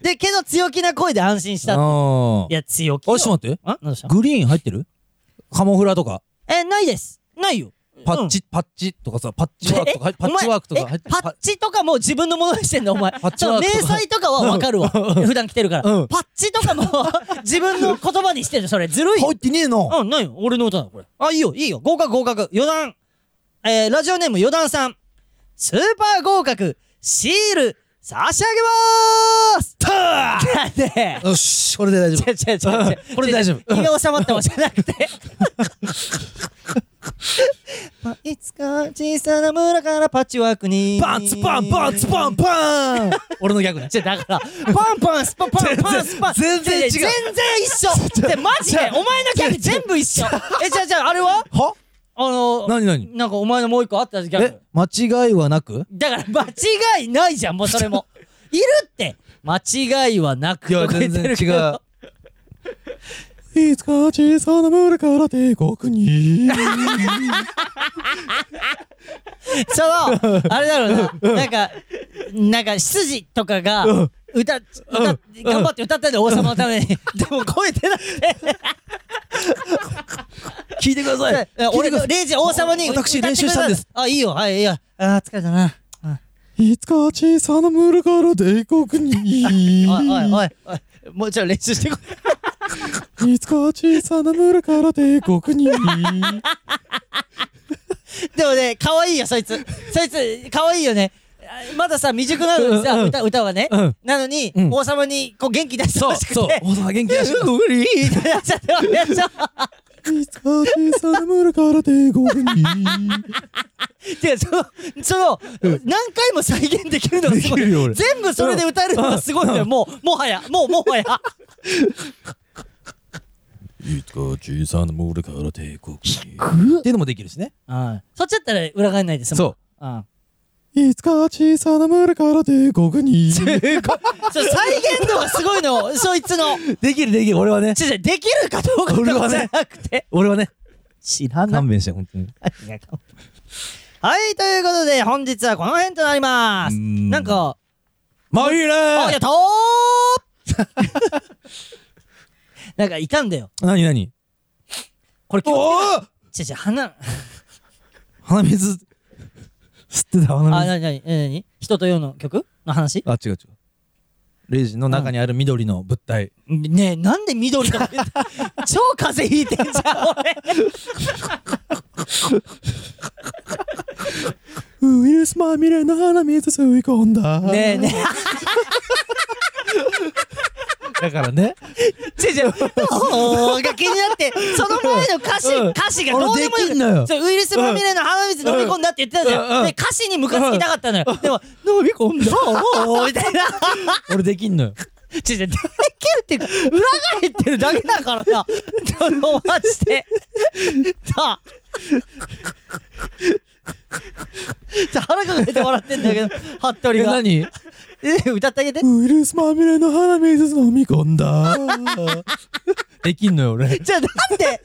Speaker 1: で、けど強気な声で安心した。
Speaker 2: あ
Speaker 1: いや、強気
Speaker 2: あ
Speaker 1: よ。
Speaker 2: れ、ちょっと待って。
Speaker 1: あ何でした
Speaker 2: グリーン入ってるカモフラとか、
Speaker 1: え、ないです。ないよ。
Speaker 2: パッチ、パッチとかさ、パッチワークとか、パッチワークとか入って
Speaker 1: えパッチとかも自分のものにしてんのお前。
Speaker 2: パッチワークとか
Speaker 1: その迷彩とかはわかるわ。普段着てるから。
Speaker 2: うん
Speaker 1: パッチとかも自分の言葉にしてる。それずるいよ。
Speaker 2: 入ってねえの
Speaker 1: うん、ないよ。俺の歌だ、これ。あ、いいよ、いいよ。合格、合格。余談。えー、ラジオネーム余談さん。スーパー合格、シール、差し上げまーすとーね
Speaker 2: よし、これで大
Speaker 1: 違
Speaker 2: 丈
Speaker 1: う違う違う違う。
Speaker 2: これ大丈夫
Speaker 1: 違う違う胃が収まったわけじゃなくて。 まあ、いつか小さな村からパッチワークに。
Speaker 2: 夫。バンツバンバンツバンバン俺のギャグね。
Speaker 1: じゃだから、パンパン、スパパン、パン、スパン。
Speaker 2: 全然違う
Speaker 1: 全然一緒。で、マジで、お前のギャグ全部一緒。え、じゃあじゃあ、あれは
Speaker 2: は
Speaker 1: あの、
Speaker 2: 何何
Speaker 1: なんかお前のもう一個あったじゃん。
Speaker 2: え、間違いはなく
Speaker 1: だから間違いないじゃん、もうそれ も。いるって間違いはなく
Speaker 2: いや、
Speaker 1: とか言っ
Speaker 2: 全
Speaker 1: て
Speaker 2: 然
Speaker 1: るけ
Speaker 2: 違
Speaker 1: ど
Speaker 2: う。いつか小さな村から帝国に。
Speaker 1: その、あれだろうな、なんか、なんか、羊とかが、歌、歌、頑張って歌ったんだよ、王様のため に。でも声出なくて。
Speaker 2: 聞いてください。
Speaker 1: 俺が、レイジ王様に歌って
Speaker 2: 私
Speaker 1: くれ
Speaker 2: 練習したんです。
Speaker 1: あ、いいよ、はい、いいよ。あー疲れたな。
Speaker 2: いつか小さな村から帝国に
Speaker 1: おいおいおいおい、もうちょい練習してこい。
Speaker 2: い。いつか小さな村から帝国に。
Speaker 1: でもね、可愛いよ、そいつ。そいつ、可愛いよね。あまださ、未熟なのに
Speaker 2: うん
Speaker 1: さ、
Speaker 2: うん
Speaker 1: 歌、歌はね
Speaker 2: うん。
Speaker 1: なのに、
Speaker 2: ん
Speaker 1: 王様に、こう、元気出して
Speaker 2: そ
Speaker 1: ほ
Speaker 2: う、
Speaker 1: しくて。
Speaker 2: そう。王様元気出し
Speaker 1: ううりってなっちゃって、やっちゃう。
Speaker 2: いつか小さな村から帝国に。
Speaker 1: てその、その、何回も再現できるのがすご
Speaker 2: できるよ
Speaker 1: い。
Speaker 2: 俺
Speaker 1: 全部それで歌えるのがすごいんだよ。もう、もはや、もう、もはや。
Speaker 2: いつか小さな村から帝国に。っていうのもできるしね。
Speaker 1: そっちだったら裏返んないですもん。
Speaker 2: そう
Speaker 1: うん。
Speaker 2: いつか小さな村から帝国に。
Speaker 1: そう再現度がすごいのよ、そいつの。
Speaker 2: できるできる、俺はね。
Speaker 1: ちょちょできるかどうかと
Speaker 2: 俺は
Speaker 1: か
Speaker 2: ね
Speaker 1: じゃなくて。
Speaker 2: 俺はね。
Speaker 1: 知ら
Speaker 2: 勘弁して、本当に。
Speaker 1: はい、ということで、本日はこの辺となります。
Speaker 2: うーん
Speaker 1: なんか、
Speaker 2: まあいいね
Speaker 1: あ、やったー なんかいたんだよ。
Speaker 2: なになに
Speaker 1: これ今日、
Speaker 2: おー
Speaker 1: ちょちょ、鼻、
Speaker 2: 鼻水吸ってた鼻
Speaker 1: あ、
Speaker 2: 水
Speaker 1: なになに、え、なに人と世の曲の話
Speaker 2: あ違う違うレイジの中にある緑の物体、
Speaker 1: ねえ、なんで緑とか言って 超風邪ひいてんじゃん、俺。
Speaker 2: ウイルスまみれの鼻水吸い込んだ
Speaker 1: ねえね
Speaker 2: だからね
Speaker 1: え、ちょちょ、おーが気になって、その前の歌詞、
Speaker 2: うん
Speaker 1: 歌詞がどうでも
Speaker 2: 俺
Speaker 1: いい
Speaker 2: できんのよ
Speaker 1: そうウイルスまみれの鼻水飲み込んだって言ってたじ
Speaker 2: うんう
Speaker 1: ゃ
Speaker 2: ん
Speaker 1: ん。で、歌詞にムカつきたかったのよ。でも、飲み込んだ、おーみたいな。
Speaker 2: 俺できんのよ
Speaker 1: ち ょちょ、できるっていうか、裏返ってるだけだから さ、ちょっとマジで。さあ。ちょ腹抱えて笑ってんだけど、服部
Speaker 2: え
Speaker 1: が。
Speaker 2: 何
Speaker 1: え、歌ってあげて。
Speaker 2: ウイルスまみれの鼻水飲み込んだできんのよ俺
Speaker 1: じゃあなんで、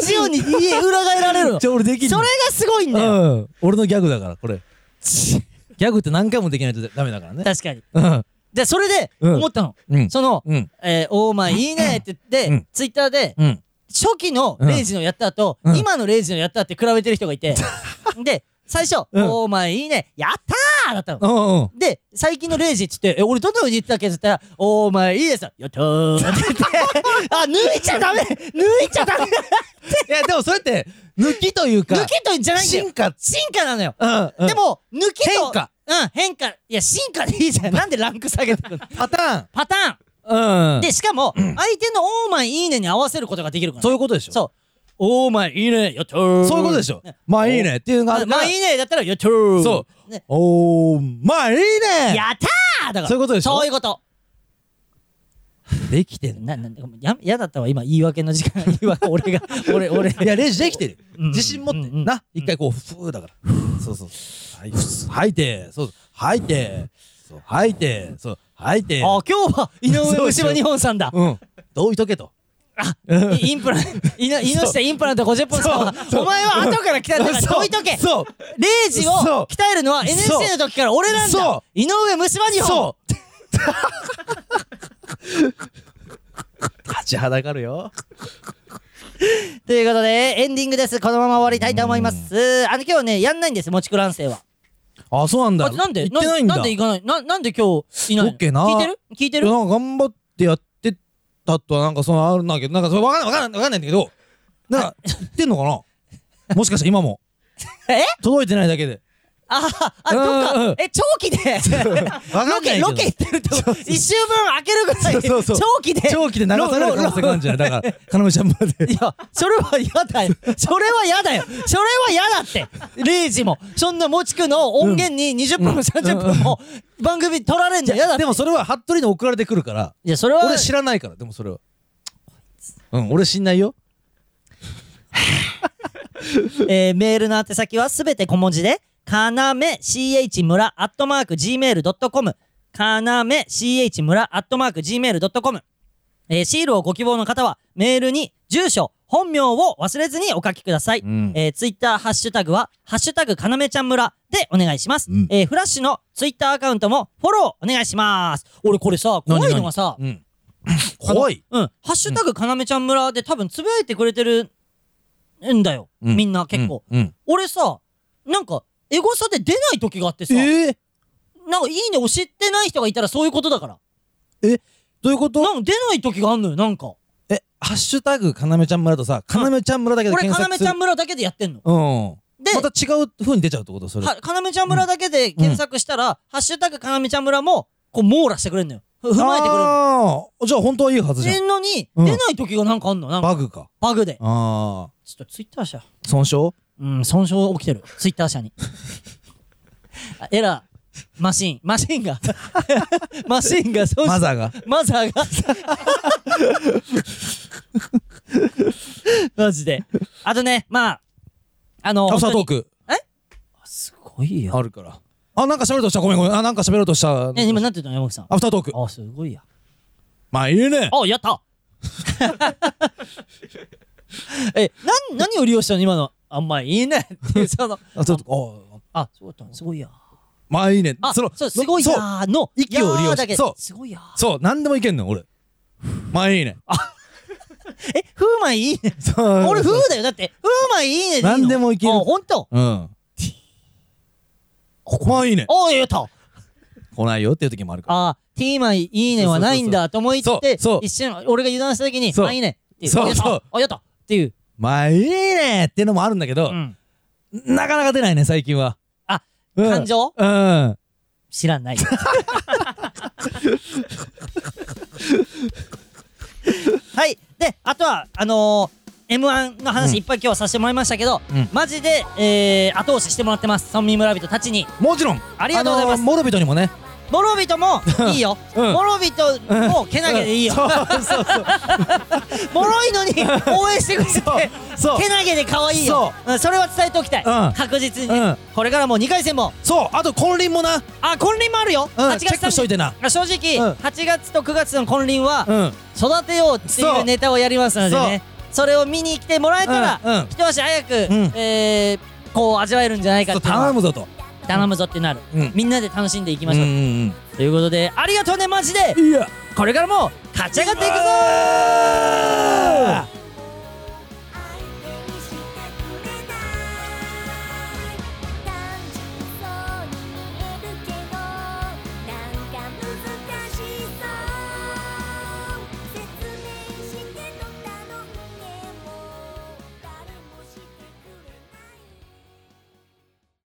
Speaker 1: 同じように家裏返られるの
Speaker 2: じ
Speaker 1: そ
Speaker 2: ゃあ俺できん
Speaker 1: れ
Speaker 2: の
Speaker 1: がすごいんだよ。
Speaker 2: うん俺のギャグだからこれギャグって何回もできないとダメだからね
Speaker 1: 確かに。
Speaker 2: うん
Speaker 1: で、それで、
Speaker 2: うん
Speaker 1: 思ったの。
Speaker 2: うん
Speaker 1: その、
Speaker 2: うん
Speaker 1: えー、おーまあいいねって言って、
Speaker 2: うん
Speaker 1: ツイッターで、
Speaker 2: うん
Speaker 1: 初期のレイジのやった後、
Speaker 2: うん
Speaker 1: 今のレイジのやったって比べてる人がい て、で、最初、
Speaker 2: うん
Speaker 1: おーまあいいね、やったーだったの。
Speaker 2: うんうん
Speaker 1: で、最近のレイジっつって、え、俺どんな風に言ってたっけって言ったら、おーまあいいですよ、やった ーって言って、あ、抜いちゃダメ抜いちゃダメ
Speaker 2: いやでもそれって抜きというか、
Speaker 1: 抜きとじゃないんだよ
Speaker 2: 進化。
Speaker 1: 進化なのよ。
Speaker 2: うん、うん。
Speaker 1: で、も、抜きと。
Speaker 2: 変化。
Speaker 1: うん、変化。いや、進化でいい じゃん。なんでランク下げてくるの
Speaker 2: パタ
Speaker 1: パターン。
Speaker 2: ーン。うん。
Speaker 1: で、、しかも、相手のオーマイいいねに合わせることができるから。
Speaker 2: そういうことでしょ。
Speaker 1: そう。オーマイいいね、やったー。
Speaker 2: そういうことでしょ。まあいいねっていうのがあ
Speaker 1: あ
Speaker 2: る
Speaker 1: ま
Speaker 2: か
Speaker 1: あ
Speaker 2: ら
Speaker 1: いいねだったら、やったー。
Speaker 2: そ
Speaker 1: ね
Speaker 2: おー、まあいいね
Speaker 1: やったーだから。
Speaker 2: そういうことでしょ
Speaker 1: そういうこと。
Speaker 2: できてる。
Speaker 1: な、な、ごめんや、やだったわ、今、言い訳の時間。 言い訳、俺が、俺、 俺。
Speaker 2: いや、レジできてる。
Speaker 1: うん
Speaker 2: 自信持って。
Speaker 1: うん
Speaker 2: な。一回こう、ふーだから。そうそう。はいふす吐いて、そう、吐いて、そう吐いて、そう、吐いて。
Speaker 1: あ、今日は、井上虫歯日本さんだ。
Speaker 2: うん。どういとけと。
Speaker 1: インプ ラン、いの、いのしてインプラント50本さんは
Speaker 2: そうそう
Speaker 1: お前は後から来たんだから、
Speaker 2: そう
Speaker 1: どいとけ
Speaker 2: そう。
Speaker 1: レイジを
Speaker 2: そう
Speaker 1: 鍛えるのは NSC の時から俺なんだ
Speaker 2: そ
Speaker 1: 井上虫歯日本
Speaker 2: そう。 立ちはだかるよ。
Speaker 1: ということで、エンディングです。このまま終わりたいと思います。あの、今日ね、やんないんです、もちくらんせいは。
Speaker 2: あ、そうなん
Speaker 1: あ
Speaker 2: だ。
Speaker 1: なんで
Speaker 2: 行ってないんだ。
Speaker 1: なんで行かないな、なんで今日いないの
Speaker 2: オッケーな
Speaker 1: 聞いてる聞いて
Speaker 2: い
Speaker 1: る
Speaker 2: やなんか頑張ってやってたとはなんかそのあるんだけどなんかそれわかんないわかんないわかんないんだけどなんか言ってんのかなもしかして今も
Speaker 1: え
Speaker 2: 届いてないだけで
Speaker 1: ああ、あ、
Speaker 2: うんうん
Speaker 1: ど
Speaker 2: う
Speaker 1: っ
Speaker 2: ん
Speaker 1: か、え、長期で
Speaker 2: わ か
Speaker 1: ロ
Speaker 2: んない
Speaker 1: ケ、
Speaker 2: けど
Speaker 1: ロケ行ってるってこと一週分開けるぐらい、
Speaker 2: そうそうそう
Speaker 1: 長期で。
Speaker 2: 長期で流される可能性があるんじゃないだから金目ちゃんまで
Speaker 1: いや、それは嫌だよ。それは嫌だよ。それは嫌だって。レイジも。そんなもちくの音源に20分も30分も番組取られんじゃ嫌だって
Speaker 2: で。もそれは服部に送られてくるから
Speaker 1: いや、それは、
Speaker 2: 俺知らないからでもそれはうん俺知んないよ
Speaker 1: えーメールの宛先はすべて小文字で、かなめ ch 村アットマーク gmail.com。かなめ ch 村アットマーク gmail.com。えーシールをご希望の方は、メールに住所、本名を忘れずにお書きください。
Speaker 2: ん
Speaker 1: えー、ツイッター、ハッシュタグは、ハッシュタグ、かなめちゃん村でお願いします。
Speaker 2: うん
Speaker 1: えーフラッシュのツイッターアカウントもフォローお願いします。俺これさ、怖いのがさ、
Speaker 2: うん怖い
Speaker 1: うん、ハッシュタグ、かなめちゃん村で多分つぶやいてくれてるんだよ。
Speaker 2: うん
Speaker 1: みんな結構。
Speaker 2: うんうん
Speaker 1: 俺さ、なんか、エゴサで出ない時があってさ、
Speaker 2: えー
Speaker 1: なんかいいね押してない人がいたらそういうことだから。
Speaker 2: どういうこと
Speaker 1: なんか出ない時があんのよ、なんか。
Speaker 2: えハッシュタグかなめちゃん村とさかなめちゃん村だけで
Speaker 1: 俺、
Speaker 2: 検
Speaker 1: かな
Speaker 2: 索
Speaker 1: め
Speaker 2: す
Speaker 1: ち
Speaker 2: る
Speaker 1: ゃん村だけでやってんの。
Speaker 2: うん
Speaker 1: で、
Speaker 2: また違う風に出ちゃうってことそれ
Speaker 1: は、かなめちゃん村だけで検索したら、ハッシュタグかなめちゃん村も、こう網羅してくれんのよ。ふ踏まえてくれるの。
Speaker 2: あーじゃあ本当はいいはずじゃ
Speaker 1: せ
Speaker 2: ん。
Speaker 1: んのに、
Speaker 2: うん
Speaker 1: 出ない時がなんかあんのなんか、
Speaker 2: バグか。
Speaker 1: バグで。
Speaker 2: あ
Speaker 1: ちょっとツイッター社。
Speaker 2: あ、損傷
Speaker 1: うん、損傷起きてる。ツイッター社に。あエラー、マシン、マシンが、マシンが損傷
Speaker 2: マザーが。
Speaker 1: マザーが。 マジで。あとね、まあ、あの、
Speaker 2: アフタートー
Speaker 1: 本当に
Speaker 2: ク。
Speaker 1: すごいよ。
Speaker 2: あるから。あ、なんか喋ろうとした。ごめんごめん。あ、なんか喋ろうとした。
Speaker 1: え、今なんて言ったの山口さん。
Speaker 2: アフタートーク。
Speaker 1: あ、すごいや。
Speaker 2: まあいいね。
Speaker 1: あ、やった え、なん、何を利用したの今の。あんまいいね。 っていうその、
Speaker 2: アフタートーク。あー
Speaker 1: あ、そうだったのすごいや。
Speaker 2: まあいいね。
Speaker 1: あ、
Speaker 2: そ
Speaker 1: そう
Speaker 2: の、
Speaker 1: すごいや
Speaker 2: そう
Speaker 1: ーの、
Speaker 2: 息を利用して
Speaker 1: やーだけ
Speaker 2: そう
Speaker 1: すごいやー。
Speaker 2: そう、なんでもいけんの、俺。まあいいね。
Speaker 1: え、風魔いいね。
Speaker 2: そう
Speaker 1: 俺風だよ。だって、風魔いいねでいいの。
Speaker 2: なんでもいける
Speaker 1: あ、ほんと。
Speaker 2: うん。まあいいね。
Speaker 1: あ、やった。
Speaker 2: 来ないよっていう時もあるから。
Speaker 1: あー、ティーマイいいねはないんだと思いって、
Speaker 2: そうそう
Speaker 1: 一瞬俺が油断した時に、
Speaker 2: そう
Speaker 1: あ、いいねっていう。
Speaker 2: そう
Speaker 1: やった
Speaker 2: そう
Speaker 1: あ、やったっていう。
Speaker 2: まあいいねっていうのもあるんだけど
Speaker 1: う、ん。
Speaker 2: なかなか出ないね、最近は。
Speaker 1: あ
Speaker 2: うん、
Speaker 1: 感情
Speaker 2: うん。
Speaker 1: 知ら ない。はい。で、あとは、あのー、M1 の話いっぱい今日はさせてもらいましたけど、
Speaker 2: うん
Speaker 1: マジで、えー後押ししてもらってます。村民村人たちに。
Speaker 2: もちろん。
Speaker 1: ありがとうございます
Speaker 2: あのーモルビトにもね。
Speaker 1: モロビトもいいよ。
Speaker 2: うん
Speaker 1: モロビトもけなげでいいよ。
Speaker 2: そうそうそう。
Speaker 1: もろいのに応援してくれて
Speaker 2: そうそう
Speaker 1: けなげで可愛いようんそれは伝えておきたい、
Speaker 2: うん
Speaker 1: 確実に、
Speaker 2: うん
Speaker 1: これからも2回戦も
Speaker 2: そうあと金輪もな、うん、チ
Speaker 1: あ金輪もあるよ、8
Speaker 2: ェッ
Speaker 1: 月
Speaker 2: クしといてな
Speaker 1: あ正直、
Speaker 2: うん
Speaker 1: 8月と9月の金輪は、
Speaker 2: うん
Speaker 1: 育てようってい
Speaker 2: そうう
Speaker 1: ネタをやりますのでねそれを見に来てもらえたら、
Speaker 2: うんうん
Speaker 1: 一足早く、
Speaker 2: ん
Speaker 1: えーこう味わえるんじゃないか
Speaker 2: そ
Speaker 1: っ
Speaker 2: う
Speaker 1: ていうのは
Speaker 2: 頼むぞと
Speaker 1: 頼むぞってなる、
Speaker 2: うん
Speaker 1: みんなで楽しんでいきまし
Speaker 2: う
Speaker 1: ょう、
Speaker 2: ん
Speaker 1: ということでありがとうねマジで
Speaker 2: うんいや
Speaker 1: これからも勝ち上がっていくぞ
Speaker 2: あー